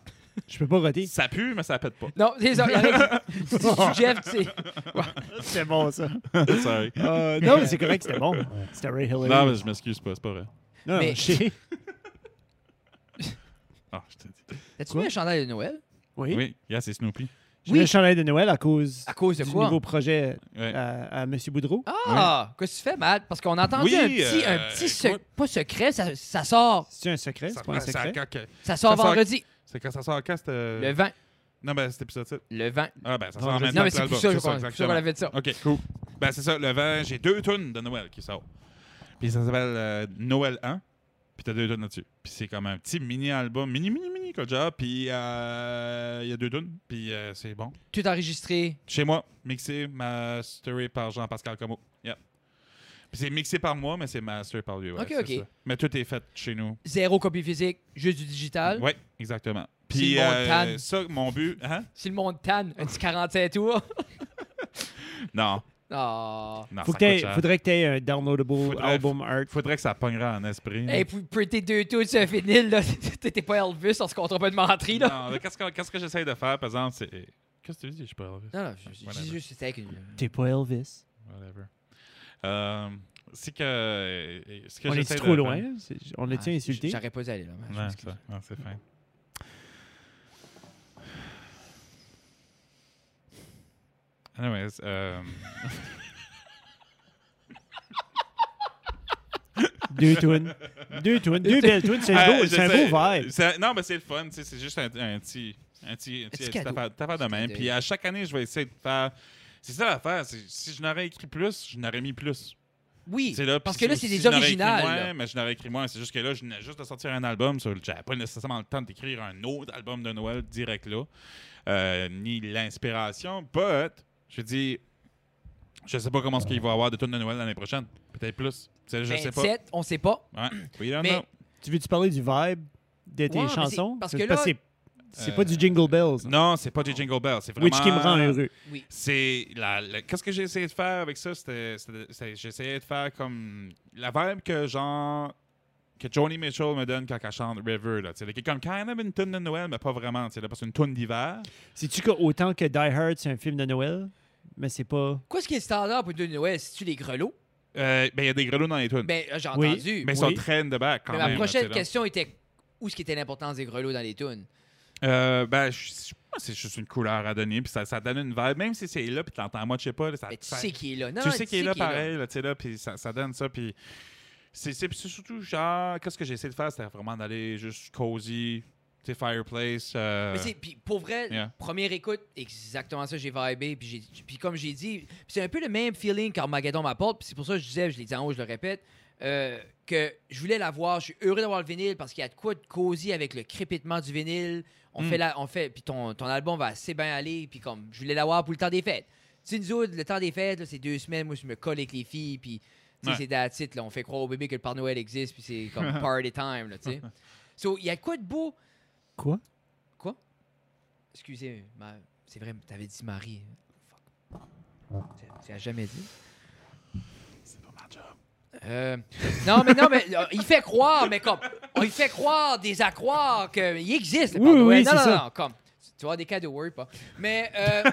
[SPEAKER 2] Je peux pas roter.
[SPEAKER 3] Ça pue, mais ça pète pas.
[SPEAKER 1] Non, c'est ça. y a rien qui- Si tu- Jeff, c'est.
[SPEAKER 2] C'est bon, ça.
[SPEAKER 3] Sorry.
[SPEAKER 2] Euh, non, mais c'est correct, c'était bon. C'était Ray Hillary.
[SPEAKER 3] Non, mais je m'excuse pas, c'est pas vrai.
[SPEAKER 2] Non,
[SPEAKER 1] Mais-
[SPEAKER 2] je sais.
[SPEAKER 3] Ah, je te dis.
[SPEAKER 1] T'as-tu
[SPEAKER 2] Quoi?
[SPEAKER 1] mis un chandail de Noël?
[SPEAKER 2] Oui.
[SPEAKER 3] Oui, yeah, c'est Snoopy.
[SPEAKER 2] J'ai
[SPEAKER 1] Oui.
[SPEAKER 2] le chandail de Noël à cause,
[SPEAKER 1] À cause de
[SPEAKER 2] du
[SPEAKER 1] quoi?
[SPEAKER 2] nouveau projet
[SPEAKER 3] Ouais.
[SPEAKER 2] à, à M. Boudreau.
[SPEAKER 1] Ah, qu'est-ce que tu fais, Matt? Parce qu'on a entendu
[SPEAKER 3] Oui,
[SPEAKER 1] un petit, un
[SPEAKER 3] euh,
[SPEAKER 1] petit sec-
[SPEAKER 3] écoute.
[SPEAKER 1] pas secret, ça, ça sort.
[SPEAKER 2] C'est un secret, c'est pas un
[SPEAKER 3] ça,
[SPEAKER 2] secret.
[SPEAKER 3] quand que-
[SPEAKER 1] Ça sort
[SPEAKER 3] Ça sort-
[SPEAKER 1] vendredi.
[SPEAKER 3] c'est quand ça sort quand c'était.
[SPEAKER 1] Le 20.
[SPEAKER 3] Non, ben c'était épisode 7.
[SPEAKER 1] Le 20.
[SPEAKER 3] Ah, ben ça
[SPEAKER 2] Non,
[SPEAKER 3] sort en
[SPEAKER 2] je-
[SPEAKER 3] même temps.
[SPEAKER 1] Non, mais
[SPEAKER 3] que
[SPEAKER 1] c'est pour ça, je
[SPEAKER 3] l'album.
[SPEAKER 1] crois- c'est pour ça qu'on
[SPEAKER 3] exactement.
[SPEAKER 1] avait dit ça.
[SPEAKER 3] Ok, cool. Ben c'est ça, le vent, j'ai deux tunes de Noël qui sortent. Puis ça s'appelle euh, Noël 1. Puis t'as deux tunes là-dessus. Puis c'est comme un petit mini-album, mini, mini, mini, quoi, déjà. Puis euh, il y a deux tunes. Puis euh, c'est bon.
[SPEAKER 1] Tout enregistré.
[SPEAKER 3] Chez moi, mixé, masteré par Jean-Pascal Comeau. Yep. Puis c'est mixé par moi, mais c'est masteré par lui. ouais,
[SPEAKER 1] Ok,
[SPEAKER 3] c'est
[SPEAKER 1] ok.
[SPEAKER 3] ça. Mais tout est fait chez nous.
[SPEAKER 1] Zéro copie physique, juste du digital.
[SPEAKER 3] Oui, exactement.
[SPEAKER 1] Si
[SPEAKER 3] Puis
[SPEAKER 1] le monde
[SPEAKER 3] euh,
[SPEAKER 1] tanne.
[SPEAKER 3] ça, mon but. Hein?
[SPEAKER 1] Si le monde tanne, un petit 47 tours.
[SPEAKER 3] Non,
[SPEAKER 1] Ah.
[SPEAKER 3] non,
[SPEAKER 2] Faut
[SPEAKER 3] ça
[SPEAKER 2] que t'aies-
[SPEAKER 3] coûte cher.
[SPEAKER 2] faudrait que tu aies un downloadable
[SPEAKER 3] Faudrait-
[SPEAKER 2] album art.
[SPEAKER 3] Faudrait que ça pongera en esprit. là.
[SPEAKER 1] Hey, pour, pour tes deux tours sur un vinyle, là, t'étais pas Elvis, on se comptera pas de menterie, là.
[SPEAKER 3] Non, mais qu'est-ce que, qu'est-ce que j'essaie de faire, par exemple, c'est. Qu'est-ce que tu dis? Je suis pas Elvis.
[SPEAKER 1] Non, non, je- je
[SPEAKER 3] Whatever.
[SPEAKER 1] dis juste, c'était avec une...
[SPEAKER 2] T'es pas Elvis.
[SPEAKER 3] Whatever. Euh, c'est que. euh, Ce que
[SPEAKER 2] on
[SPEAKER 3] j'essaie
[SPEAKER 2] est
[SPEAKER 3] de
[SPEAKER 2] trop
[SPEAKER 3] faire-
[SPEAKER 2] loin. hein? C'est- On l'a-tu
[SPEAKER 1] Ah,
[SPEAKER 2] insulté?
[SPEAKER 1] J'aurais pas dû aller, là. Ah, je
[SPEAKER 3] Non,
[SPEAKER 1] m'excuse.
[SPEAKER 3] ça. Non, c'est fin. Anyways, euh,
[SPEAKER 2] Deux tunes. Deux tunes. Deux belles tunes. C'est
[SPEAKER 3] euh,
[SPEAKER 2] beau. C'est un
[SPEAKER 3] j'essaie-
[SPEAKER 2] beau vibe.
[SPEAKER 3] c'est- Non, mais c'est le fun. tu sais, C'est juste un, un petit. Un petit, un
[SPEAKER 1] petit
[SPEAKER 3] petit, un petit
[SPEAKER 1] cadeau.
[SPEAKER 3] affaire, affaire de même.
[SPEAKER 1] cadeau.
[SPEAKER 3] Puis à chaque année, je vais essayer de faire. C'est ça l'affaire. c'est- Si je n'aurais écrit plus, je n'aurais mis plus.
[SPEAKER 1] Oui,
[SPEAKER 3] C'est là,
[SPEAKER 1] parce
[SPEAKER 3] puis
[SPEAKER 1] que là,
[SPEAKER 3] si-
[SPEAKER 1] c'est
[SPEAKER 3] si
[SPEAKER 1] des
[SPEAKER 3] je n'aurais écrit
[SPEAKER 1] originales.
[SPEAKER 3] moins,
[SPEAKER 1] là.
[SPEAKER 3] mais je n'aurais écrit moins. C'est juste que là, je venais juste de sortir un album. so J'avais pas nécessairement le temps d'écrire un autre album de Noël direct là, euh, ni l'inspiration. But, je dis, je sais pas comment ce qu'il va y avoir de tunes de Noël l'année prochaine. Peut-être plus. Tu sais, Je sais pas. Ah,
[SPEAKER 1] 27, on sait pas.
[SPEAKER 3] Ouais. We don't
[SPEAKER 1] Ben, Mais-
[SPEAKER 3] know.
[SPEAKER 2] Tu veux-tu parler du vibe de tes
[SPEAKER 1] Ouais, mais c'est-
[SPEAKER 2] chansons?
[SPEAKER 1] parce que là-
[SPEAKER 2] c'est c'est pas du Jingle Bells. hein?
[SPEAKER 3] Euh, Non, c'est pas des Jingle Bells. C'est vraiment.
[SPEAKER 2] Which qui me rend heureux.
[SPEAKER 1] Oui.
[SPEAKER 3] c'est la, la- qu'est-ce que j'ai essayé de faire avec ça c'était, c'était- c'était- j'essayais de faire comme la vibe que genre que Joni Mitchell me donne quand elle chante River là tu sais là, qui est comme kind of une tune de Noël mais pas vraiment tu sais là, parce que c'est une tune d'hiver
[SPEAKER 2] Sais-tu qu'autant que Die Hard, c'est un film de Noël, mais c'est pas.
[SPEAKER 1] Quoi, ce qui est standard pour deux Noël, si tu les grelots?
[SPEAKER 3] Euh, ben il y a des grelots dans les tunes
[SPEAKER 1] Ben, euh, j'ai
[SPEAKER 2] Oui,
[SPEAKER 1] entendu.
[SPEAKER 3] mais ils
[SPEAKER 1] Mais,
[SPEAKER 3] sont
[SPEAKER 2] oui.
[SPEAKER 3] très in the back quand même
[SPEAKER 1] ma
[SPEAKER 3] là,
[SPEAKER 1] prochaine
[SPEAKER 3] tu sais, là.
[SPEAKER 1] question était où ce qui était l'importance des grelots dans les tunes?
[SPEAKER 3] Euh, ben je je pense que c'est juste une couleur à donner puis ça, ça donne une vibe même si c'est là puis t'entends moi je sais pas là, ça,
[SPEAKER 1] Mais tu
[SPEAKER 3] ça-
[SPEAKER 1] sais qui est là. Non,
[SPEAKER 3] tu
[SPEAKER 1] non,
[SPEAKER 3] sais qu'il est là pareil, là, tu sais, là, puis ça, ça donne ça, puis c'est c'est- c'est surtout genre, qu'est-ce que j'ai essayé de faire, c'était vraiment d'aller juste cozy, tu sais, fireplace. euh,
[SPEAKER 1] Mais c'est, puis pour vrai,
[SPEAKER 3] Yeah.
[SPEAKER 1] première écoute, exactement ça, j'ai vibé. Puis, j'ai, puis comme j'ai dit, puis c'est un peu le même feeling qu'Armageddon m'apporte. Puis c'est pour ça que je disais, je l'ai dit en haut, je le répète, euh, que je voulais l'avoir. Je suis heureux d'avoir le vinyle parce qu'il y a de quoi de cosy avec le crépitement du vinyle. On
[SPEAKER 3] Mm.
[SPEAKER 1] fait la, on fait, puis ton, ton album va assez bien aller. Puis comme, je voulais l'avoir pour le temps des fêtes. Tu sais, nous autres, le temps des fêtes, là, c'est deux semaines, moi, je me colle avec les filles, puis tu sais,
[SPEAKER 3] Ouais.
[SPEAKER 1] c'est that's it, là, on fait croire au bébé que le Père Noël existe, puis c'est comme party time, là, tu sais. So, il y a de quoi de beau,
[SPEAKER 2] Quoi?
[SPEAKER 1] Excusez, ma- c'est vrai, t'avais dit Marie. Fuck. Tu- Tu as jamais dit.
[SPEAKER 3] C'est pas ma
[SPEAKER 1] Euh, non, mais non, mais euh, il fait croire, mais comme. On lui fait croire, des accroires, qu'il existe. le
[SPEAKER 2] Oui,
[SPEAKER 1] Père
[SPEAKER 2] oui,
[SPEAKER 1] Noël. non,
[SPEAKER 2] c'est
[SPEAKER 1] non,
[SPEAKER 2] ça.
[SPEAKER 1] non, comme. Tu- Tu vois des cadeaux, ouais, pas. Mais. euh,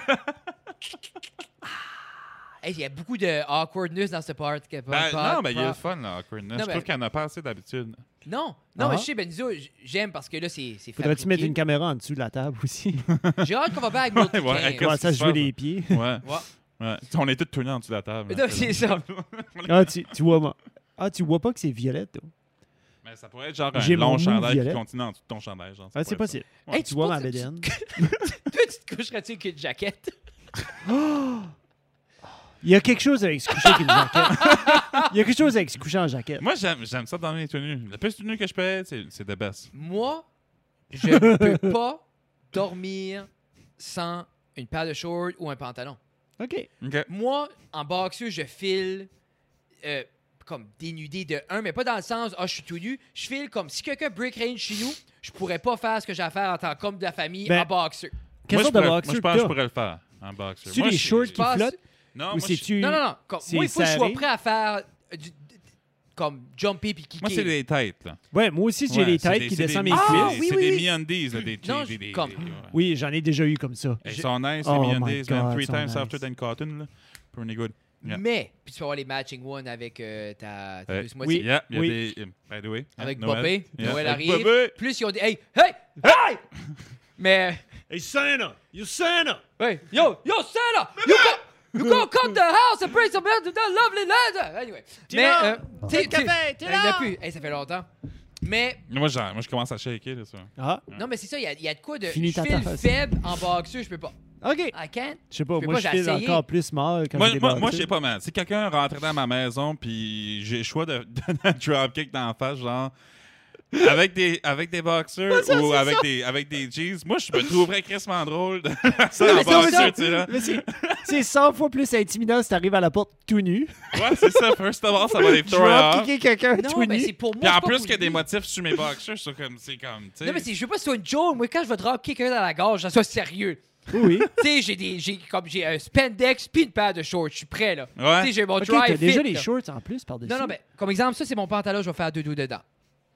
[SPEAKER 1] hey, il y a beaucoup de awkwardness dans ce part.
[SPEAKER 3] Ben, non, mais il y a le fun, là,
[SPEAKER 1] Non,
[SPEAKER 3] awkwardness. je trouve
[SPEAKER 1] ben-
[SPEAKER 3] qu'il y en a pas assez d'habitude.
[SPEAKER 1] Non, non, mais
[SPEAKER 2] Ah.
[SPEAKER 1] je sais, Benzo, j'aime parce que là, c'est. c'est
[SPEAKER 2] Faudrait-tu mettre
[SPEAKER 1] fabriqué.
[SPEAKER 2] une caméra en dessous de la table aussi?
[SPEAKER 1] J'ai hâte qu'on va back
[SPEAKER 3] Ouais, ouais, avec Qu'est-ce
[SPEAKER 2] Comment ça
[SPEAKER 3] qui se
[SPEAKER 2] se joue
[SPEAKER 3] passe,
[SPEAKER 2] les pieds?
[SPEAKER 3] Ouais.
[SPEAKER 1] Ouais.
[SPEAKER 3] ouais. On est tous tournés en dessous de la table. là,
[SPEAKER 1] Non,
[SPEAKER 3] tu sais,
[SPEAKER 1] c'est
[SPEAKER 3] là.
[SPEAKER 1] ça.
[SPEAKER 2] Ah, tu, tu vois moi. Ah, tu vois pas que c'est violette, toi?
[SPEAKER 3] Mais ça pourrait être genre un
[SPEAKER 2] J'ai mon
[SPEAKER 3] long
[SPEAKER 2] mou
[SPEAKER 3] chandail
[SPEAKER 2] violet.
[SPEAKER 3] qui continue en dessous de ton chandail. Genre, ça
[SPEAKER 2] Ah, c'est
[SPEAKER 3] pourrait être
[SPEAKER 2] possible.
[SPEAKER 3] Ouais,
[SPEAKER 1] Hey,
[SPEAKER 2] Tu vois ma
[SPEAKER 1] penses-
[SPEAKER 2] bédaine?
[SPEAKER 1] Toi, tu te coucherais-tu avec une jaquette?
[SPEAKER 2] Il y a quelque chose avec se coucher avec une jaquette. Il y a quelque chose avec se coucher en jaquette.
[SPEAKER 3] ça. Moi, j'aime, j'aime ça dans les tenues. La plus tenue que je peux être, c'est, c'est the best.
[SPEAKER 1] Moi, je ne peux pas dormir sans une paire de shorts ou un pantalon.
[SPEAKER 2] OK.
[SPEAKER 3] OK.
[SPEAKER 1] Moi, en boxeur, je file euh, comme dénudé de un, mais pas dans le sens ah, je suis tout nu. Je file comme si quelqu'un break range chez nous, je pourrais pas faire ce que j'ai à faire en tant qu'homme de la famille
[SPEAKER 2] Ben,
[SPEAKER 1] en boxeur.
[SPEAKER 2] Quelle
[SPEAKER 3] moi, je
[SPEAKER 2] sorte de
[SPEAKER 3] pourrais-
[SPEAKER 2] boxer
[SPEAKER 3] moi, je pense
[SPEAKER 2] que
[SPEAKER 3] que je
[SPEAKER 2] t'as?
[SPEAKER 3] pourrais le faire. En boxeur.
[SPEAKER 2] C'est-tu
[SPEAKER 3] Moi,
[SPEAKER 2] les
[SPEAKER 3] je-
[SPEAKER 2] shorts qui
[SPEAKER 1] pense-
[SPEAKER 2] flottent
[SPEAKER 3] Non,
[SPEAKER 2] ou
[SPEAKER 3] Ah, moi, je-
[SPEAKER 2] c'est-tu...
[SPEAKER 1] Non, non, non. Comme,
[SPEAKER 2] C'est
[SPEAKER 1] moi, il faut que je sois
[SPEAKER 2] serré.
[SPEAKER 1] prêt à faire euh, du- comme jumper puis kicker.
[SPEAKER 3] Moi, c'est les têtes. Là.
[SPEAKER 2] Ouais, moi aussi, j'ai
[SPEAKER 3] Ouais,
[SPEAKER 2] les
[SPEAKER 3] c'est
[SPEAKER 2] têtes
[SPEAKER 3] des-
[SPEAKER 2] qui
[SPEAKER 3] c'est des-
[SPEAKER 2] descendent mes
[SPEAKER 1] Ah,
[SPEAKER 2] cuisses. Ah,
[SPEAKER 1] oui,
[SPEAKER 3] C'est
[SPEAKER 1] oui,
[SPEAKER 3] des
[SPEAKER 1] oui.
[SPEAKER 3] MeUndies, là, des
[SPEAKER 1] Non,
[SPEAKER 3] des-
[SPEAKER 1] je-
[SPEAKER 3] des-
[SPEAKER 1] comme-
[SPEAKER 3] des- ouais.
[SPEAKER 2] Oui, j'en ai déjà eu comme ça.
[SPEAKER 3] Hey,
[SPEAKER 1] Je-
[SPEAKER 3] sont nice,
[SPEAKER 2] Oh
[SPEAKER 3] les
[SPEAKER 2] my
[SPEAKER 3] MeUndies, man.
[SPEAKER 2] God,
[SPEAKER 3] Three
[SPEAKER 2] sont
[SPEAKER 3] times
[SPEAKER 2] nice.
[SPEAKER 3] softer than cotton, là. Pretty good. Yeah.
[SPEAKER 1] Mais, puis tu peux avoir les matching one avec euh, ta, ta
[SPEAKER 3] Ouais.
[SPEAKER 1] douce moitié.
[SPEAKER 2] Oui.
[SPEAKER 3] Yeah, il y a
[SPEAKER 2] Oui.
[SPEAKER 3] des... euh, By the way. hein,
[SPEAKER 1] Avec
[SPEAKER 3] Noël.
[SPEAKER 1] Bobby.
[SPEAKER 3] Yeah.
[SPEAKER 1] Noël
[SPEAKER 3] Avec
[SPEAKER 1] arrive.
[SPEAKER 3] Bobby.
[SPEAKER 1] Plus ils ont dit Hey, hey, hey! Mais,
[SPEAKER 2] Hey, Santa! You Santa!
[SPEAKER 1] ouais, yo, yo, Santa! You go, you go come to the house and bring some blood to that lovely land! Anyway. Mais,
[SPEAKER 2] là!
[SPEAKER 1] euh, tu sais,
[SPEAKER 2] Fais le café,
[SPEAKER 1] tu-
[SPEAKER 2] t'es
[SPEAKER 1] il y en a
[SPEAKER 2] là!
[SPEAKER 1] plus. Hey, ça fait longtemps. Mais,
[SPEAKER 3] Moi, j'en- moi, je commence à shaker, là, ça.
[SPEAKER 2] Ah,
[SPEAKER 1] non, mais c'est ça, il y a, il y a de quoi de.
[SPEAKER 2] Finis
[SPEAKER 1] je
[SPEAKER 2] ta
[SPEAKER 1] file
[SPEAKER 2] tasse.
[SPEAKER 1] faible en boxeur, je peux pas.
[SPEAKER 2] Ah, OK.
[SPEAKER 1] I can't.
[SPEAKER 2] Je sais
[SPEAKER 1] Ah, Je
[SPEAKER 2] pas,
[SPEAKER 1] peux
[SPEAKER 2] moi,
[SPEAKER 1] pas,
[SPEAKER 2] je
[SPEAKER 1] j'ai
[SPEAKER 2] fais
[SPEAKER 1] essayé.
[SPEAKER 2] encore plus mal quand
[SPEAKER 3] Moi,
[SPEAKER 2] j'ai des
[SPEAKER 3] moi, moi, je
[SPEAKER 2] boxers.
[SPEAKER 3] sais pas, man. Si quelqu'un rentrait dans ma maison, puis j'ai le choix de donner un dropkick d'en face, genre... Avec des, avec des boxers ou avec des, avec des jeans. Moi, je me trouverais crissement drôle de faire ça
[SPEAKER 1] Non,
[SPEAKER 3] en
[SPEAKER 1] mais c'est ça.
[SPEAKER 3] boxer, tu sais, là.
[SPEAKER 2] Mais c'est- C'est 100 fois plus intimidant si t'arrives à la porte tout nu.
[SPEAKER 3] Ouais, c'est ça. First of all, ça va les
[SPEAKER 2] Tu
[SPEAKER 3] throw
[SPEAKER 2] vas
[SPEAKER 3] off.
[SPEAKER 2] kicker quelqu'un
[SPEAKER 1] Non,
[SPEAKER 2] tout
[SPEAKER 1] mais
[SPEAKER 2] nu.
[SPEAKER 1] c'est pour moi.
[SPEAKER 3] Puis en
[SPEAKER 1] c'est pas
[SPEAKER 3] plus
[SPEAKER 1] pour
[SPEAKER 3] qu'il y a des
[SPEAKER 1] lui.
[SPEAKER 3] motifs sur mes boxers, c'est comme, c'est comme, tu sais.
[SPEAKER 1] Non, mais c'est- je veux pas si c'est une joke. Moi, quand je vais drop kick quelqu'un dans la gorge, ça soit sérieux.
[SPEAKER 2] Oui, oui.
[SPEAKER 1] tu sais, j'ai des. J'ai comme j'ai un spandex puis une paire de shorts. Je suis prêt, là.
[SPEAKER 3] Ouais.
[SPEAKER 1] Tu sais, j'ai mon
[SPEAKER 2] Ok,
[SPEAKER 1] dry
[SPEAKER 2] t'as déjà
[SPEAKER 1] fit,
[SPEAKER 2] les
[SPEAKER 1] là.
[SPEAKER 2] shorts en plus par-dessus.
[SPEAKER 1] Non, non, mais comme exemple, ça, c'est mon pantalon, je vais faire deux doux dedans.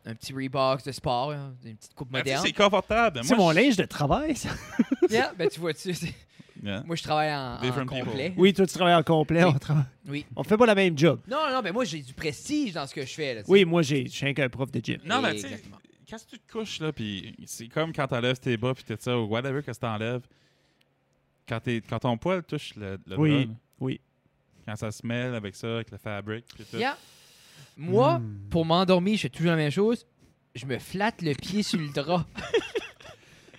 [SPEAKER 1] Un petit Reebok de sport, hein, une petite coupe
[SPEAKER 3] Ben, tu sais,
[SPEAKER 1] moderne.
[SPEAKER 3] c'est confortable.
[SPEAKER 2] C'est
[SPEAKER 3] Moi,
[SPEAKER 2] mon
[SPEAKER 3] je-
[SPEAKER 2] linge de travail, ça.
[SPEAKER 1] Yeah, ben, tu vois-tu, c'est-
[SPEAKER 3] Yeah.
[SPEAKER 1] moi, je travaille en, en
[SPEAKER 3] Different
[SPEAKER 1] complet.
[SPEAKER 2] Oui, toi, tu travailles en complet.
[SPEAKER 1] Oui.
[SPEAKER 2] On, travaille-
[SPEAKER 1] Oui.
[SPEAKER 2] on fait pas la même job.
[SPEAKER 1] Non, non, mais moi, j'ai du prestige dans ce que je fais, là. tu sais.
[SPEAKER 2] Oui, moi, j'ai- je suis un prof de gym.
[SPEAKER 3] Non, mais tu sais,
[SPEAKER 1] Exactement.
[SPEAKER 3] quand tu te couches, là, puis c'est comme quand t'enlèves tes bas, puis tout ça, ou whatever que t'enlèves, quand, t'es- quand ton poil touche le, le
[SPEAKER 2] Oui,
[SPEAKER 3] bras, là,
[SPEAKER 2] oui.
[SPEAKER 3] quand ça se mêle avec ça, avec le fabric, puis tout.
[SPEAKER 1] Yeah. Moi,
[SPEAKER 2] Hmm.
[SPEAKER 1] pour m'endormir, je fais toujours la même chose. Je me flatte le pied sur le drap.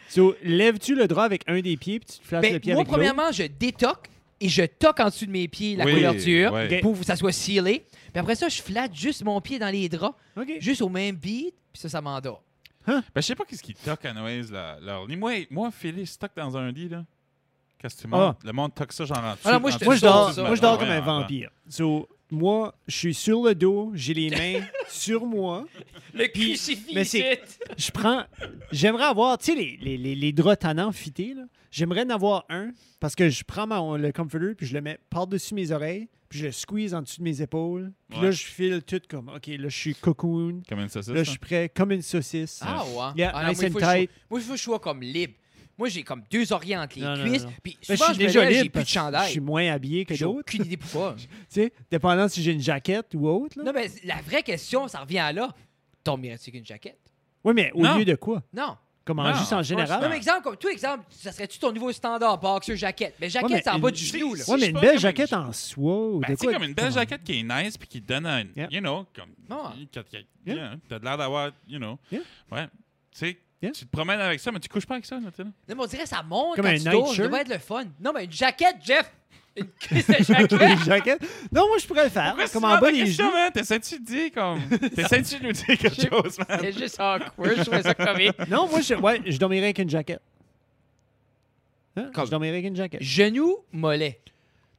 [SPEAKER 2] So, lèves-tu le drap avec un des pieds puis tu te flashes
[SPEAKER 1] Ben,
[SPEAKER 2] le pied
[SPEAKER 1] moi,
[SPEAKER 2] avec l'autre?
[SPEAKER 1] premièrement, je détoque et je toque en dessous de mes pieds la
[SPEAKER 3] Oui,
[SPEAKER 1] couverture
[SPEAKER 3] ouais.
[SPEAKER 2] Ok.
[SPEAKER 1] pour que ça soit scellé. Puis après ça, je flatte juste mon pied dans les draps,
[SPEAKER 2] OK.
[SPEAKER 1] juste au même beat, puis ça, ça m'endort.
[SPEAKER 3] Ben, je sais pas qu'est-ce qui toque à Noise, là, leur lit. Moi, moi Félix, toque dans un lit, là. Qu'est-ce que tu montres? Le monde toque ça, genre en dessous.
[SPEAKER 1] non, moi,
[SPEAKER 3] en
[SPEAKER 1] je te-
[SPEAKER 3] dessous
[SPEAKER 2] Moi, je
[SPEAKER 3] du
[SPEAKER 2] dors,
[SPEAKER 3] matelas.
[SPEAKER 1] ça.
[SPEAKER 2] moi, je dors
[SPEAKER 3] Ouais,
[SPEAKER 2] Ah. comme un
[SPEAKER 3] en
[SPEAKER 1] hein.
[SPEAKER 3] avant.
[SPEAKER 2] vampire. So, moi, je suis sur le dos, j'ai les mains sur moi.
[SPEAKER 1] Le
[SPEAKER 2] mais c'est- Je prends. J'aimerais avoir, tu sais, les, les, les, les draps tannants fités, là. J'aimerais en avoir un parce que je prends ma- le comforter puis je le mets par-dessus mes oreilles puis je le squeeze en dessous de mes épaules. Puis
[SPEAKER 3] Ouais.
[SPEAKER 2] là, je file tout comme, OK, là, je suis cocoon.
[SPEAKER 3] Comme une saucisse. hein?
[SPEAKER 2] Là, je suis prêt comme une saucisse.
[SPEAKER 1] Ah ouais.
[SPEAKER 2] Yeah,
[SPEAKER 1] Ah non,
[SPEAKER 2] nice
[SPEAKER 1] moi, il
[SPEAKER 2] and
[SPEAKER 1] faut que je sois-
[SPEAKER 2] tight.
[SPEAKER 1] Moi, il faut que je sois comme libre. Moi, j'ai comme deux oreillers entre les
[SPEAKER 2] Non, non,
[SPEAKER 1] cuisses.
[SPEAKER 2] non, non.
[SPEAKER 1] Puis
[SPEAKER 2] Ben,
[SPEAKER 1] souvent,
[SPEAKER 2] je
[SPEAKER 1] je,
[SPEAKER 2] suis
[SPEAKER 1] me
[SPEAKER 2] déjà
[SPEAKER 1] lève,
[SPEAKER 2] libre
[SPEAKER 1] j'ai plus
[SPEAKER 2] parce
[SPEAKER 1] de
[SPEAKER 2] que
[SPEAKER 1] chandail.
[SPEAKER 2] Je suis moins habillé que
[SPEAKER 1] J'ai
[SPEAKER 2] d'autres.
[SPEAKER 1] aucune idée pourquoi.
[SPEAKER 2] Tu sais, dépendant si j'ai une jaquette ou autre. Là.
[SPEAKER 1] non, mais la vraie question, ça revient à là. Dormirais-tu qu'une jaquette?
[SPEAKER 2] Oui, mais au
[SPEAKER 3] Non.
[SPEAKER 2] lieu de quoi?
[SPEAKER 1] Non.
[SPEAKER 2] Comme en-
[SPEAKER 3] Non,
[SPEAKER 2] juste en
[SPEAKER 3] of
[SPEAKER 2] général.
[SPEAKER 3] course
[SPEAKER 1] Comme exemple, comme tout exemple, ça serait-tu ton nouveau standard boxer jaquette? Mais jaquette,
[SPEAKER 2] Ouais, mais
[SPEAKER 1] c'est en bas
[SPEAKER 2] une-
[SPEAKER 1] du
[SPEAKER 3] c'est-
[SPEAKER 1] genou, là.
[SPEAKER 3] c'est-
[SPEAKER 2] Ouais,
[SPEAKER 3] Si
[SPEAKER 2] mais
[SPEAKER 3] je
[SPEAKER 2] une
[SPEAKER 3] peux
[SPEAKER 2] belle
[SPEAKER 3] comme
[SPEAKER 2] jaquette
[SPEAKER 3] une-
[SPEAKER 2] en soie ou
[SPEAKER 3] Ben,
[SPEAKER 2] de
[SPEAKER 3] tu sais,
[SPEAKER 2] quoi?
[SPEAKER 3] comme une belle jaquette qui est nice puis qui donne un.
[SPEAKER 2] Yeah.
[SPEAKER 3] You know, comme.
[SPEAKER 1] Ah.
[SPEAKER 3] que- que-
[SPEAKER 2] Yeah.
[SPEAKER 3] yeah, T'as de l'air d'avoir. You know.
[SPEAKER 2] Yeah.
[SPEAKER 3] Ouais. Tu sais,
[SPEAKER 2] Yeah.
[SPEAKER 3] tu te promènes avec ça, mais tu couches pas avec ça, là, tu sais, là.
[SPEAKER 1] Non, mais on dirait ça monte
[SPEAKER 2] Comme
[SPEAKER 1] quand
[SPEAKER 2] un
[SPEAKER 1] tu tournes. Ça
[SPEAKER 2] nightshirt.
[SPEAKER 1] devrait être le fun. Non, mais une jaquette, Jeff! Une cuisse de jaquette!
[SPEAKER 2] Une jaquette? Non, moi, je pourrais le faire.
[SPEAKER 3] Pourquoi
[SPEAKER 1] Ah,
[SPEAKER 3] c'est
[SPEAKER 2] Comme en bas
[SPEAKER 3] des
[SPEAKER 2] des genoux.
[SPEAKER 3] T'essaies-tu de dire, comme. T'essaies-tu de nous dire
[SPEAKER 1] Je sais
[SPEAKER 3] quelque chose, man?
[SPEAKER 1] C'est juste awkward, je trouvais ça comique.
[SPEAKER 2] Non, moi, je, ouais, je dormirais avec une jaquette. Hein?
[SPEAKER 1] Comme-
[SPEAKER 2] Je dormirais avec une jaquette.
[SPEAKER 1] Genou, mollet.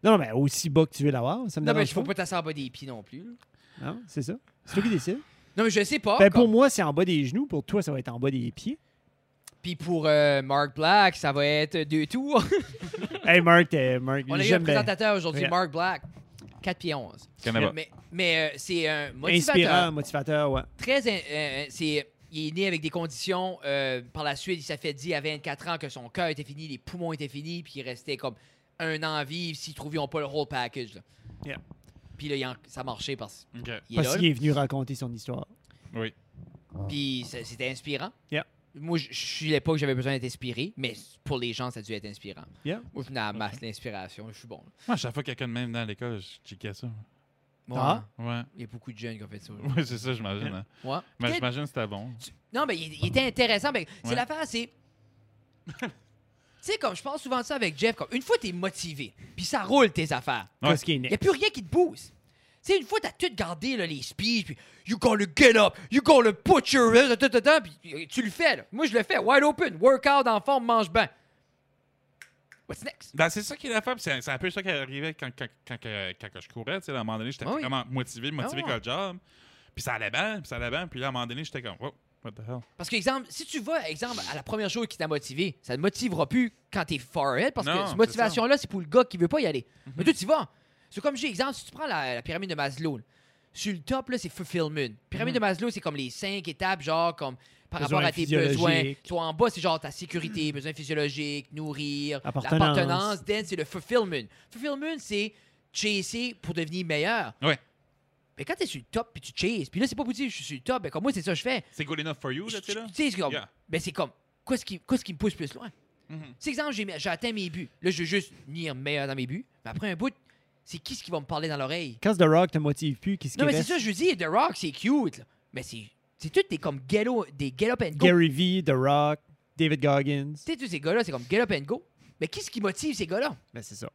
[SPEAKER 2] Non, non, mais aussi bas que tu veux l'avoir, ça me
[SPEAKER 1] Non, mais il
[SPEAKER 2] dérange
[SPEAKER 1] faut pas tasser en bas des pieds non plus. là.
[SPEAKER 2] Non, c'est ça. C'est toi qui décides.
[SPEAKER 1] Non, mais je sais pas.
[SPEAKER 2] Ben,
[SPEAKER 1] Oh, comme-
[SPEAKER 2] pour moi, c'est en bas des genoux. Pour toi, ça va être en bas des pieds.
[SPEAKER 1] Puis pour euh, Mark Black, ça va être deux tours.
[SPEAKER 2] Hey, Marc, t'es- Marc,
[SPEAKER 1] On a eu un
[SPEAKER 2] j'aime bien.
[SPEAKER 1] présentateur aujourd'hui,
[SPEAKER 2] Yeah.
[SPEAKER 1] Mark Black. 4 pieds 11.
[SPEAKER 3] Canada.
[SPEAKER 1] Mais, mais, euh, c'est un motivateur.
[SPEAKER 2] Inspirant, motivateur, ouais.
[SPEAKER 1] Très. in- euh, c'est, il est né avec des conditions. euh, par la suite, il s'est fait dire à 24 ans que son cœur était fini, les poumons étaient finis, puis il restait comme un an à vivre s'ils trouvions pas le whole package. là.
[SPEAKER 2] Yeah.
[SPEAKER 1] Puis là, il en- ça marchait parce
[SPEAKER 3] Ok.
[SPEAKER 1] qu'il est
[SPEAKER 2] Parce
[SPEAKER 1] là.
[SPEAKER 2] qu'il est venu raconter son histoire.
[SPEAKER 3] Oui.
[SPEAKER 1] Puis ça- c'était inspirant.
[SPEAKER 2] Yeah.
[SPEAKER 1] Moi, je je suis à l'époque, j'avais besoin d'être inspiré, mais pour les gens, ça a dû être inspirant.
[SPEAKER 2] Yeah.
[SPEAKER 1] Moi, je venais à masse l'inspiration, je suis bon. là.
[SPEAKER 3] Moi, à chaque fois que quelqu'un de même dans l'école, je checkais ça.
[SPEAKER 2] Ah.
[SPEAKER 1] Ouais.
[SPEAKER 3] Ouais.
[SPEAKER 1] Il y a beaucoup de jeunes qui ont fait ça. là.
[SPEAKER 3] Ouais, c'est ça, j'imagine. hein.
[SPEAKER 1] Ouais.
[SPEAKER 3] Mais
[SPEAKER 1] Peut-être-
[SPEAKER 3] j'imagine que c'était bon.
[SPEAKER 1] Non, mais il, il était intéressant. mais C'est
[SPEAKER 3] Ouais.
[SPEAKER 1] l'affaire, c'est. tu sais, comme je pense souvent de ça avec Jeff, comme une fois t'es motivé, puis ça roule tes affaires.
[SPEAKER 3] Ouais.
[SPEAKER 2] Qu'est-ce qui est
[SPEAKER 1] Il n'y a
[SPEAKER 2] next?
[SPEAKER 1] plus rien qui te booste. Tu sais, une fois t'as tout gardé, là, les speeches, puis you gonna get up, you gonna put your. là, ta, ta, ta, Puis euh, tu le fais, là. Moi, je le fais, wide open, workout en forme, mange bien. What's next?
[SPEAKER 3] Ben, c'est ça qui est la femme. C'est c'est un peu ça qui arrivait quand, quand, quand, que- quand que je courais. tu sais, là, à un moment donné, j'étais
[SPEAKER 1] Ah oui.
[SPEAKER 3] vraiment motivé, motivé
[SPEAKER 1] Ah
[SPEAKER 3] que le job. Puis ça allait bien, puis ça allait bien. Puis là, à un moment donné, j'étais comme, oh, what the hell.
[SPEAKER 1] Parce que, exemple, si tu vas, exemple, à la première chose qui t'a motivé, ça ne motivera plus quand t'es far ahead parce
[SPEAKER 3] Non,
[SPEAKER 1] que cette
[SPEAKER 3] c'est Mhm.
[SPEAKER 1] motivation-là, c'est pour le gars qui veut pas y aller. Mais toi, tu y vas. C'est comme j'ai, exemple, si tu prends la, la pyramide de Maslow, là, sur le top, là, c'est fulfillment. Pyramide de
[SPEAKER 3] Mhm.
[SPEAKER 1] Maslow, c'est comme les cinq étapes, genre, comme par
[SPEAKER 2] Besoins
[SPEAKER 1] rapport à tes
[SPEAKER 2] physiologiques.
[SPEAKER 1] besoins. Toi, en bas, c'est genre ta sécurité, besoins physiologiques, nourrir,
[SPEAKER 2] Appartenance.
[SPEAKER 1] l'appartenance. Then, c'est le fulfillment. Fulfillment, c'est chasser pour devenir meilleur.
[SPEAKER 3] Ouais.
[SPEAKER 1] Mais quand t'es sur le top, puis tu chases, puis là, c'est pas pour dire je suis sur le top, mais comme moi, c'est ça que je fais.
[SPEAKER 3] C'est good enough for you,
[SPEAKER 1] Je-
[SPEAKER 3] là, tu sais, là?
[SPEAKER 1] tu sais, c'est comme,
[SPEAKER 3] Yeah.
[SPEAKER 1] ben c'est comme, qu'est-ce qui, qu'est-ce qui me pousse plus loin?
[SPEAKER 3] Mhm.
[SPEAKER 1] C'est exemple, j'ai, j'ai atteint mes buts. Là, je veux juste venir meilleur dans mes buts. Mais après un bout, c'est qui ce qui va me parler dans l'oreille?
[SPEAKER 2] Quand The Rock te motive plus, qu'est-ce qui
[SPEAKER 1] Non, mais c'est
[SPEAKER 2] reste?
[SPEAKER 1] ça, je veux dire, The Rock, c'est cute. là. Mais c'est, c'est tout des comme get o- des get up and go.
[SPEAKER 2] Gary Vee, The Rock, David Goggins.
[SPEAKER 1] Tu sais, tous ces gars-là, c'est comme get up and go. Mais qui ce qui motive ces gars-là?
[SPEAKER 2] Ben, c'est ça.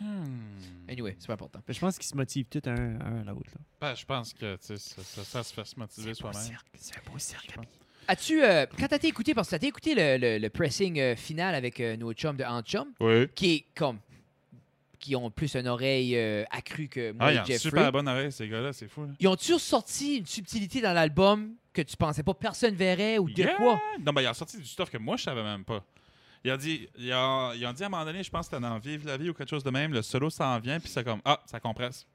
[SPEAKER 3] Hmm.
[SPEAKER 1] Anyway, c'est pas important.
[SPEAKER 2] Ben, je pense qu'ils se motivent tous un, un à l'autre. là.
[SPEAKER 3] Ben, je pense que tu sais, ça, ça- ça se fait se motiver soi-même.
[SPEAKER 2] C'est un beau cercle.
[SPEAKER 1] As-tu, euh, quand t'as été écouté, parce que t'as été écouté le, le- le pressing euh, final avec euh, nos chums de Ant Chum,
[SPEAKER 3] Oui.
[SPEAKER 1] qui est comme. qui ont plus une oreille euh, accrue que moi
[SPEAKER 3] Ah,
[SPEAKER 1] et
[SPEAKER 3] ils ont une
[SPEAKER 1] Jeffrey.
[SPEAKER 3] super bonne oreille, ces gars-là, c'est fou. là.
[SPEAKER 1] Ils ont-tu ressorti une subtilité dans l'album que tu pensais pas personne verrait ou de
[SPEAKER 3] Yeah!
[SPEAKER 1] quoi?
[SPEAKER 3] Non, ben, il a sorti du stuff que moi, je savais même pas. Il a dit, il a, il a dit à un moment donné, je pense que c'était dans Vive la vie ou quelque chose de même, le solo s'en vient, puis c'est comme, ah, ça compresse.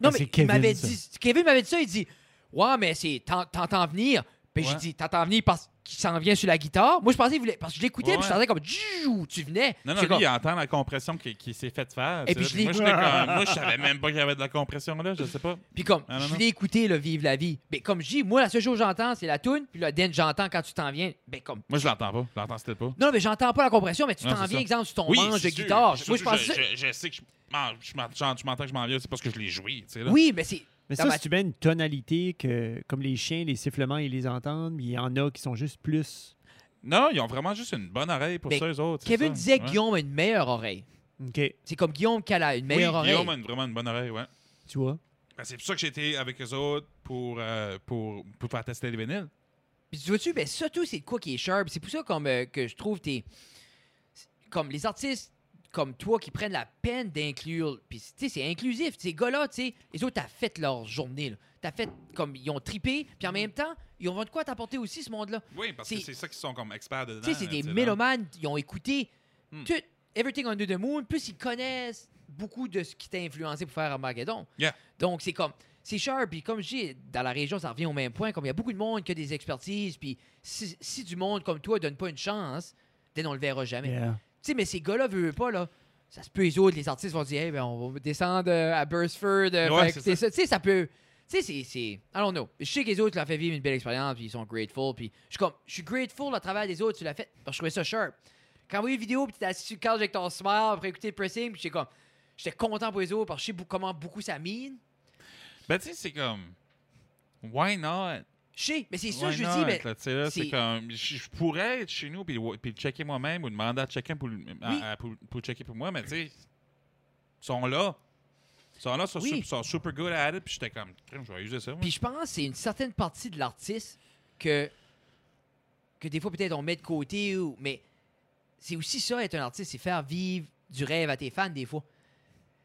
[SPEAKER 1] Non,
[SPEAKER 2] Ah, c'est
[SPEAKER 1] mais il
[SPEAKER 2] Kevin,
[SPEAKER 1] m'avait
[SPEAKER 2] ça.
[SPEAKER 1] dit. Kevin m'avait dit ça, il dit Ouais, mais c'est. t'en- T'entends venir. Puis j'ai
[SPEAKER 3] Ouais.
[SPEAKER 1] dit T'entends venir parce qu'il s'en vient sur la guitare. Moi, je pensais qu'il voulait. Parce que je l'écoutais,
[SPEAKER 3] Ouais,
[SPEAKER 1] puis je sentais comme Djou, Tu venais.
[SPEAKER 3] Non,
[SPEAKER 1] J'étais
[SPEAKER 3] non, lui,
[SPEAKER 1] comme,
[SPEAKER 3] il entend la compression qui, qui s'est faite faire.
[SPEAKER 1] Et
[SPEAKER 3] tu sais,
[SPEAKER 1] puis je
[SPEAKER 3] moi,
[SPEAKER 1] l'ai-
[SPEAKER 3] j'étais comme, moi, je savais même pas qu'il y avait de la compression là, je sais pas.
[SPEAKER 1] Puis comme,
[SPEAKER 3] Ah, non,
[SPEAKER 1] je
[SPEAKER 3] non.
[SPEAKER 1] l'ai écouté, le Vive la vie. Mais comme je dis, moi, la seule chose que j'entends, c'est la tune. Puis là, Den, j'entends quand tu t'en viens. Ben comme.
[SPEAKER 3] Moi, je l'entends pas. Je l'entends c'était pas.
[SPEAKER 1] Non, mais j'entends pas la compression, mais tu
[SPEAKER 3] Non,
[SPEAKER 1] t'en
[SPEAKER 3] c'est
[SPEAKER 1] viens,
[SPEAKER 3] ça.
[SPEAKER 1] exemple, sur ton
[SPEAKER 3] oui,
[SPEAKER 1] manche de
[SPEAKER 3] c'est sûr.
[SPEAKER 1] guitare.
[SPEAKER 3] Je-
[SPEAKER 1] Moi, je pense
[SPEAKER 3] je, je- je sais que je, m'en- je m'en- je m'entends que je m'en viens, c'est parce que je l'ai joué, tu sais. là.
[SPEAKER 1] Oui, mais c'est.
[SPEAKER 2] Mais
[SPEAKER 1] Dans
[SPEAKER 2] ça,
[SPEAKER 1] ma-
[SPEAKER 2] si tu mets une tonalité que, comme les chiens, les sifflements, ils les entendent, mais il y en a qui sont juste plus.
[SPEAKER 3] Non, ils ont vraiment juste une bonne oreille pour
[SPEAKER 1] Ben,
[SPEAKER 3] ça, eux autres. c'est
[SPEAKER 1] Kevin
[SPEAKER 3] ça.
[SPEAKER 1] disait que
[SPEAKER 3] Ouais.
[SPEAKER 1] Guillaume a une meilleure oreille.
[SPEAKER 2] OK,
[SPEAKER 1] C'est comme Guillaume qui a une
[SPEAKER 3] Oui,
[SPEAKER 1] meilleure oreille.
[SPEAKER 3] Guillaume a une- vraiment une bonne oreille, ouais.
[SPEAKER 2] tu vois.
[SPEAKER 3] Ben, c'est pour ça que j'ai été avec eux autres pour, euh, pour, pour faire tester les vinyles.
[SPEAKER 1] Puis tu vois-tu, ben surtout, c'est de quoi qui est sharp. C'est pour ça comme, euh, que je trouve t'es. c'est- Comme les artistes comme toi qui prennent la peine d'inclure. Puis tu sais, c'est inclusif. Ces gars-là, tu sais, les autres, t'as fait leur journée. là. T'as fait comme. Ils ont tripé. Puis en même temps, ils ont de quoi t'apporter aussi ce monde-là.
[SPEAKER 3] Oui, parce
[SPEAKER 1] C'est-
[SPEAKER 3] que c'est ça qu'ils sont comme experts dedans.
[SPEAKER 1] Tu sais, c'est
[SPEAKER 3] là,
[SPEAKER 1] des
[SPEAKER 3] là.
[SPEAKER 1] mélomanes. Ils ont écouté
[SPEAKER 3] Hmm.
[SPEAKER 1] tout Everything Under the Moon. Plus ils connaissent beaucoup de ce qui t'a influencé pour faire Armageddon.
[SPEAKER 3] Yeah.
[SPEAKER 1] Donc, c'est comme. C'est sharp, puis comme je dis, dans la région, ça revient au même point. Comme il y a beaucoup de monde qui a des expertises, puis si, si du monde comme toi donne pas une chance, then on le verra jamais.
[SPEAKER 2] Yeah.
[SPEAKER 1] Tu sais, mais ces gars-là veulent pas, là. Ça se peut, les autres, les artistes vont dire, hey, ben, on va descendre euh, à Burstford. euh,
[SPEAKER 3] Ouais,
[SPEAKER 1] faire
[SPEAKER 3] c'est
[SPEAKER 1] écouter ça. Tu sais, ça peut. Tu sais, c'est- c'est. I don't know. Je sais que les autres leur fait vivre une belle expérience, puis ils sont grateful. Puis je suis comme, je suis grateful à travers des autres, tu l'as fait. Parce que je trouvais ça sharp. Quand vous voyez une vidéo, puis t'es assis sur le couch avec ton smile, après écouter le pressing, puis j'étais comme, j'étais content pour les autres, parce que je sais bou- comment beaucoup ça mine.
[SPEAKER 3] Ben, tu sais, c'est comme. Why not?
[SPEAKER 1] Je sais, mais c'est ça,
[SPEAKER 3] Why
[SPEAKER 1] je
[SPEAKER 3] not,
[SPEAKER 1] dis, mais.
[SPEAKER 3] là, tu sais, là,
[SPEAKER 1] c'est-
[SPEAKER 3] c'est comme. Je je pourrais être chez nous puis, le- puis le checker moi-même ou demander à chacun pour, le- à-
[SPEAKER 1] Oui.
[SPEAKER 3] à- pour, pour le checker pour moi, mais tu sais, ils sont là. Ils sont là, ils sont,
[SPEAKER 1] Oui.
[SPEAKER 3] sup- sont super good at it, puis j'étais comme. Crème, Je vais user ça. moi.
[SPEAKER 1] Puis je pense que c'est une certaine partie de l'artiste que, que des fois peut-être on met de côté, ou, mais c'est aussi ça, être un artiste, c'est faire vivre du rêve à tes fans des fois.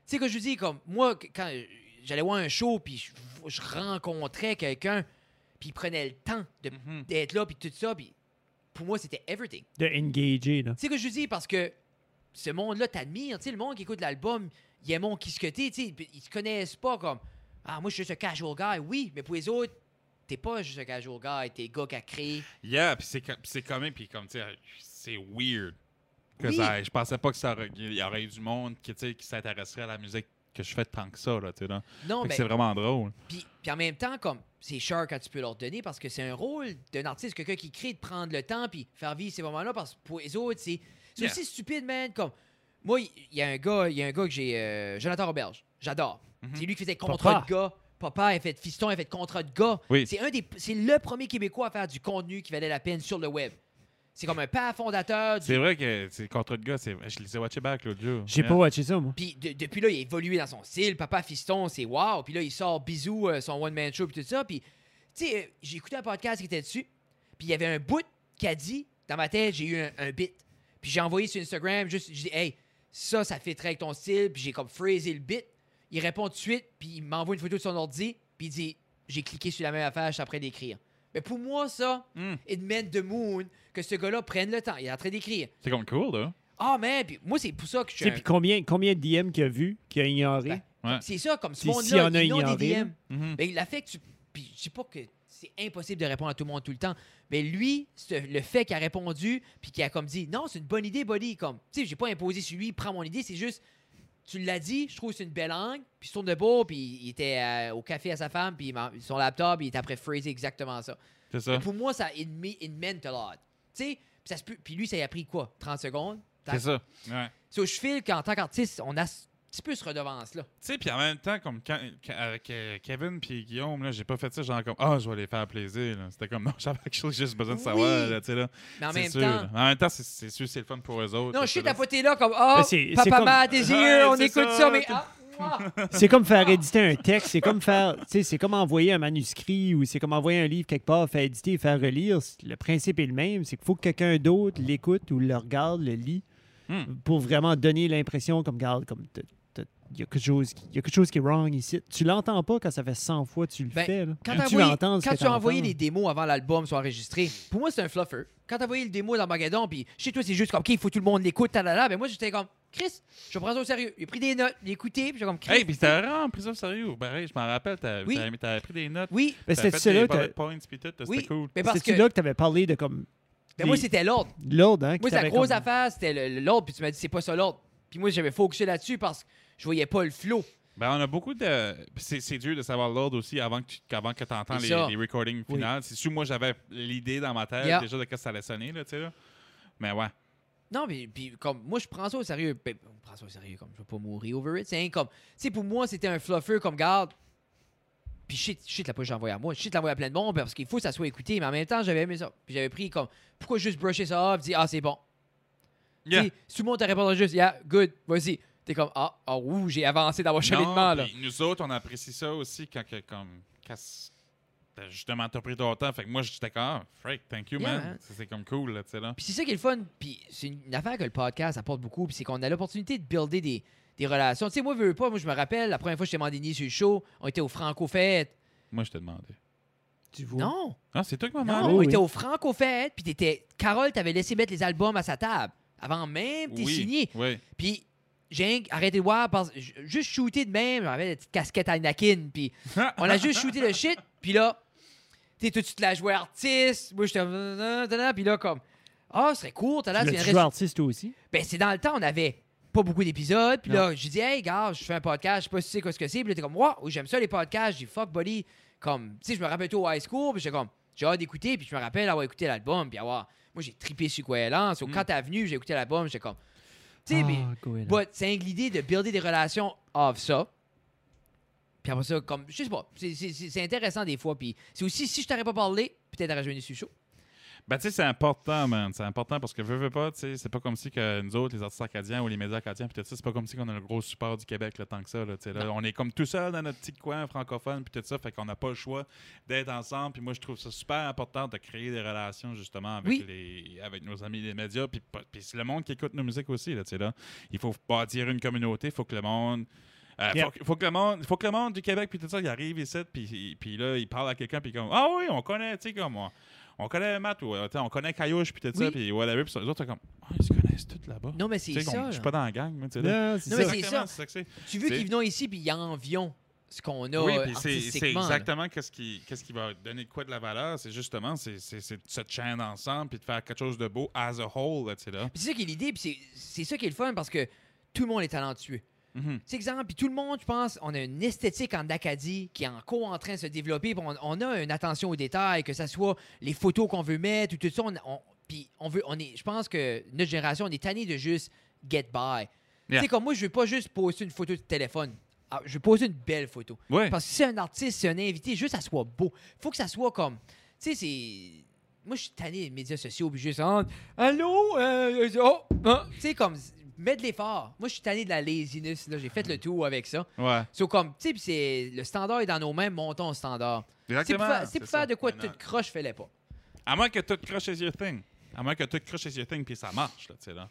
[SPEAKER 1] Tu sais, que je vous dis, comme moi, que- quand euh, j'allais voir un show, puis je, je rencontrais quelqu'un, puis il prenait le temps de-
[SPEAKER 3] Mhm.
[SPEAKER 1] d'être là, puis tout ça, puis pour moi, c'était everything.
[SPEAKER 2] De engager, là.
[SPEAKER 1] Tu sais que je dis parce que ce monde-là t'admire, tu sais, le monde qui écoute l'album, il est mon qui tu sais, ils se connaissent pas comme Ah, moi je suis juste un casual guy, oui, mais pour les autres, t'es pas juste un casual guy, t'es le gars qui a créé.
[SPEAKER 3] Yeah, puis c'est, co- puis c'est quand même, puis comme, tu sais, c'est weird. Que
[SPEAKER 1] Oui.
[SPEAKER 3] ça, je pensais pas que ça aurait- qu'il y aurait eu du monde qui, tu sais, qui s'intéresserait à la musique que je fais tant que ça, là, tu sais, là.
[SPEAKER 1] Non, ben,
[SPEAKER 3] Fait que
[SPEAKER 1] mais
[SPEAKER 3] c'est vraiment drôle.
[SPEAKER 1] puis, puis en même temps, comme c'est cher quand tu peux leur donner parce que c'est un rôle d'un artiste, quelqu'un qui crée, de prendre le temps puis faire vivre ces moments-là parce que pour les autres, c'est c'est
[SPEAKER 3] Yeah.
[SPEAKER 1] aussi stupide, man. Comme moi, il il y a un gars, il y a un gars que j'ai, euh, Jonathan Roberge, j'adore.
[SPEAKER 3] Mhm.
[SPEAKER 1] C'est lui qui faisait contrat
[SPEAKER 2] Papa.
[SPEAKER 1] de gars. Papa a fait fiston, a fait contrat de gars.
[SPEAKER 3] Oui.
[SPEAKER 1] C'est un des, c'est le premier Québécois à faire du contenu qui valait la peine sur le web. C'est comme un père fondateur. Du...
[SPEAKER 3] C'est vrai que c'est contre de gars, c'est, je les ai watchés back l'autre jour.
[SPEAKER 2] J'ai pas watché ça, moi.
[SPEAKER 1] Puis de- depuis là, il a évolué dans son style. Papa fiston, c'est wow. Puis là, il sort bisous euh, son one man show puis tout ça. Puis tu sais, euh, j'ai écouté un podcast qui était dessus. Puis il y avait un bout qui a dit dans ma tête, j'ai eu un, un bit. Puis j'ai envoyé sur Instagram juste, j'ai dit hey, ça, ça fait très avec ton style. Puis j'ai comme phrasé le bit. Il répond tout de suite, puis il m'envoie une photo de son ordi, puis il dit j'ai cliqué sur la même affaire, je suis en train d'écrire. Mais pour moi, ça,
[SPEAKER 3] Hmm.
[SPEAKER 1] it meant the moon que ce gars-là prenne le temps. Il est en train d'écrire.
[SPEAKER 3] C'est comme cool, là.
[SPEAKER 1] Ah, mais puis moi, c'est pour ça que je
[SPEAKER 2] Tu
[SPEAKER 1] suis.
[SPEAKER 2] sais,
[SPEAKER 1] un-
[SPEAKER 2] puis combien, combien de DM qu'il a vu, qu'il a ignoré?
[SPEAKER 1] Ben,
[SPEAKER 3] Ouais.
[SPEAKER 1] C'est ça, comme ce
[SPEAKER 2] Si- s'il y
[SPEAKER 1] monde-là,
[SPEAKER 2] en a
[SPEAKER 1] ils ont des
[SPEAKER 2] ignoré,
[SPEAKER 1] DM.
[SPEAKER 3] Mhm.
[SPEAKER 1] Ben, la fait que tu. Puis je sais pas que c'est impossible de répondre à tout le monde tout le temps, mais lui, ce- le fait qu'il a répondu, puis qu'il a comme dit non, c'est une bonne idée, buddy. Comme, tu sais, j'ai pas imposé sur lui, prends mon idée, c'est juste, tu l'as dit, je trouve que c'est une belle angle, puis il se tourne de beau, puis il était euh, au café à sa femme, puis il m'a- son laptop, puis il est après phrasé exactement ça.
[SPEAKER 3] C'est ça.
[SPEAKER 1] Pour moi, ça, it, me, it meant a lot. Tu sais, puis ça se peut- puis lui, ça lui a pris quoi, 30 secondes?
[SPEAKER 3] C'est ça. Ouais.
[SPEAKER 1] So, je file qu'en tant qu'artiste, on a ce petit peu ce redevance-là.
[SPEAKER 3] Tu sais, puis en même temps, comme quand- quand- avec euh, Kevin puis Guillaume, là, j'ai pas fait ça, genre comme, ah, je vais les faire plaisir. là. C'était comme, non, j'avais quelque chose, j'ai juste besoin de
[SPEAKER 1] Oui.
[SPEAKER 3] savoir, là, tu sais, là.
[SPEAKER 1] Mais en
[SPEAKER 3] C'est
[SPEAKER 1] même
[SPEAKER 3] sûr,
[SPEAKER 1] temps.
[SPEAKER 3] là. En même temps, c'est, c'est sûr, c'est le fun pour eux autres.
[SPEAKER 1] Non,
[SPEAKER 3] là,
[SPEAKER 1] je suis
[SPEAKER 3] tu sais, là.
[SPEAKER 1] tapoté là comme Ah,
[SPEAKER 2] Ben, c'est- c'est
[SPEAKER 1] papa
[SPEAKER 2] comme-
[SPEAKER 1] m'a des yeux,
[SPEAKER 3] Ouais,
[SPEAKER 1] on
[SPEAKER 3] c'est
[SPEAKER 1] écoute ça,
[SPEAKER 3] ça,
[SPEAKER 1] mais
[SPEAKER 3] t'es-
[SPEAKER 1] ah,
[SPEAKER 2] C'est comme faire éditer un texte, c'est comme faire, tu sais, c'est comme envoyer un manuscrit ou c'est comme envoyer un livre quelque part, faire éditer, faire relire. Le principe est le même, c'est qu'il faut que quelqu'un d'autre l'écoute ou le regarde, le lit,
[SPEAKER 3] Hmm.
[SPEAKER 2] pour vraiment donner l'impression comme, regarde, comme t'as- t'as- il y a quelque chose, qui- il y a quelque chose qui est wrong ici. Tu l'entends pas quand ça fait 100 fois que tu le
[SPEAKER 1] Ben,
[SPEAKER 2] fais. là.
[SPEAKER 1] Quand,
[SPEAKER 2] tu
[SPEAKER 1] t'as envoyé-
[SPEAKER 2] l'entends, ce
[SPEAKER 1] quand
[SPEAKER 2] que
[SPEAKER 1] tu as envoyé
[SPEAKER 2] t'entends.
[SPEAKER 1] les démos avant l'album soit enregistré, pour moi, c'est un fluffer. Quand tu as envoyé le démo dans Magadon, puis chez toi, c'est juste comme, OK, il faut que tout le monde l'écoute, talala. Ben moi, j'étais comme, Chris, je prends ça au sérieux. J'ai pris des notes, j'ai écouté, puis j'ai comme, Chris.
[SPEAKER 3] Hey, puis t'as vraiment pris ça au sérieux. Pareil, je m'en rappelle, t'as
[SPEAKER 1] Oui.
[SPEAKER 3] t'as- t'avais pris des notes.
[SPEAKER 1] Oui,
[SPEAKER 2] Ben,
[SPEAKER 3] T'as
[SPEAKER 2] c'était
[SPEAKER 3] fait
[SPEAKER 2] celui-là
[SPEAKER 3] des
[SPEAKER 2] que
[SPEAKER 3] points puis tout, c'était
[SPEAKER 1] oui.
[SPEAKER 3] cool.
[SPEAKER 1] Mais parce que.
[SPEAKER 2] c'était là que t'avais parlé de comme
[SPEAKER 1] ben, moi,
[SPEAKER 2] les-
[SPEAKER 1] c'était l'ordre.
[SPEAKER 2] l'ordre, hein? qui
[SPEAKER 1] Moi, c'est la
[SPEAKER 2] t'avait
[SPEAKER 1] grosse
[SPEAKER 2] comme-
[SPEAKER 1] affaire, c'était le- le- l'ordre, puis tu m'as dit, c'est pas ça l'ordre. Puis moi, j'avais focusé là-dessus parce que je voyais pas le flow.
[SPEAKER 3] Ben, on a beaucoup de. puis C'est c'est dur de savoir l'ordre aussi avant que tu avant que entends
[SPEAKER 1] C'est
[SPEAKER 3] les,
[SPEAKER 1] ça.
[SPEAKER 3] les recordings
[SPEAKER 2] Oui.
[SPEAKER 3] finales. C'est sûr, moi, j'avais l'idée dans ma tête
[SPEAKER 1] Yeah.
[SPEAKER 3] déjà de que ça allait sonner, là, tu sais. là. Mais ouais.
[SPEAKER 1] Non, mais puis comme moi je prends ça au sérieux, Ben, on prend ça au sérieux comme je vais pas mourir over it, c'est comme tu sais pour moi c'était un fluffer comme garde. Puis shit, shit la poche j'envoie à moi, shit l'envoie à plein de monde parce qu'il faut que ça soit écouté, mais en même temps j'avais aimé ça. Puis j'avais pris comme pourquoi juste brusher ça off, dire ah c'est bon.
[SPEAKER 3] Yeah.
[SPEAKER 1] Tu sais, Si tout le monde te répondait juste yeah, good, vas-y. T'es comme ah ah ouh, j'ai avancé dans mon cheminement
[SPEAKER 3] Non,
[SPEAKER 1] là.
[SPEAKER 3] puis Nous autres, on apprécie ça aussi quand, que, comme, quand s- t'as justement t'as pris ton temps. Fait que moi, j'étais comme, ah, Frank, thank you,
[SPEAKER 1] Yeah,
[SPEAKER 3] man.
[SPEAKER 1] man.
[SPEAKER 3] Ça, C'est comme cool, là, tu sais, là.
[SPEAKER 1] Puis c'est ça qui est le fun. Puis c'est une une affaire que le podcast apporte beaucoup. Puis c'est qu'on a l'opportunité de builder des, des relations. Tu sais, moi, je veux pas. Moi, je me rappelle, la première fois que j'étais mandé sur le show, on était au Franco-Fête.
[SPEAKER 3] Moi, je t'ai demandé.
[SPEAKER 2] Tu vois.
[SPEAKER 1] Non!
[SPEAKER 3] Ah, c'est toi qui m'as
[SPEAKER 1] Non,
[SPEAKER 3] demandé?
[SPEAKER 1] on
[SPEAKER 2] oui.
[SPEAKER 1] était au Franco Fête, puis t'étais. Carole t'avait laissé mettre les albums à sa table avant même t'es
[SPEAKER 3] Oui,
[SPEAKER 1] signé.
[SPEAKER 3] Oui.
[SPEAKER 1] Puis j'ai arrêté de voir, parce, j- juste shooté de même, j'avais la petite casquette Anakin, puis on a juste shooté le shit, puis là, tu sais, tout de suite la jouée artiste, moi j'étais. Puis là, comme. Ah, ce serait cool, t'as là,
[SPEAKER 2] Tu
[SPEAKER 1] tu
[SPEAKER 2] l'as
[SPEAKER 1] viendrais
[SPEAKER 2] joué artiste toi aussi.
[SPEAKER 1] ben, c'est dans le temps, on avait pas beaucoup d'épisodes. Puis là, j'ai dit, hey, gars, je fais un podcast, je sais pas si tu sais quoi ce que c'est. Puis là, t'es comme, moi, j'aime ça les podcasts. J'ai dit, fuck, buddy. Comme, tu sais, je me rappelle tout au high school. Puis j'étais comme, j'ai hâte d'écouter. Puis je me rappelle avoir écouté l'album. Puis avoir, moi, j'ai trippé sur Cohélance.
[SPEAKER 3] Mm.
[SPEAKER 1] Quand t'es venu, j'ai écouté l'album. J'étais comme, tu sais, mais.
[SPEAKER 2] Ah, Goéland.
[SPEAKER 1] But c'est l'idée de builder des relations off ça. Puis après ça, comme, je sais pas, c'est- c'est c'est- c'est intéressant des fois. Puis c'est aussi, si je t'aurais pas parlé, peut-être t'aurais joigné sur le show.
[SPEAKER 3] Ben, tu sais, c'est important, man. C'est important parce que, veux, veux pas, tu sais, c'est pas comme si que nous autres, les artistes acadiens ou les médias acadiens, puis tout ça, c'est pas comme si qu'on a le gros support du Québec, le tant que ça, là, tu sais. là. on est comme tout seul dans notre petit coin francophone, puis tout ça, fait qu'on n'a pas le choix d'être ensemble. Puis moi, je trouve ça super important de créer des relations, justement, avec,
[SPEAKER 1] Oui.
[SPEAKER 3] les, avec nos amis des médias, puis, pas- puis c'est le monde qui écoute nos musiques aussi, là, tu sais, là. Il faut bâtir une communauté, il faut que le monde. euh,
[SPEAKER 2] Yeah.
[SPEAKER 3] faut, que- faut que le monde, faut que le monde du Québec puis tout ça, il arrive ici puis, puis là il parle à quelqu'un puis comme ah oui on connaît tu sais comme on- on connaît Matt ou euh, t'sais, on connaît Caillouche puis tout ça
[SPEAKER 1] Oui.
[SPEAKER 3] puis whatever puis les autres sont comme ah ils se connaissent tous là-bas
[SPEAKER 1] Non, mais
[SPEAKER 3] Tu
[SPEAKER 1] c'est
[SPEAKER 3] sais, qu'on-
[SPEAKER 1] ça.
[SPEAKER 3] je suis
[SPEAKER 1] là.
[SPEAKER 3] pas dans la gang mais tu sais là.
[SPEAKER 2] Non, c'est
[SPEAKER 1] Non, mais
[SPEAKER 2] ça.
[SPEAKER 1] c'est
[SPEAKER 3] Exactement,
[SPEAKER 1] ça.
[SPEAKER 3] c'est que c'est.
[SPEAKER 1] Tu veux
[SPEAKER 3] C'est-
[SPEAKER 1] qu'ils venons ici, puis ils envions ce qu'on a
[SPEAKER 3] oui
[SPEAKER 1] euh,
[SPEAKER 3] puis c'est- c'est
[SPEAKER 1] artistiquement. là.
[SPEAKER 3] exactement qu'est-ce qui qu'est-ce qui va donner de quoi de la valeur c'est justement c'est c'est c'est de se chaîne ensemble puis de faire quelque chose de beau as a whole là tu sais là
[SPEAKER 1] Puis c'est ça qui est l'idée, puis c'est- c'est ça qui est le fun parce que tout le monde est talentueux.
[SPEAKER 3] Mhm.
[SPEAKER 1] C'est exemple, puis tout le monde, je pense, on a une esthétique en Acadie qui est encore en train de se développer. puis On, on a une attention aux détails, que ce soit les photos qu'on veut mettre ou tout ça. On, on- puis on veut, on est, je pense que notre génération, on est tanné de juste get by. Tu
[SPEAKER 3] Yeah.
[SPEAKER 1] sais, comme moi, je veux pas juste poser une photo de téléphone. Ah, je veux poser une belle photo.
[SPEAKER 3] ouais
[SPEAKER 1] Parce que si c'est un artiste, c'est un invité, juste ça soit beau. Faut que ça soit comme. Tu sais, c'est. Moi, je suis tanné des médias sociaux, puis juste. en- Allô? euh, oh! hein? Tu sais, comme. Mets de l'effort. Moi, je suis tanné de la laziness. Là, j'ai fait le tour avec ça.
[SPEAKER 3] ouais
[SPEAKER 1] So, comme. Tu sais, puis c'est. Le standard est dans nos mains, montons le standard. C'est pour,
[SPEAKER 3] exactement
[SPEAKER 1] faire- c'est pour
[SPEAKER 3] ça. Ben
[SPEAKER 1] faire de quoi
[SPEAKER 3] Maintenant.
[SPEAKER 1] toute croche, fais-le pas.
[SPEAKER 3] à moins que tout crushes your thing à moins que tout crushes your thing puis ça marche là tu sais là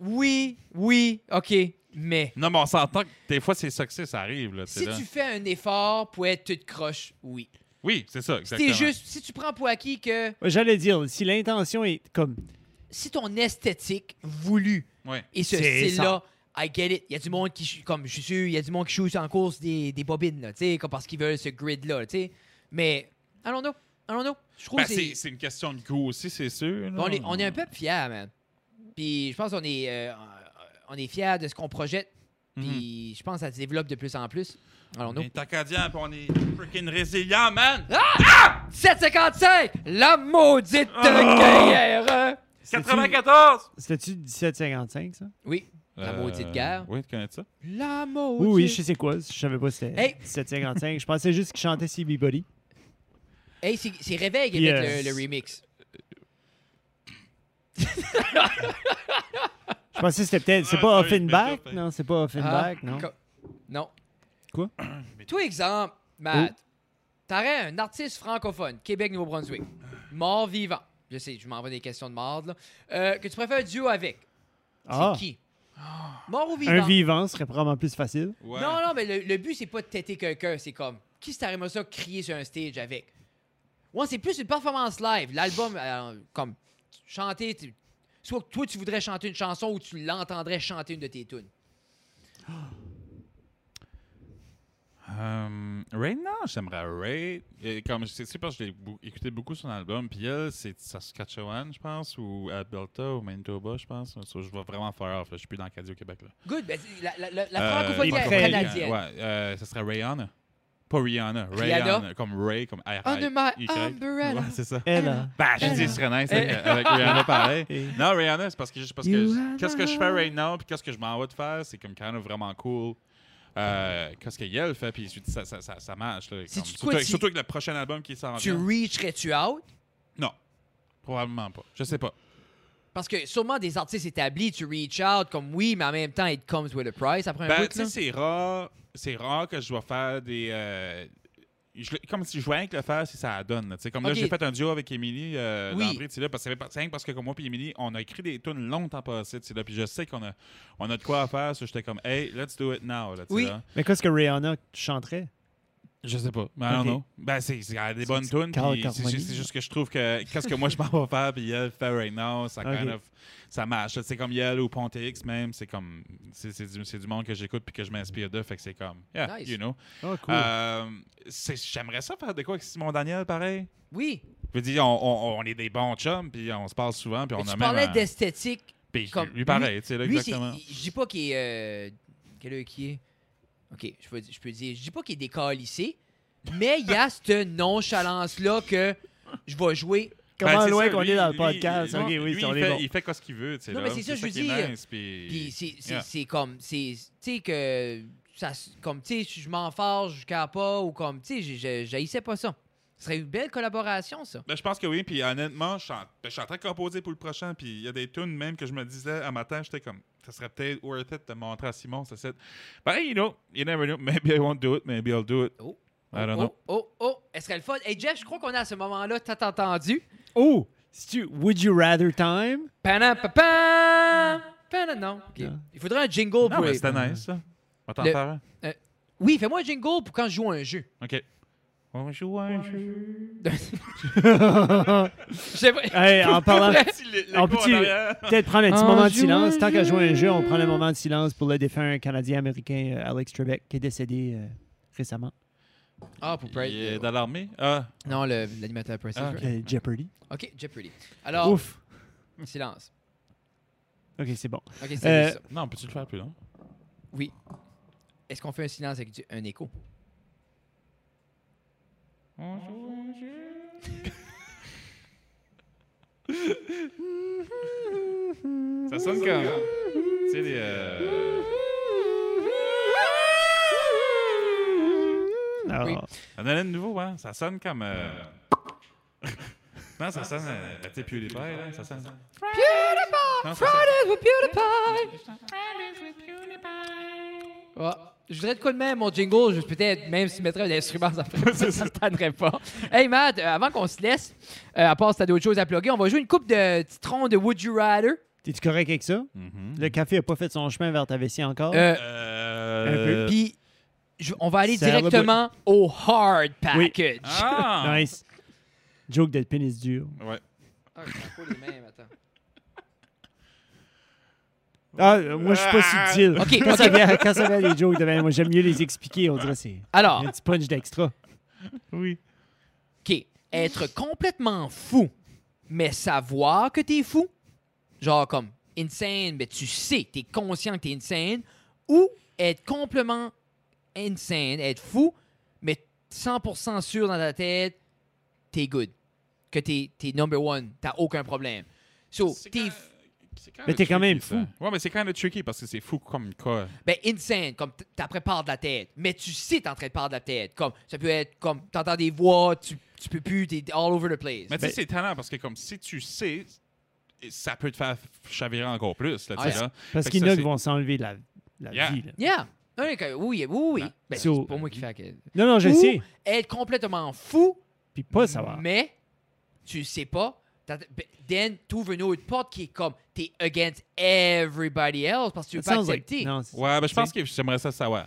[SPEAKER 1] Oui, oui, OK, mais.
[SPEAKER 3] non mais on s'entend que des fois c'est ça que c'est, ça arrive là tu sais
[SPEAKER 1] Si
[SPEAKER 3] là
[SPEAKER 1] tu fais un effort pour être toute croche, oui.
[SPEAKER 3] oui c'est ça
[SPEAKER 1] Si
[SPEAKER 3] exactement
[SPEAKER 1] t'es juste, si tu prends pour acquis que
[SPEAKER 2] Ouais, J'allais dire, si l'intention est comme.
[SPEAKER 1] si ton esthétique voulue
[SPEAKER 3] ouais
[SPEAKER 1] Et ce
[SPEAKER 2] C'est
[SPEAKER 1] style-là, I get it. Il y a du monde qui, ch- comme je suis sûr, il y a du monde qui shoot en course des, des bobines, là, tu sais, comme parce qu'ils veulent ce grid-là, tu sais. Mais, allons-nous, allons-nous. Je trouve
[SPEAKER 3] Ben,
[SPEAKER 1] que
[SPEAKER 3] c'est
[SPEAKER 1] c'est-
[SPEAKER 3] c'est une question de goût aussi c'est sûr là.
[SPEAKER 1] on est, on est un peu fiers, man. Puis je pense qu'on est, euh, on est fiers de ce qu'on projette.
[SPEAKER 2] Mhm.
[SPEAKER 1] Puis je pense que ça se développe de plus en plus.
[SPEAKER 3] On
[SPEAKER 1] Allons-nous.
[SPEAKER 3] est acadien, pis on est freaking résilient, man!
[SPEAKER 1] 755! La maudite
[SPEAKER 3] Oh!
[SPEAKER 2] Ah!
[SPEAKER 1] guerre!
[SPEAKER 2] c'est-tu-
[SPEAKER 3] 94!
[SPEAKER 2] C'était-tu 1755, ça?
[SPEAKER 1] Oui, la maudite guerre.
[SPEAKER 3] Euh, Oui, tu connais ça?
[SPEAKER 1] La
[SPEAKER 2] Euh, Oui,
[SPEAKER 1] maudite.
[SPEAKER 2] oui, je sais quoi. Je savais pas si c'était
[SPEAKER 1] Hey!
[SPEAKER 2] 1755. Je pensais juste qu'il chantait CB Body.
[SPEAKER 1] Hey, c'est c'est Réveil
[SPEAKER 2] Puis,
[SPEAKER 1] avec
[SPEAKER 2] euh,
[SPEAKER 1] le- le remix.
[SPEAKER 2] Je pensais que c'était peut-être. C'est
[SPEAKER 3] Ah,
[SPEAKER 2] pas
[SPEAKER 3] sorry, je
[SPEAKER 2] Offenbach?
[SPEAKER 3] m'étais trompé.
[SPEAKER 2] Non, c'est pas Offenbach,
[SPEAKER 1] Ah,
[SPEAKER 2] non.
[SPEAKER 1] co- Non.
[SPEAKER 2] Quoi? Oh.
[SPEAKER 1] Tout exemple, Matt, t'aurais un artiste francophone, Québec, Nouveau-Brunswick, mort vivant. Je sais, je m'envoie des questions de marde, là. Euh, que tu préfères un duo avec. C'est
[SPEAKER 2] Ah,
[SPEAKER 1] qui? Mort ou vivant?
[SPEAKER 2] un vivant serait probablement plus facile.
[SPEAKER 3] Ouais.
[SPEAKER 1] Non, non, mais le, le but, c'est pas de têter quelqu'un, c'est comme qui se t'arrive ça crier sur un stage avec. Ouais, c'est plus une performance live. L'album, euh, comme chanter, tu- soit que toi tu voudrais chanter une chanson ou tu l'entendrais chanter une de tes tunes.
[SPEAKER 3] Euh, Raid, non, j'aimerais Raid. Et Comme je sais, c'est parce que je l'ai bou- écouté beaucoup son album. Puis elle, c'est de Saskatchewan, je pense, ou Alberta, ou Manitoba, je pense. So, je vais vraiment faire off. là. Je suis plus dans le Cadio-Québec. là.
[SPEAKER 1] Good, ben, c'est la, la- la- la
[SPEAKER 3] Euh,
[SPEAKER 1] francophonie
[SPEAKER 2] les prairies,
[SPEAKER 1] canadienne.
[SPEAKER 3] Ouais, euh, ça serait Rihanna. Pas Rihanna,
[SPEAKER 1] Rihanna.
[SPEAKER 3] Rihanna. Comme Ray, comme R.
[SPEAKER 1] Under my
[SPEAKER 3] Y.
[SPEAKER 1] umbrella.
[SPEAKER 3] Ouais, c'est ça.
[SPEAKER 2] Elle, hein.
[SPEAKER 3] Bah, j'ai dit, ce serait nice
[SPEAKER 1] Eh,
[SPEAKER 3] avec, avec Rihanna pareil. Non, Rihanna, c'est parce que, juste parce
[SPEAKER 4] You
[SPEAKER 3] que
[SPEAKER 4] are
[SPEAKER 3] qu'est-ce que je fais
[SPEAKER 4] my-
[SPEAKER 3] right now, puis qu'est-ce que je m'en vais de faire, c'est comme quand même vraiment cool. Euh, qu'est-ce que Yel fait, puis je dis, ça, ça, ça, ça marche. Là,
[SPEAKER 1] Si
[SPEAKER 3] comme-
[SPEAKER 1] tu
[SPEAKER 3] surtout,
[SPEAKER 1] quoi, si-
[SPEAKER 3] surtout avec le prochain album qui s'en
[SPEAKER 1] Tu
[SPEAKER 3] vient.
[SPEAKER 1] reacherais-tu out?
[SPEAKER 3] Non, probablement pas. Je sais pas.
[SPEAKER 1] Parce que sûrement des artistes établis, tu reach out comme oui, mais en même temps, it comes with a price après un
[SPEAKER 3] Ben,
[SPEAKER 1] bout.
[SPEAKER 3] tu sais,
[SPEAKER 1] là.
[SPEAKER 3] c'est rare, c'est rare que je vais faire des. euh, je le- comme si je voyais que le faire si ça donne. là. Tu sais, Comme
[SPEAKER 1] Ok.
[SPEAKER 3] là, j'ai fait un duo avec Émilie euh,
[SPEAKER 1] Oui.
[SPEAKER 3] d'André, tu sais, là, parce que c'est pas- c'est rien que parce que comme moi et Émilie, on a écrit des tunes longtemps passées. tu sais, là, Puis je sais qu'on a, on a de quoi à faire. so J'étais comme, hey, let's do it now. Là, tu sais,
[SPEAKER 1] Oui.
[SPEAKER 3] là.
[SPEAKER 2] Mais qu'est-ce que Rihanna chanterait?
[SPEAKER 3] Je sais pas. Mais I don't
[SPEAKER 2] Ok.
[SPEAKER 3] know. Ben, c'est, c'est- elle a des bonnes
[SPEAKER 2] c'est
[SPEAKER 3] tunes.
[SPEAKER 2] Carl
[SPEAKER 3] puis C'est,
[SPEAKER 2] Carmoni.
[SPEAKER 3] juste- c'est juste que je trouve que qu'est-ce que moi je m'en vais faire, puis Yel fait right now, ça,
[SPEAKER 2] Ok.
[SPEAKER 3] kind of- ça marche. là. C'est comme Yel ou Ponte X même. C'est comme. C'est, c'est du, c'est du monde que j'écoute puis que je m'inspire de. Fait que c'est comme. Yeah,
[SPEAKER 1] Nice.
[SPEAKER 3] you know.
[SPEAKER 2] Oh, cool.
[SPEAKER 3] Euh, c'est- j'aimerais ça faire de quoi avec Simon Daniel, pareil.
[SPEAKER 1] Oui.
[SPEAKER 3] Je veux dire, on, on- on est des bons chums, puis on se parle souvent, puis on
[SPEAKER 1] Mais
[SPEAKER 3] a
[SPEAKER 1] tu
[SPEAKER 3] même.
[SPEAKER 1] parlais
[SPEAKER 3] un-
[SPEAKER 1] d'esthétique.
[SPEAKER 3] puis
[SPEAKER 1] comme
[SPEAKER 3] lui, pareil, tu sais, là,
[SPEAKER 1] Lui, c'est-
[SPEAKER 3] exactement.
[SPEAKER 1] il- je dis pas qu'il est. euh, quel est qui est Ok, je peux, je peux dire. Je dis pas qu'il est décalissé, mais il y a cette nonchalance-là que je vais jouer.
[SPEAKER 2] Comment
[SPEAKER 3] Ben, c'est
[SPEAKER 2] loin
[SPEAKER 3] ça,
[SPEAKER 2] qu'on
[SPEAKER 3] lui-
[SPEAKER 2] est dans le
[SPEAKER 3] lui-
[SPEAKER 2] podcast?
[SPEAKER 3] lui-
[SPEAKER 2] ok, oui,
[SPEAKER 3] lui,
[SPEAKER 2] si on
[SPEAKER 3] il
[SPEAKER 2] est
[SPEAKER 3] fait-
[SPEAKER 2] bon.
[SPEAKER 3] Il fait quoi ce qu'il veut, tu sais.
[SPEAKER 1] Non,
[SPEAKER 3] là.
[SPEAKER 1] mais c'est ça, je veux
[SPEAKER 3] qui est
[SPEAKER 1] dire.
[SPEAKER 3] nice, puis-
[SPEAKER 1] Puis c'est c'est-
[SPEAKER 3] Yeah.
[SPEAKER 1] c'est comme. c'est- Tu sais que. Ça, s- comme, tu sais, je m'en fâche, je capote pas, ou comme, tu sais, je- je- j'haïssais pas ça. Ce serait une belle collaboration, ça.
[SPEAKER 3] Ben, je pense que oui, puis honnêtement, je suis en, ben, je suis en train de composer pour le prochain, puis il y a des tunes même que je me disais à matin, j'étais comme, ça serait peut-être worth it de montrer à Simon, ça c'est... Ben, you know, you never know, maybe I won't do it, maybe I'll do it.
[SPEAKER 1] Oh.
[SPEAKER 3] I don't
[SPEAKER 1] oh,
[SPEAKER 3] know.
[SPEAKER 1] oh, oh, oh, elle serait le fun. Hey Jeff, je crois qu'on est à ce moment-là, t'as entendu?
[SPEAKER 2] Oh! Si tu... Would you rather time?
[SPEAKER 1] Panam, papam! Panam, non. Ok.
[SPEAKER 2] Non.
[SPEAKER 1] Il faudrait un jingle
[SPEAKER 3] Non,
[SPEAKER 1] pour
[SPEAKER 3] mais
[SPEAKER 1] les-
[SPEAKER 3] c'était nice, ça. On va t'en
[SPEAKER 1] Mm-hmm. Le-
[SPEAKER 3] faire un.
[SPEAKER 1] Oui, fais-moi un jingle pour quand je joue à un jeu.
[SPEAKER 3] OK. On joue à un jeu.
[SPEAKER 1] Je sais pas.
[SPEAKER 2] Hey, en parlant...
[SPEAKER 3] En
[SPEAKER 2] en
[SPEAKER 3] petit...
[SPEAKER 2] peut-tu peut-être prendre un petit
[SPEAKER 1] En
[SPEAKER 2] moment de
[SPEAKER 1] jouant
[SPEAKER 2] silence? Tant qu'à
[SPEAKER 1] un
[SPEAKER 2] jouer à un jeu, on
[SPEAKER 1] jeu.
[SPEAKER 2] prend le moment de silence pour le défunt Canadien-Américain euh, Alex Trebek qui est décédé euh, récemment.
[SPEAKER 1] Ah, pour Pride.
[SPEAKER 3] Il est dans l'armée? Ah,
[SPEAKER 1] Non, le- l'animateur Pride.
[SPEAKER 3] Ah,
[SPEAKER 2] Euh, Jeopardy.
[SPEAKER 1] ok, Jeopardy. Alors,
[SPEAKER 2] Ouf!
[SPEAKER 1] silence.
[SPEAKER 2] Ok, c'est bon.
[SPEAKER 1] Ok, c'est
[SPEAKER 2] Euh,
[SPEAKER 1] ça.
[SPEAKER 3] non, peux-tu le faire plus long?
[SPEAKER 1] Oui. Est-ce qu'on fait un silence avec du- un écho?
[SPEAKER 3] On joue à un jeu. Ça sonne comme... Tu sais, les... euh,
[SPEAKER 2] Alors,
[SPEAKER 1] Hmm. Oui.
[SPEAKER 3] On en a de nouveau, hein? Ça sonne comme. euh, non, ça sonne. euh, tu sais, Pewdiepie, là. Ça sonne. Non, ça sonne-
[SPEAKER 1] Fridays with PewDiePie! Ouais. Je voudrais de quoi de même, mon jingle, je peut-être même si je mettrais un instrument, ça ne ça, me tannerait pas. Hey Matt, euh, avant qu'on se laisse, euh, à part si t'as d'autres choses à plugger, on va jouer une coupe de titrons de Would You Rather.
[SPEAKER 2] t'es-tu correct avec ça?
[SPEAKER 3] Mhm.
[SPEAKER 2] Le café a pas fait son chemin vers ta vessie encore?
[SPEAKER 1] Euh,
[SPEAKER 3] Euh,
[SPEAKER 1] Puis, je- on va aller
[SPEAKER 2] Serre le
[SPEAKER 1] directement au hard package.
[SPEAKER 3] Ah!
[SPEAKER 2] Nice. Joke de pénis dur.
[SPEAKER 3] Ouais.
[SPEAKER 1] Ah, je prends pas les mêmes, attends.
[SPEAKER 2] Ah, euh, moi, je suis pas
[SPEAKER 3] Ah!
[SPEAKER 2] subtil.
[SPEAKER 1] Ok,
[SPEAKER 2] quand,
[SPEAKER 1] ok.
[SPEAKER 2] ça vient, quand ça vient des jokes, de même, moi, j'aime mieux les expliquer. On dirait que c'est
[SPEAKER 1] Alors,
[SPEAKER 2] un petit punch d'extra.
[SPEAKER 3] Oui.
[SPEAKER 1] OK. Être complètement fou, mais savoir que t'es fou. Genre comme insane, mais tu sais, t'es conscient que t'es insane. Ou être complètement insane, être fou, mais 100% sûr dans ta tête, t'es good. Que t'es t'es number one, t'as aucun problème. So, t'es f-
[SPEAKER 2] Mais t'es quand même fou.
[SPEAKER 3] Ouais, mais c'est quand même tricky parce que c'est fou comme quoi.
[SPEAKER 1] ben, insane, comme t- t'as près de perdre la tête, mais tu sais t'es en train de perdre la tête. Comme, ça peut être comme, t'entends des voix, tu, tu peux plus, t'es all over the place.
[SPEAKER 3] Mais tu sais,
[SPEAKER 2] Ben-
[SPEAKER 3] c'est talent parce que, comme si tu sais, ça peut te faire chavirer encore plus, là, tu
[SPEAKER 1] Ah,
[SPEAKER 3] sais, là.
[SPEAKER 2] Parce
[SPEAKER 3] Fait
[SPEAKER 2] qu'il
[SPEAKER 3] que
[SPEAKER 2] y en
[SPEAKER 3] ça,
[SPEAKER 2] a qui
[SPEAKER 3] c'est-
[SPEAKER 2] vont s'enlever la, la
[SPEAKER 3] Yeah.
[SPEAKER 2] vie. là.
[SPEAKER 1] Yeah. Un, que- oui, oui, oui.
[SPEAKER 3] Non.
[SPEAKER 1] Ben,
[SPEAKER 2] So-
[SPEAKER 1] c'est pas moi qui fais que.
[SPEAKER 2] Non, non, Ah, je
[SPEAKER 1] Ou-
[SPEAKER 2] sais.
[SPEAKER 1] Être complètement fou,
[SPEAKER 2] Puis pas savoir.
[SPEAKER 1] mais tu sais pas. T'as- ben, Then, t'ouvres une autre porte qui est comme t'es against everybody else parce que tu veux
[SPEAKER 2] Ça
[SPEAKER 1] pas
[SPEAKER 2] sounds like-
[SPEAKER 1] accepter.
[SPEAKER 2] non, c'est-
[SPEAKER 3] Ouais, ben, je pense que j'aimerais ça savoir.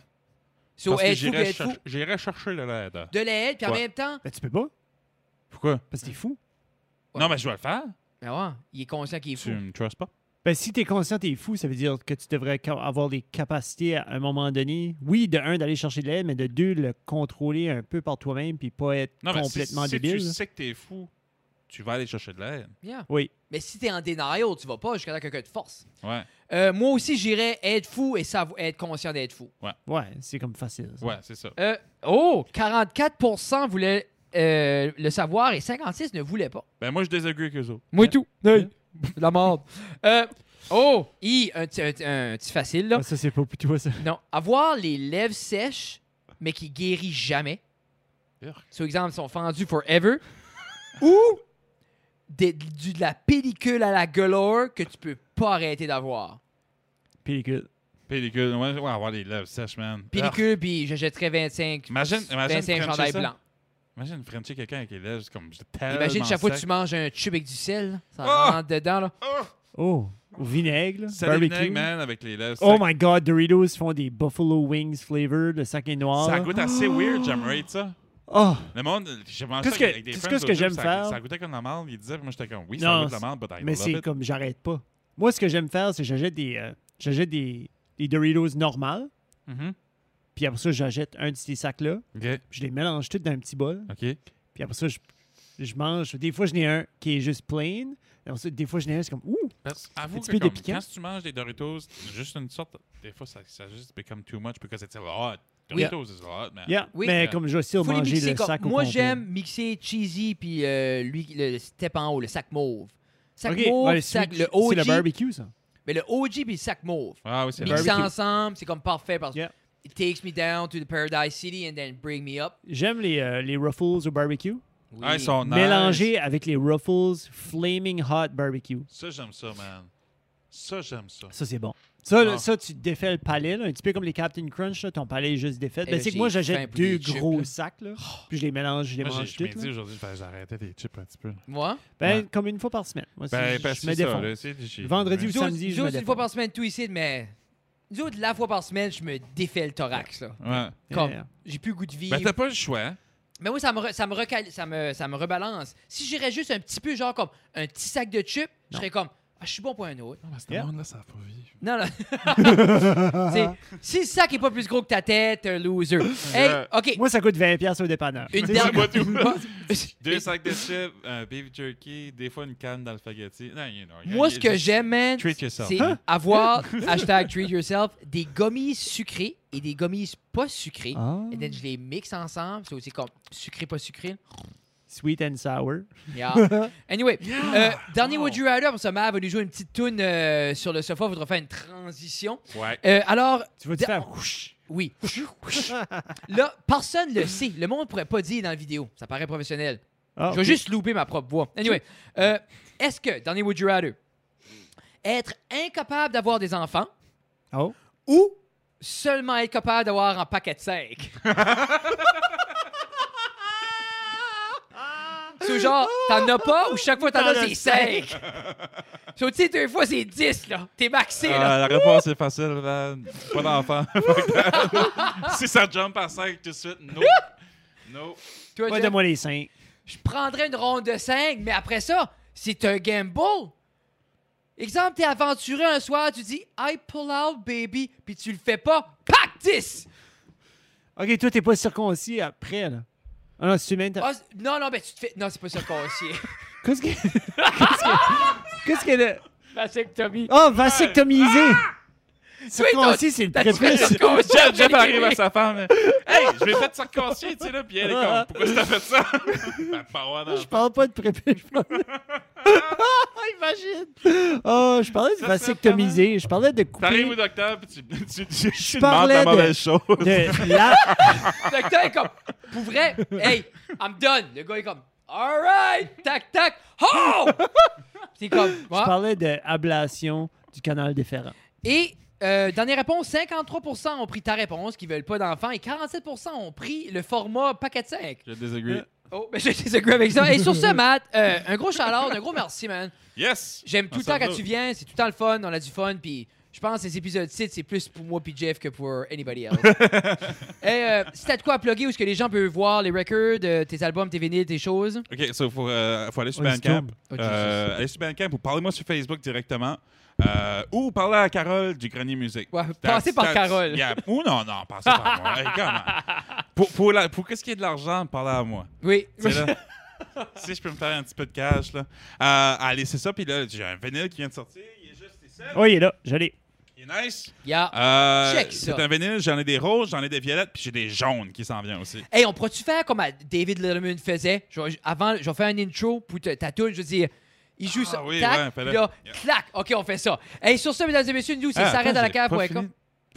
[SPEAKER 1] So,
[SPEAKER 3] Parce que
[SPEAKER 1] être fou,
[SPEAKER 3] j'irais
[SPEAKER 1] être fou,
[SPEAKER 3] chercher- j'irais chercher le l'aide.
[SPEAKER 1] de l'aide, puis en
[SPEAKER 3] Ouais.
[SPEAKER 1] même temps,
[SPEAKER 2] Ben, tu peux pas,
[SPEAKER 3] Pourquoi?
[SPEAKER 2] parce que t'es fou.
[SPEAKER 1] Ouais.
[SPEAKER 3] Non, mais je vais le faire.
[SPEAKER 1] ben ouais, il est conscient qu'il est fou.
[SPEAKER 3] Tu me trustes pas?
[SPEAKER 2] Ben, si t'es conscient, t'es fou, ça veut dire que tu devrais ca- avoir les capacités à un moment donné. Oui, de un, d'aller chercher de l'aide, mais de deux, le contrôler un peu par toi-même, puis pas être
[SPEAKER 3] Non, mais si-
[SPEAKER 2] complètement
[SPEAKER 3] si,
[SPEAKER 2] débile.
[SPEAKER 3] tu
[SPEAKER 2] là.
[SPEAKER 3] sais que t'es fou, tu vas aller chercher de l'aide.
[SPEAKER 1] Yeah.
[SPEAKER 2] Oui.
[SPEAKER 1] Mais si t'es en denial, tu vas pas jusqu'à temps que quelqu'un te force.
[SPEAKER 3] Ouais,
[SPEAKER 1] Euh, moi aussi, j'irais être fou et savo- être conscient d'être fou.
[SPEAKER 2] Ouais, c'est comme facile. ça.
[SPEAKER 3] ouais, c'est ça.
[SPEAKER 1] Euh, oh, 44 voulaient euh, le savoir et 56 ne voulaient pas.
[SPEAKER 3] Ben, moi, je désagree avec eux autres.
[SPEAKER 1] Moi tout. La mort. Euh, oh, i, un petit un petit- un petit facile là.
[SPEAKER 2] Ah, ça, c'est pas pour toi, ça.
[SPEAKER 1] Non, avoir les lèvres sèches mais qui guérit jamais.
[SPEAKER 3] Urk.
[SPEAKER 1] Sur exemple, sont fendus forever. Ou des- du- de la pellicule à la galore que tu peux pas arrêter d'avoir.
[SPEAKER 2] Pellicule.
[SPEAKER 3] Pellicule, ouais, ouais, avoir les lèvres sèches, man. Ah,
[SPEAKER 1] Pellicule, puis je jetterais 25,
[SPEAKER 3] Imagine- imagine
[SPEAKER 1] 25
[SPEAKER 3] Frenchie
[SPEAKER 1] chandails
[SPEAKER 3] ça. Euh,
[SPEAKER 1] blancs.
[SPEAKER 3] imagine Frenchie quelqu'un avec les lèvres, c'est comme, j'étais tellement
[SPEAKER 1] Imagine chaque fois que
[SPEAKER 3] sec.
[SPEAKER 1] tu manges un tube avec du sel, ça
[SPEAKER 3] Ah!
[SPEAKER 1] rentre dedans. Là.
[SPEAKER 3] Oh!
[SPEAKER 2] Oh, au vinaigre, là.
[SPEAKER 3] Ça
[SPEAKER 2] barbecue.
[SPEAKER 3] déglingue, man, avec les lèvres.
[SPEAKER 2] Oh
[SPEAKER 3] ça,
[SPEAKER 2] my god, Doritos font des Buffalo Wings flavor, le sac est noir.
[SPEAKER 3] ça
[SPEAKER 2] là.
[SPEAKER 3] goûte assez weird, j'aimerais ça.
[SPEAKER 2] Oh,
[SPEAKER 3] Le monde, j'ai mangé
[SPEAKER 2] Qu'est-ce
[SPEAKER 3] ça
[SPEAKER 2] que-
[SPEAKER 3] avec des
[SPEAKER 2] qu'est-ce
[SPEAKER 3] friends
[SPEAKER 2] que
[SPEAKER 3] au
[SPEAKER 2] ce que
[SPEAKER 3] gym,
[SPEAKER 2] j'aime
[SPEAKER 3] ça-
[SPEAKER 2] faire?
[SPEAKER 3] Ça goûtait comme la marde, il disait, puis moi, j'étais comme, oui,
[SPEAKER 2] Non,
[SPEAKER 3] ça goûte la
[SPEAKER 2] c'est-
[SPEAKER 3] marde, but I
[SPEAKER 2] mais
[SPEAKER 3] love
[SPEAKER 2] c'est
[SPEAKER 3] it.
[SPEAKER 2] comme j'arrête pas. Moi, ce que j'aime faire, c'est que j'achète des, euh, j'achète des, des Doritos normales,
[SPEAKER 3] Mhm.
[SPEAKER 2] puis après ça, j'achète un de ces sacs-là,
[SPEAKER 3] OK,
[SPEAKER 2] puis je les mélange tous dans un petit bol,
[SPEAKER 3] OK.
[SPEAKER 2] puis après ça, je, je mange. Des fois, je n'ai un qui est juste plain, après ça, des fois, je n'ai un, c'est comme, ouh,
[SPEAKER 3] Parce avoue
[SPEAKER 2] petit
[SPEAKER 3] que
[SPEAKER 2] peu
[SPEAKER 3] comme,
[SPEAKER 2] dépiquant.
[SPEAKER 3] quand tu manges des Doritos, juste une sorte, des fois, ça, ça juste become too much because it's a lot.
[SPEAKER 2] Oui.
[SPEAKER 3] Doritos is a lot, man.
[SPEAKER 2] yeah.
[SPEAKER 1] Oui.
[SPEAKER 2] mais comme je vais aussi
[SPEAKER 1] Faut les
[SPEAKER 2] manger
[SPEAKER 1] mixer
[SPEAKER 2] le
[SPEAKER 1] comme-
[SPEAKER 2] sac au
[SPEAKER 1] Moi,
[SPEAKER 2] complet.
[SPEAKER 1] j'aime mixer cheesy puis euh, lui, le step en haut, le sac mauve. Sac
[SPEAKER 2] Ok,
[SPEAKER 1] mauve,
[SPEAKER 2] ouais,
[SPEAKER 1] sac,
[SPEAKER 2] sweet-
[SPEAKER 1] le OG.
[SPEAKER 2] C'est le barbecue, ça.
[SPEAKER 1] Mais le OG puis le sac mauve.
[SPEAKER 3] Ah oui, c'est
[SPEAKER 2] Barbecue.
[SPEAKER 1] Mixé
[SPEAKER 3] vrai.
[SPEAKER 1] ensemble, c'est comme parfait parce que
[SPEAKER 2] Yeah.
[SPEAKER 1] it takes me down to the paradise city and then bring me up.
[SPEAKER 2] J'aime les, euh, les Ruffles au barbecue.
[SPEAKER 1] Oui.
[SPEAKER 3] Ah, ils sont nice.
[SPEAKER 2] Mélangés avec les Ruffles Flaming Hot Barbecue.
[SPEAKER 3] Ça, j'aime ça, man. Ça, j'aime ça.
[SPEAKER 2] Ça, c'est bon. Ça, là,
[SPEAKER 3] Ah.
[SPEAKER 2] ça, tu défais le palais, là, un petit peu comme les Captain Crunch, là, ton palais est juste défait.
[SPEAKER 1] Et
[SPEAKER 2] Ben,
[SPEAKER 1] Eh, là,
[SPEAKER 2] c'est que
[SPEAKER 1] j'ai
[SPEAKER 2] moi,
[SPEAKER 1] faim
[SPEAKER 2] j'achète
[SPEAKER 1] pour
[SPEAKER 2] deux
[SPEAKER 1] des chips,
[SPEAKER 2] gros
[SPEAKER 1] là. Oh.
[SPEAKER 2] sacs, là, puis je les mélange, je les
[SPEAKER 3] Moi, j'ai-
[SPEAKER 2] mange
[SPEAKER 3] je me
[SPEAKER 2] tous.
[SPEAKER 3] dis
[SPEAKER 2] là.
[SPEAKER 3] aujourd'hui, ben, j'arrêtais des chips un petit peu.
[SPEAKER 1] Moi?
[SPEAKER 2] Ben,
[SPEAKER 3] Ouais.
[SPEAKER 2] comme une fois par semaine. Moi, si
[SPEAKER 3] Ben,
[SPEAKER 2] je-
[SPEAKER 3] parce
[SPEAKER 2] je
[SPEAKER 3] que
[SPEAKER 2] me
[SPEAKER 3] c'est ça,
[SPEAKER 2] défends.
[SPEAKER 3] là, c'est- j'ai-
[SPEAKER 2] Vendredi ou
[SPEAKER 1] Nous autres,
[SPEAKER 2] samedi, je
[SPEAKER 1] nous
[SPEAKER 2] me
[SPEAKER 1] autres, une fois
[SPEAKER 2] défends.
[SPEAKER 1] par semaine, tout ici, mais. Nous autres, la fois par semaine, je me défais le thorax. Là.
[SPEAKER 3] Ouais.
[SPEAKER 1] Comme,
[SPEAKER 2] Yeah.
[SPEAKER 1] j'ai plus le goût de vivre.
[SPEAKER 3] Ben, t'as pas le choix.
[SPEAKER 1] Mais oui, ça me, re- ça, me recal- ça, me, ça me rebalance. Si j'irais juste un petit peu, genre comme un petit sac de chips, je
[SPEAKER 2] Non.
[SPEAKER 1] serais comme, ah, je suis bon pour un autre.
[SPEAKER 3] Non, mais ce
[SPEAKER 2] Yeah.
[SPEAKER 3] monde-là, ça va pas vivre.
[SPEAKER 1] Non, non. C'est- si le sac est pas plus gros que ta tête, un loser. hey, OK.
[SPEAKER 2] Moi, ça coûte 20$ au dépanneur.
[SPEAKER 1] Une
[SPEAKER 3] C'est ça,
[SPEAKER 1] dernière.
[SPEAKER 3] moi, tout. Deux sacs de chips, un beef jerky, des fois une canne d'alfaghetti. Non, you know.
[SPEAKER 1] Moi, ce que j'aime, man,
[SPEAKER 3] Treat yourself.
[SPEAKER 1] c'est avoir, hashtag treat yourself, des gommies sucrées et des gommies pas sucrées.
[SPEAKER 2] Ah.
[SPEAKER 1] Et then, je les mixe ensemble. C'est aussi comme sucré, pas sucré.
[SPEAKER 2] Sweet and sour.
[SPEAKER 1] Yeah. Anyway, euh, dernier
[SPEAKER 3] Wow.
[SPEAKER 1] Would You Rather, parce que Mav va nous jouer une petite toune euh, sur le sofa, voudra faire une transition.
[SPEAKER 3] Ouais.
[SPEAKER 1] Euh, alors,
[SPEAKER 2] Tu vas te
[SPEAKER 1] Da-
[SPEAKER 2] faire. whoosh.
[SPEAKER 1] oui. Là, personne le sait. Le monde pourrait pas dire dans la vidéo. Ça paraît professionnel.
[SPEAKER 2] Ah,
[SPEAKER 1] Je vais juste louper ma propre voix. Anyway, euh, est-ce que, dernier Would You Rather, être incapable d'avoir des enfants
[SPEAKER 2] Oh.
[SPEAKER 1] ou seulement être capable d'avoir un paquet de 5? C'est genre, t'en as pas ou chaque fois t'en
[SPEAKER 2] T'en
[SPEAKER 1] as,
[SPEAKER 2] as
[SPEAKER 1] c'est 5? So, tu sais, deux fois, c'est 10, là. T'es maxé, là.
[SPEAKER 3] Ah, la réponse est facile, man. Pas d'enfant. si ça jump à 5 tout de suite, no. No.
[SPEAKER 1] Toi,
[SPEAKER 2] Ouais,
[SPEAKER 1] Jeff?
[SPEAKER 2] donne-moi les seins.
[SPEAKER 1] je prendrais une ronde de 5, mais après ça, c'est un gamble. Exemple, t'es aventuré un soir, tu dis I pull out, baby, puis tu le fais pas, pack 10!
[SPEAKER 2] Ok, toi, t'es pas circoncis après, là. Ah non, si tu mènes ta-
[SPEAKER 1] Ah, c'est- non, non, ben tu te fais. Non, c'est pas ça qu'on
[SPEAKER 2] Qu'est-ce que. Qu'est-ce que. Qu'est-ce que le-
[SPEAKER 1] Vasectomie.
[SPEAKER 2] Oh, vasectomisé!
[SPEAKER 1] Ah.
[SPEAKER 2] Circoncis,
[SPEAKER 1] Oui,
[SPEAKER 2] c'est le
[SPEAKER 1] t'as- t'as-
[SPEAKER 2] prépuce.
[SPEAKER 3] Jeff, Jeff arrive à sa femme. Hey, je vais faire circoncier, tu sais, là. Puis elle est comme, pourquoi tu t'as fait ça? Ben, pas moi,
[SPEAKER 1] Ah.
[SPEAKER 3] non.
[SPEAKER 2] Je parle pas de prépuce. je parle- Imagine! Oh, je parlais de
[SPEAKER 3] Ça serait
[SPEAKER 2] vasectomisé. Je parlais de couper.
[SPEAKER 3] T'arrives au docteur, puis tu, tu, tu, tu demandes
[SPEAKER 2] parlais
[SPEAKER 3] la
[SPEAKER 2] de-
[SPEAKER 3] mauvaise chose.
[SPEAKER 2] De la...
[SPEAKER 1] Le docteur est comme, pour vrai, hey, I'm done. Le gars est comme, alright, tac, tac, ho! C'est comme,
[SPEAKER 2] Je
[SPEAKER 1] moi.
[SPEAKER 2] parlais de ablation du canal déférent.
[SPEAKER 1] Et Euh, dernière réponse, 53 ont pris ta réponse, qui veulent pas d'enfants, et 47 ont pris le format paquet de 5.
[SPEAKER 3] Je disagree.
[SPEAKER 1] Oh, mais j'ai disagree avec ça. Et sur ce, Matt, euh, un gros chaleur, un gros merci, man.
[SPEAKER 3] Yes!
[SPEAKER 1] J'aime tout
[SPEAKER 3] Ah,
[SPEAKER 1] le
[SPEAKER 3] ça
[SPEAKER 1] temps
[SPEAKER 3] va.
[SPEAKER 1] quand tu viens, c'est tout le temps le fun, on a du fun, puis je pense que ces épisodes titres, c'est plus pour moi puis Jeff que pour anybody else. Et euh, si t'as de quoi à plugger, où est-ce que les gens peuvent voir les records, euh, tes albums, tes vinyles, tes choses?
[SPEAKER 3] OK, so faut, euh, faut aller sur
[SPEAKER 2] On y
[SPEAKER 3] Bandcamp.
[SPEAKER 2] tombe.
[SPEAKER 1] Ok,
[SPEAKER 3] Euh, allez sur Bandcamp ou parlez-moi sur Facebook directement. Euh, ou parlez à Carole du Grenier Musique.
[SPEAKER 1] Ouais, passez par
[SPEAKER 3] That's-
[SPEAKER 1] Carole.
[SPEAKER 3] yeah. Ou non, non, passez par moi. Hey, comment? Pour, pour, la- pour qu'est-ce qui est de l'argent, parlez à moi.
[SPEAKER 1] Oui.
[SPEAKER 3] Tu sais, là, si je peux me faire un petit peu de cash, là. Euh, allez, c'est ça. Puis là, j'ai un vinyle qui vient de sortir. Il est juste ici.
[SPEAKER 2] Oh, il est là, j'allais.
[SPEAKER 3] Il est nice.
[SPEAKER 1] Yeah.
[SPEAKER 3] Euh,
[SPEAKER 1] Check ça.
[SPEAKER 3] c'est un vinyle. J'en ai des roses, j'en ai des violettes, puis j'ai des jaunes qui s'en viennent aussi.
[SPEAKER 1] Hey, on pourrait-tu faire comme à David Letterman faisait? Je vais- avant, je vais faire un intro pour ta ta toune, je veux dire. Il joue
[SPEAKER 3] Ah
[SPEAKER 1] ça,
[SPEAKER 3] oui, ouais,
[SPEAKER 1] tac,
[SPEAKER 3] fais-le.
[SPEAKER 1] puis là,
[SPEAKER 3] Yeah.
[SPEAKER 1] clac, ok, on fait ça. Hey, sur ce, mesdames et messieurs, nous, c'est
[SPEAKER 3] Ah,
[SPEAKER 1] s'arrête
[SPEAKER 3] attends,
[SPEAKER 1] à la
[SPEAKER 3] j'ai pas
[SPEAKER 1] cave.com.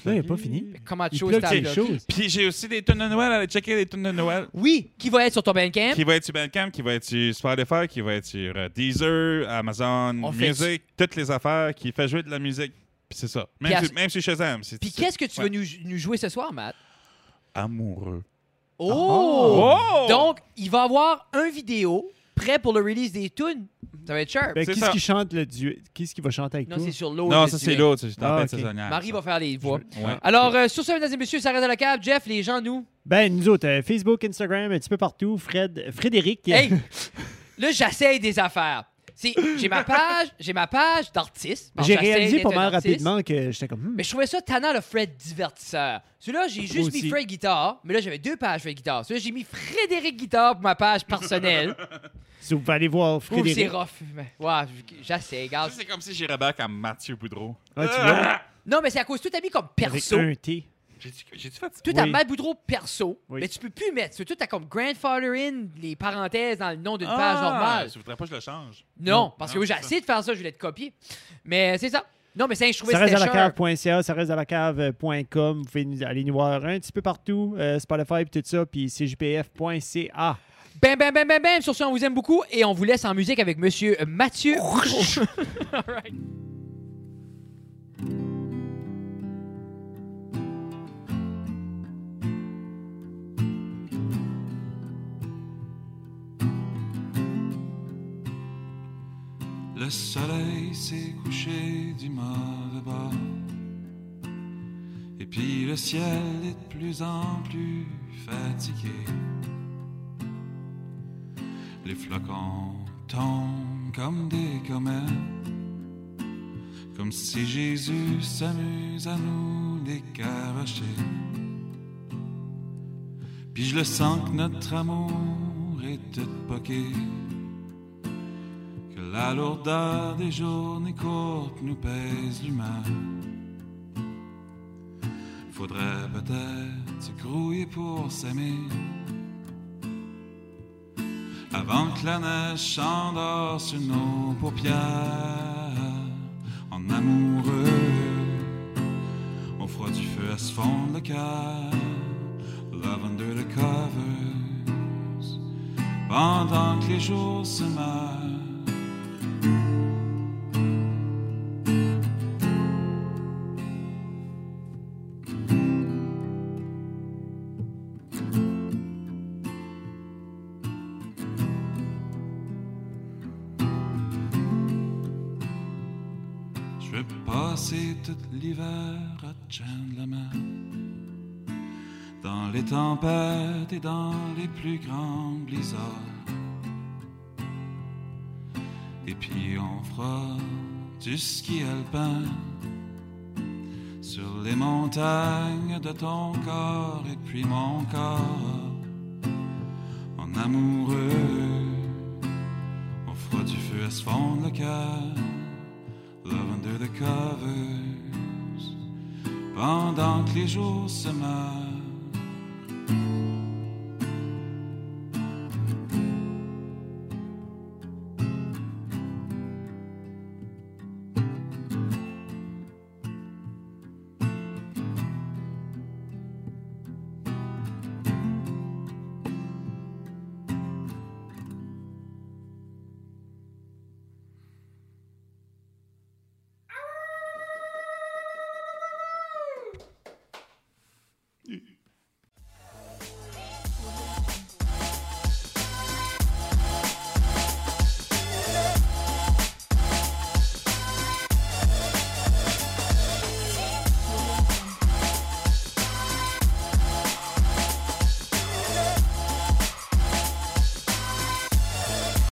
[SPEAKER 2] Là, il n'est pas fini.
[SPEAKER 1] Comment de
[SPEAKER 2] Il
[SPEAKER 1] choses
[SPEAKER 2] plug
[SPEAKER 1] t'as
[SPEAKER 2] quelque
[SPEAKER 1] là?
[SPEAKER 2] chose.
[SPEAKER 3] Puis j'ai aussi des tunes de Noël. Allez checker les tunes de Noël.
[SPEAKER 1] Oui, qui va être sur ton Bandcamp?
[SPEAKER 3] Qui va être sur Bandcamp, qui va être sur Spotify, qui va être sur euh, Deezer, Amazon
[SPEAKER 1] On fait
[SPEAKER 3] Music, toutes les affaires qui fait jouer de la musique. Puis c'est ça. Même,
[SPEAKER 1] Puis à-
[SPEAKER 3] sur, même sur Shazam. c'est-
[SPEAKER 1] Puis
[SPEAKER 3] c'est-
[SPEAKER 1] qu'est-ce que tu
[SPEAKER 3] ouais.
[SPEAKER 1] vas nous, nous jouer ce soir, Matt?
[SPEAKER 2] Ah.
[SPEAKER 3] Amoureux.
[SPEAKER 1] Oh!
[SPEAKER 3] Oh!
[SPEAKER 1] Donc, il va avoir un vidéo prêt pour le release des tunes. Ça va être sharp.
[SPEAKER 2] Ben,
[SPEAKER 3] C'est
[SPEAKER 2] qui
[SPEAKER 3] ça.
[SPEAKER 2] est-ce qui chante le duo? Qui est-ce qui va chanter avec
[SPEAKER 1] non,
[SPEAKER 2] toi?
[SPEAKER 1] c'est sur l'autre.
[SPEAKER 3] non,
[SPEAKER 1] je
[SPEAKER 3] ça
[SPEAKER 1] te
[SPEAKER 3] c'est
[SPEAKER 1] dirais.
[SPEAKER 3] l'autre. ça, C'est en
[SPEAKER 2] Ah,
[SPEAKER 3] tête
[SPEAKER 2] ok.
[SPEAKER 3] saisonnière.
[SPEAKER 1] Marie
[SPEAKER 3] ça.
[SPEAKER 1] va faire les voix.
[SPEAKER 3] Ouais.
[SPEAKER 1] Alors, euh, sur ce, mesdames et messieurs, ça reste à la cave. Jeff, les gens, nous.
[SPEAKER 2] Ben, nous autres, euh, Facebook, Instagram, un petit peu partout. Fred, Frédéric. euh,
[SPEAKER 1] Hey! Là, j'essaye des affaires. C'est- J'ai ma page, j'ai ma page d'artiste. Bon,
[SPEAKER 2] J'ai
[SPEAKER 1] j'essaye
[SPEAKER 2] réalisé
[SPEAKER 1] d'être
[SPEAKER 2] pas mal
[SPEAKER 1] un artiste.
[SPEAKER 2] rapidement que j'étais comme. hmm,
[SPEAKER 1] Mais je trouvais ça tannant le Fred divertisseur. Celui-là, j'ai juste mis
[SPEAKER 2] aussi.
[SPEAKER 1] Fred Guitar, mais là, j'avais deux pages Fred Guitar. Celui-là, j'ai mis Frédéric Guitar pour ma page personnelle.
[SPEAKER 2] Si vous pouvez aller voir
[SPEAKER 1] Ouf, c'est
[SPEAKER 2] Frédéric.
[SPEAKER 1] rough. mais- Ouais, j'essaie,
[SPEAKER 3] Ça,
[SPEAKER 1] regarde.
[SPEAKER 3] c'est comme si j'irais back à Mathieu Boudreau.
[SPEAKER 2] Ah, tu vois,
[SPEAKER 1] Non, mais c'est à cause que tout t'as mis comme
[SPEAKER 2] avec
[SPEAKER 1] perso.
[SPEAKER 2] un T.
[SPEAKER 3] J'ai-tu j'ai-tu fait ça?
[SPEAKER 1] Tout
[SPEAKER 2] Oui.
[SPEAKER 1] à Matt Boudreau perso,
[SPEAKER 2] Oui.
[SPEAKER 1] mais tu peux plus mettre. Tout à comme grandfather in les parenthèses dans le nom d'une
[SPEAKER 3] Ah,
[SPEAKER 1] page normale.
[SPEAKER 3] Je voudrais pas que je le change.
[SPEAKER 1] Non,
[SPEAKER 3] Non,
[SPEAKER 1] parce que
[SPEAKER 3] non,
[SPEAKER 1] oui,
[SPEAKER 3] c'est
[SPEAKER 1] j'ai essayé de faire ça, je voulais te copier. Mais c'est ça. Non, mais ça, je trouvais
[SPEAKER 2] Ça
[SPEAKER 1] que
[SPEAKER 2] reste à
[SPEAKER 1] c'était
[SPEAKER 2] la
[SPEAKER 1] cher.
[SPEAKER 2] cave.ca, ça reste à la cave.com. Vous pouvez nous- aller nous voir un petit peu partout, euh, Spotify et tout ça, puis cjpf.ca.
[SPEAKER 1] Bam, bam, bam, bam, bam. Sur ce, on vous aime beaucoup et on vous laisse en musique avec Monsieur Mathieu.
[SPEAKER 5] Le soleil s'est couché du mauvais bord. Et puis le ciel est de plus en plus fatigué. Les flocons tombent comme des comètes. Comme si Jésus s'amuse à nous décaracher. Puis je le sens que notre amour est tout poqué que la lourdeur des journées courtes nous pèse l'humain. Faudrait peut-être se grouiller pour s'aimer avant que la neige s'endort sur nos paupières. En amoureux, on fera du feu à se fondre le cœur. Love under the covers pendant que les jours se meurent. Je vais passer tout l'hiver à te tendre la main. Dans les tempêtes et dans les plus grands blizzards. Et puis on fera du ski alpin sur les montagnes de ton corps et puis mon corps. En amoureux, on fera du feu à se fondre le cœur. Love under the covers Pendant que les jours se meurent